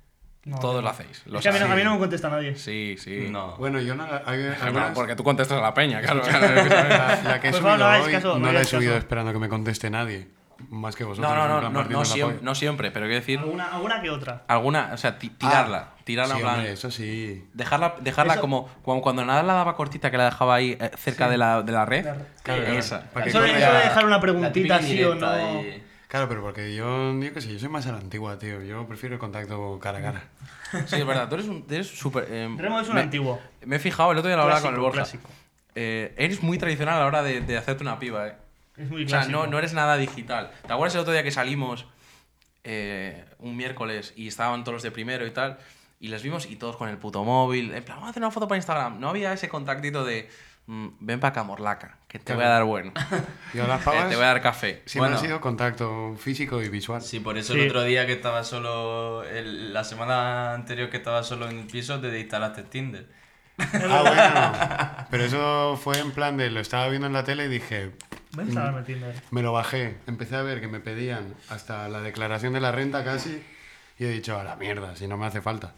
Speaker 4: No,
Speaker 2: Todos
Speaker 4: no.
Speaker 2: lo hacéis. lo
Speaker 4: Es que a mí, no,
Speaker 2: sabéis.
Speaker 4: a mí no me contesta nadie.
Speaker 2: Sí, sí.
Speaker 5: No.
Speaker 3: Bueno, yo no la, hay
Speaker 2: Pero
Speaker 3: algunas-
Speaker 2: Pues no, porque tú contestas a la peña, claro. claro.
Speaker 3: la, la que he
Speaker 4: Por
Speaker 3: subido
Speaker 4: favor, no hagáis
Speaker 3: hoy
Speaker 4: caso, no
Speaker 3: no la he
Speaker 4: hagáis
Speaker 3: subido
Speaker 4: caso.
Speaker 3: esperando que me conteste nadie. Más que vosotros.
Speaker 2: no, no,
Speaker 3: en
Speaker 2: no,
Speaker 3: plan
Speaker 2: no, no,
Speaker 3: partiéndome la
Speaker 2: siem-
Speaker 3: polla.
Speaker 2: no siempre, pero quiero decir,
Speaker 4: Alguna, alguna que otra.
Speaker 2: alguna, o sea, ti-
Speaker 3: Ah,
Speaker 2: tirarla. Tirarla
Speaker 3: sí,
Speaker 2: en plan-
Speaker 3: hombre, eso sí.
Speaker 2: Dejarla, dejarla
Speaker 4: Eso-
Speaker 2: como, como cuando nada la daba cortita que la dejaba ahí eh, cerca de, la, de la red.
Speaker 4: La red.
Speaker 2: Claro,
Speaker 5: Sí.
Speaker 2: esa.
Speaker 3: Para que
Speaker 4: Eso de,
Speaker 3: corra
Speaker 4: eso de
Speaker 3: ya-
Speaker 4: dejar una
Speaker 5: La
Speaker 4: preguntita
Speaker 5: típica
Speaker 4: sí o
Speaker 5: indirecta
Speaker 4: no.
Speaker 5: de-
Speaker 3: Claro, pero porque yo, yo qué sé, yo soy más a la antigua, tío. Yo prefiero el contacto cara a cara.
Speaker 2: Sí, es verdad, tú eres un eres súper... eh,
Speaker 4: Remo es un
Speaker 2: me-
Speaker 4: antiguo.
Speaker 2: Me he fijado, el otro día lo hablaba con el Borja.
Speaker 4: Clásico, clásico.
Speaker 2: Eh, eres muy tradicional a la hora de, de hacerte una piba, eh.
Speaker 4: Es muy
Speaker 2: O sea,
Speaker 4: clásico.
Speaker 2: no, no eres nada digital. ¿Te acuerdas el otro día que salimos eh, un miércoles y estaban todos los de primero y tal? Y les vimos y todos con el puto móvil. En plan, vamos a hacer una foto para Instagram. No había ese contactito de, mm, ven para acá, morlaca, que te voy a dar bueno.
Speaker 3: Yo las
Speaker 2: Eh,
Speaker 3: pavas
Speaker 2: te voy a dar café.
Speaker 3: siempre
Speaker 5: Bueno.
Speaker 3: ha sido contacto físico y visual.
Speaker 5: Sí, por eso
Speaker 4: Sí.
Speaker 5: el otro día que estaba solo, el- la semana anterior que estaba solo en el piso, te instalaste Tinder.
Speaker 3: Ah, bueno. Pero eso fue en plan de lo estaba viendo en la tele y dije,
Speaker 4: Voy a instalarme Tinder.
Speaker 3: me lo bajé. Empecé a ver que me pedían hasta la declaración de la renta casi. Y he dicho, a la mierda, si no me hace falta.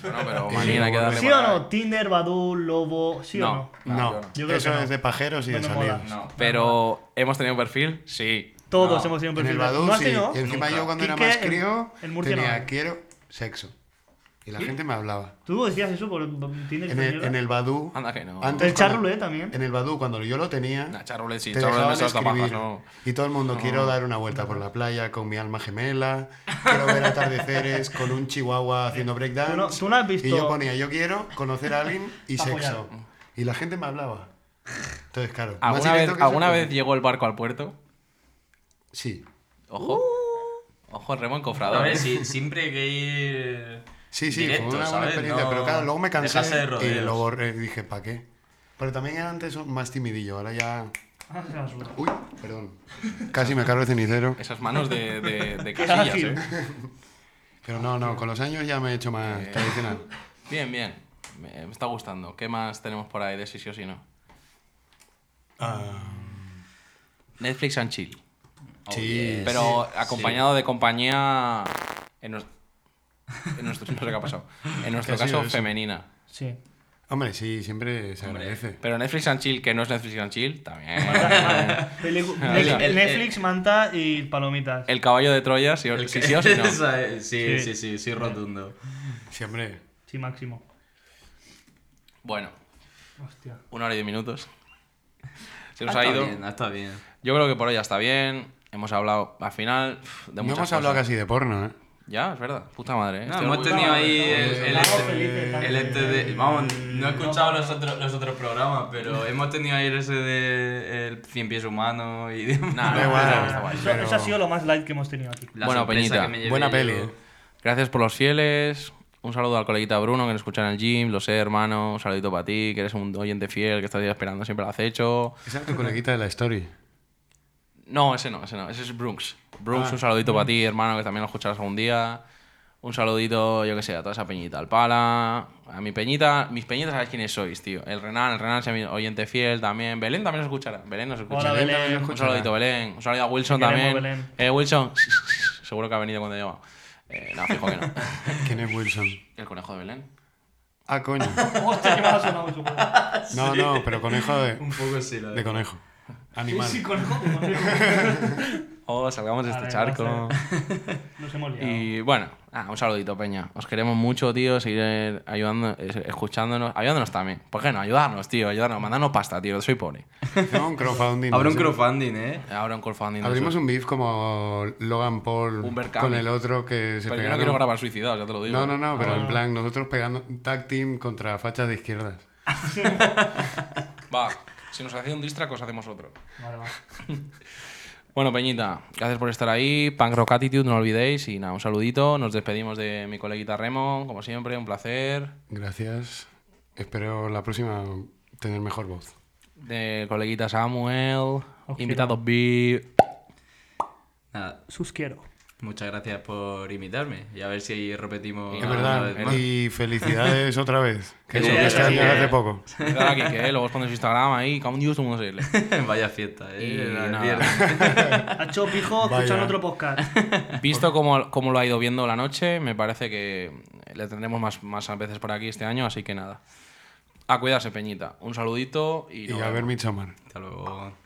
Speaker 2: Bueno, pero mañana hay que darle
Speaker 4: ¿Sí o
Speaker 2: para-
Speaker 4: no? Tinder, Badu, Lobo, ¿sí o
Speaker 2: No.
Speaker 4: no?
Speaker 3: No,
Speaker 4: yo creo
Speaker 3: eso
Speaker 4: que no.
Speaker 3: es de pajeros y
Speaker 4: No
Speaker 3: de
Speaker 4: me mola.
Speaker 3: salidos.
Speaker 5: No.
Speaker 2: Pero, ¿hemos tenido perfil? Sí.
Speaker 4: Todos
Speaker 5: No.
Speaker 4: hemos tenido un
Speaker 3: En
Speaker 4: perfil.
Speaker 3: el
Speaker 4: de-
Speaker 3: Badoo
Speaker 4: ¿No has
Speaker 3: sí.
Speaker 4: tenido?
Speaker 3: Y encima
Speaker 5: Nunca.
Speaker 3: yo cuando era
Speaker 4: Quique,
Speaker 3: más
Speaker 4: en-
Speaker 3: crío
Speaker 4: en Murcia
Speaker 3: tenía
Speaker 4: no.
Speaker 3: quiero sexo. Y la gente me hablaba.
Speaker 4: Tú decías eso por Tinder.
Speaker 3: En el, en el Badoo...
Speaker 2: Anda que no.
Speaker 3: antes cuando-
Speaker 4: El charrule también.
Speaker 3: En el Badoo, cuando yo lo tenía,
Speaker 2: Nah, Charule sí,
Speaker 3: te
Speaker 2: Charule
Speaker 3: dejaban
Speaker 2: me las tapajas,
Speaker 3: escribir.
Speaker 2: no.
Speaker 3: Y todo el mundo, quiero dar una vuelta por la playa con mi alma gemela, quiero ver atardeceres con un chihuahua haciendo breakdance.
Speaker 4: Eh, Tú no- tú no has visto-
Speaker 3: Y yo ponía, yo quiero conocer a alguien y
Speaker 4: Pa' follar.
Speaker 3: sexo. Y la gente me hablaba. Entonces, claro. más
Speaker 2: ¿Alguna
Speaker 3: directo
Speaker 2: vez,
Speaker 3: que eso,
Speaker 2: ¿alguna
Speaker 3: pues,
Speaker 2: vez llegó el barco al puerto?
Speaker 3: Sí.
Speaker 2: Ojo.
Speaker 3: Uh.
Speaker 2: Ojo, remo
Speaker 5: A
Speaker 2: encofrador.
Speaker 5: ver,
Speaker 2: ¿eh?
Speaker 5: si, siempre hay que ir.
Speaker 3: Sí, sí,
Speaker 5: directo,
Speaker 3: fue una buena
Speaker 5: ¿sabes?
Speaker 3: experiencia.
Speaker 5: No
Speaker 3: Pero claro, luego me cansé
Speaker 5: dejarse de
Speaker 3: y
Speaker 5: rodeos.
Speaker 3: lo borré. Dije, ¿para qué? Pero también era antes más timidillo. Ahora ya...
Speaker 4: Ah, qué basura.
Speaker 3: Uy, perdón. Casi me cargo el cenicero.
Speaker 2: Esas manos de, de, de
Speaker 4: Qué
Speaker 2: casillas,
Speaker 4: ágil.
Speaker 2: ¿eh?
Speaker 3: Pero no, no, con los años ya me he hecho más
Speaker 5: Eh.
Speaker 3: tradicional.
Speaker 2: Bien, bien. Me, me está gustando. ¿Qué más tenemos por ahí de si sí o si no?
Speaker 3: Ah.
Speaker 2: Netflix and chill.
Speaker 5: Oh,
Speaker 3: Sí.
Speaker 5: yes.
Speaker 2: Pero
Speaker 5: Sí.
Speaker 2: acompañado de compañía. En, nos- en nuestro, no sé qué ha pasado. En nuestro
Speaker 3: ¿Qué ha sido
Speaker 2: caso,
Speaker 3: eso?
Speaker 2: femenina.
Speaker 4: Sí.
Speaker 3: Hombre, sí, siempre se
Speaker 5: Hombre.
Speaker 3: agradece.
Speaker 2: Pero Netflix and chill, que no es Netflix and chill, también.
Speaker 4: Pelicu-
Speaker 2: Ah,
Speaker 4: Netflix,
Speaker 5: el- el-
Speaker 4: Netflix, manta y palomitas.
Speaker 2: El caballo de Troya, si, o-
Speaker 5: El
Speaker 2: si
Speaker 5: que-
Speaker 2: sí o si no.
Speaker 5: Esa es- sí,
Speaker 4: Sí.
Speaker 5: sí, sí, sí, rotundo.
Speaker 3: Siempre.
Speaker 4: Sí, máximo.
Speaker 2: Bueno,
Speaker 4: Hostia.
Speaker 2: una hora y diez minutos. Se
Speaker 5: Ah,
Speaker 2: nos ha
Speaker 5: está
Speaker 2: ido.
Speaker 5: bien, ah, está bien.
Speaker 2: Yo creo que por hoy ya está bien. Hemos hablado al final pf, de
Speaker 3: No
Speaker 2: muchas
Speaker 3: hemos hablado
Speaker 2: cosas.
Speaker 3: casi de porno, ¿eh?
Speaker 2: Ya, es verdad. Puta madre. ¿eh?
Speaker 5: No,
Speaker 2: Estoy
Speaker 5: hemos
Speaker 2: orgulloso.
Speaker 5: tenido ahí el, el
Speaker 4: Estamos
Speaker 5: este-
Speaker 4: felices también.
Speaker 5: el este de- Vamos, no he
Speaker 3: Mm,
Speaker 5: escuchado los otros, los otros programas, pero hemos tenido ahí el ese de el cien pies humano y demás.
Speaker 2: Nah,
Speaker 3: Da
Speaker 2: no,
Speaker 3: igual.
Speaker 2: no, está guay.
Speaker 4: Eso,
Speaker 3: pero-
Speaker 4: eso ha sido lo más light que hemos tenido aquí.
Speaker 5: La
Speaker 2: Bueno,
Speaker 5: sorpresa
Speaker 2: Peñita,
Speaker 5: que me llevé
Speaker 3: buena
Speaker 5: yo.
Speaker 3: peli, ¿eh?
Speaker 2: Gracias por los fieles. Un saludo al coleguita Bruno que nos escucha en el gym. Lo sé, hermano. Un saludito para ti, que eres un oyente fiel, que estás ahí esperando siempre el acecho.
Speaker 3: Esa es tu coleguita de la story.
Speaker 5: Ah.
Speaker 2: No, ese no, ese no. Ese es Brunks. Brunks, un saludito para ti, hermano, que también lo escucharás algún día. Un saludito, yo que sé, a toda esa peñita, al Pala, a mi peñita, mis peñitas sabéis quiénes sois, tío. El Renan, el Renan es mi oyente fiel también. Belén también nos escuchará. Belén nos escucha.
Speaker 4: Hola,
Speaker 3: Belén también
Speaker 4: Belén.
Speaker 3: nos
Speaker 2: Un
Speaker 3: escuchará.
Speaker 2: saludito, Belén. Un saludo a Wilson
Speaker 4: Te
Speaker 2: también.
Speaker 4: queremos, Belén.
Speaker 2: Eh, Wilson, seguro que ha venido cuando lleva. Eh, no, fijo que no.
Speaker 3: ¿Quién es Wilson?
Speaker 2: El conejo de Belén.
Speaker 3: Ah, coño.
Speaker 4: Hostia, que me ha sonado eso.
Speaker 3: No, no, pero conejo de,
Speaker 5: Un poco sí, la
Speaker 3: de
Speaker 5: verdad.
Speaker 3: conejo. Animal.
Speaker 4: Sí, conejo, conejo.
Speaker 2: Oh, salgamos de este
Speaker 4: Vale,
Speaker 2: charco.
Speaker 4: vamos Nos hemos liado.
Speaker 2: Y bueno, ah, un saludito, Peña. Os queremos mucho, tío. Seguir ayudando, eh, escuchándonos, ayudándonos también. ¿Por qué no? Ayudarnos, tío. Ayudarnos. Mandarnos pasta, tío. Soy pobre.
Speaker 3: No, un crowdfunding.
Speaker 5: Habrá un
Speaker 3: Sí.
Speaker 5: crowdfunding, ¿eh?
Speaker 2: Ahora un crowdfunding. de
Speaker 3: Abrimos
Speaker 2: esos.
Speaker 3: un beef como Logan Paul
Speaker 2: Un Verkami.
Speaker 3: con el otro que
Speaker 2: Pero
Speaker 3: se
Speaker 2: yo no
Speaker 3: pegaron.
Speaker 2: quiero grabar Ah. suicidados, ya te lo digo.
Speaker 3: no, no, no, pero en plan, nosotros pegando tag team contra fachas de izquierdas.
Speaker 2: Va, si nos hacía un distracos, hacemos otro.
Speaker 4: Vale, va.
Speaker 2: Bueno, Peñita, gracias por estar ahí. Punk Rock Attitude, no lo olvidéis. Y nada, un saludito. Nos despedimos de mi coleguita Remo, como siempre, un placer.
Speaker 3: Gracias. Espero la próxima tener mejor voz.
Speaker 2: De coleguita Samuel,
Speaker 4: quiero.
Speaker 2: invitados VIP.
Speaker 5: Nada,
Speaker 4: Sus quiero.
Speaker 5: muchas gracias por invitarme. Y a ver si repetimos.
Speaker 2: Es
Speaker 3: es
Speaker 5: una
Speaker 3: verdad.
Speaker 5: vez más.
Speaker 3: Y felicidades otra vez.
Speaker 2: Ah,
Speaker 3: Que este
Speaker 2: Eso,
Speaker 3: cumpliste
Speaker 2: eso,
Speaker 3: años
Speaker 2: eh.
Speaker 3: hace poco.
Speaker 2: Cuidado aquí, que eh, luego os pondré su Instagram ahí, como un dios, como se dice.
Speaker 5: Vaya fiesta, ¿eh?
Speaker 2: Y
Speaker 5: La
Speaker 2: nada.
Speaker 5: mierda.
Speaker 4: Ha hecho pijo
Speaker 3: Vaya.
Speaker 4: escuchando otro podcast.
Speaker 2: Visto cómo, cómo lo ha ido viendo la noche, me parece que le tendremos más, más veces por aquí este año, así que nada. A cuidarse, Peñita. Un saludito y,
Speaker 3: Y
Speaker 2: nos
Speaker 3: a ver
Speaker 2: vemos.
Speaker 3: mi chamar.
Speaker 5: Hasta luego.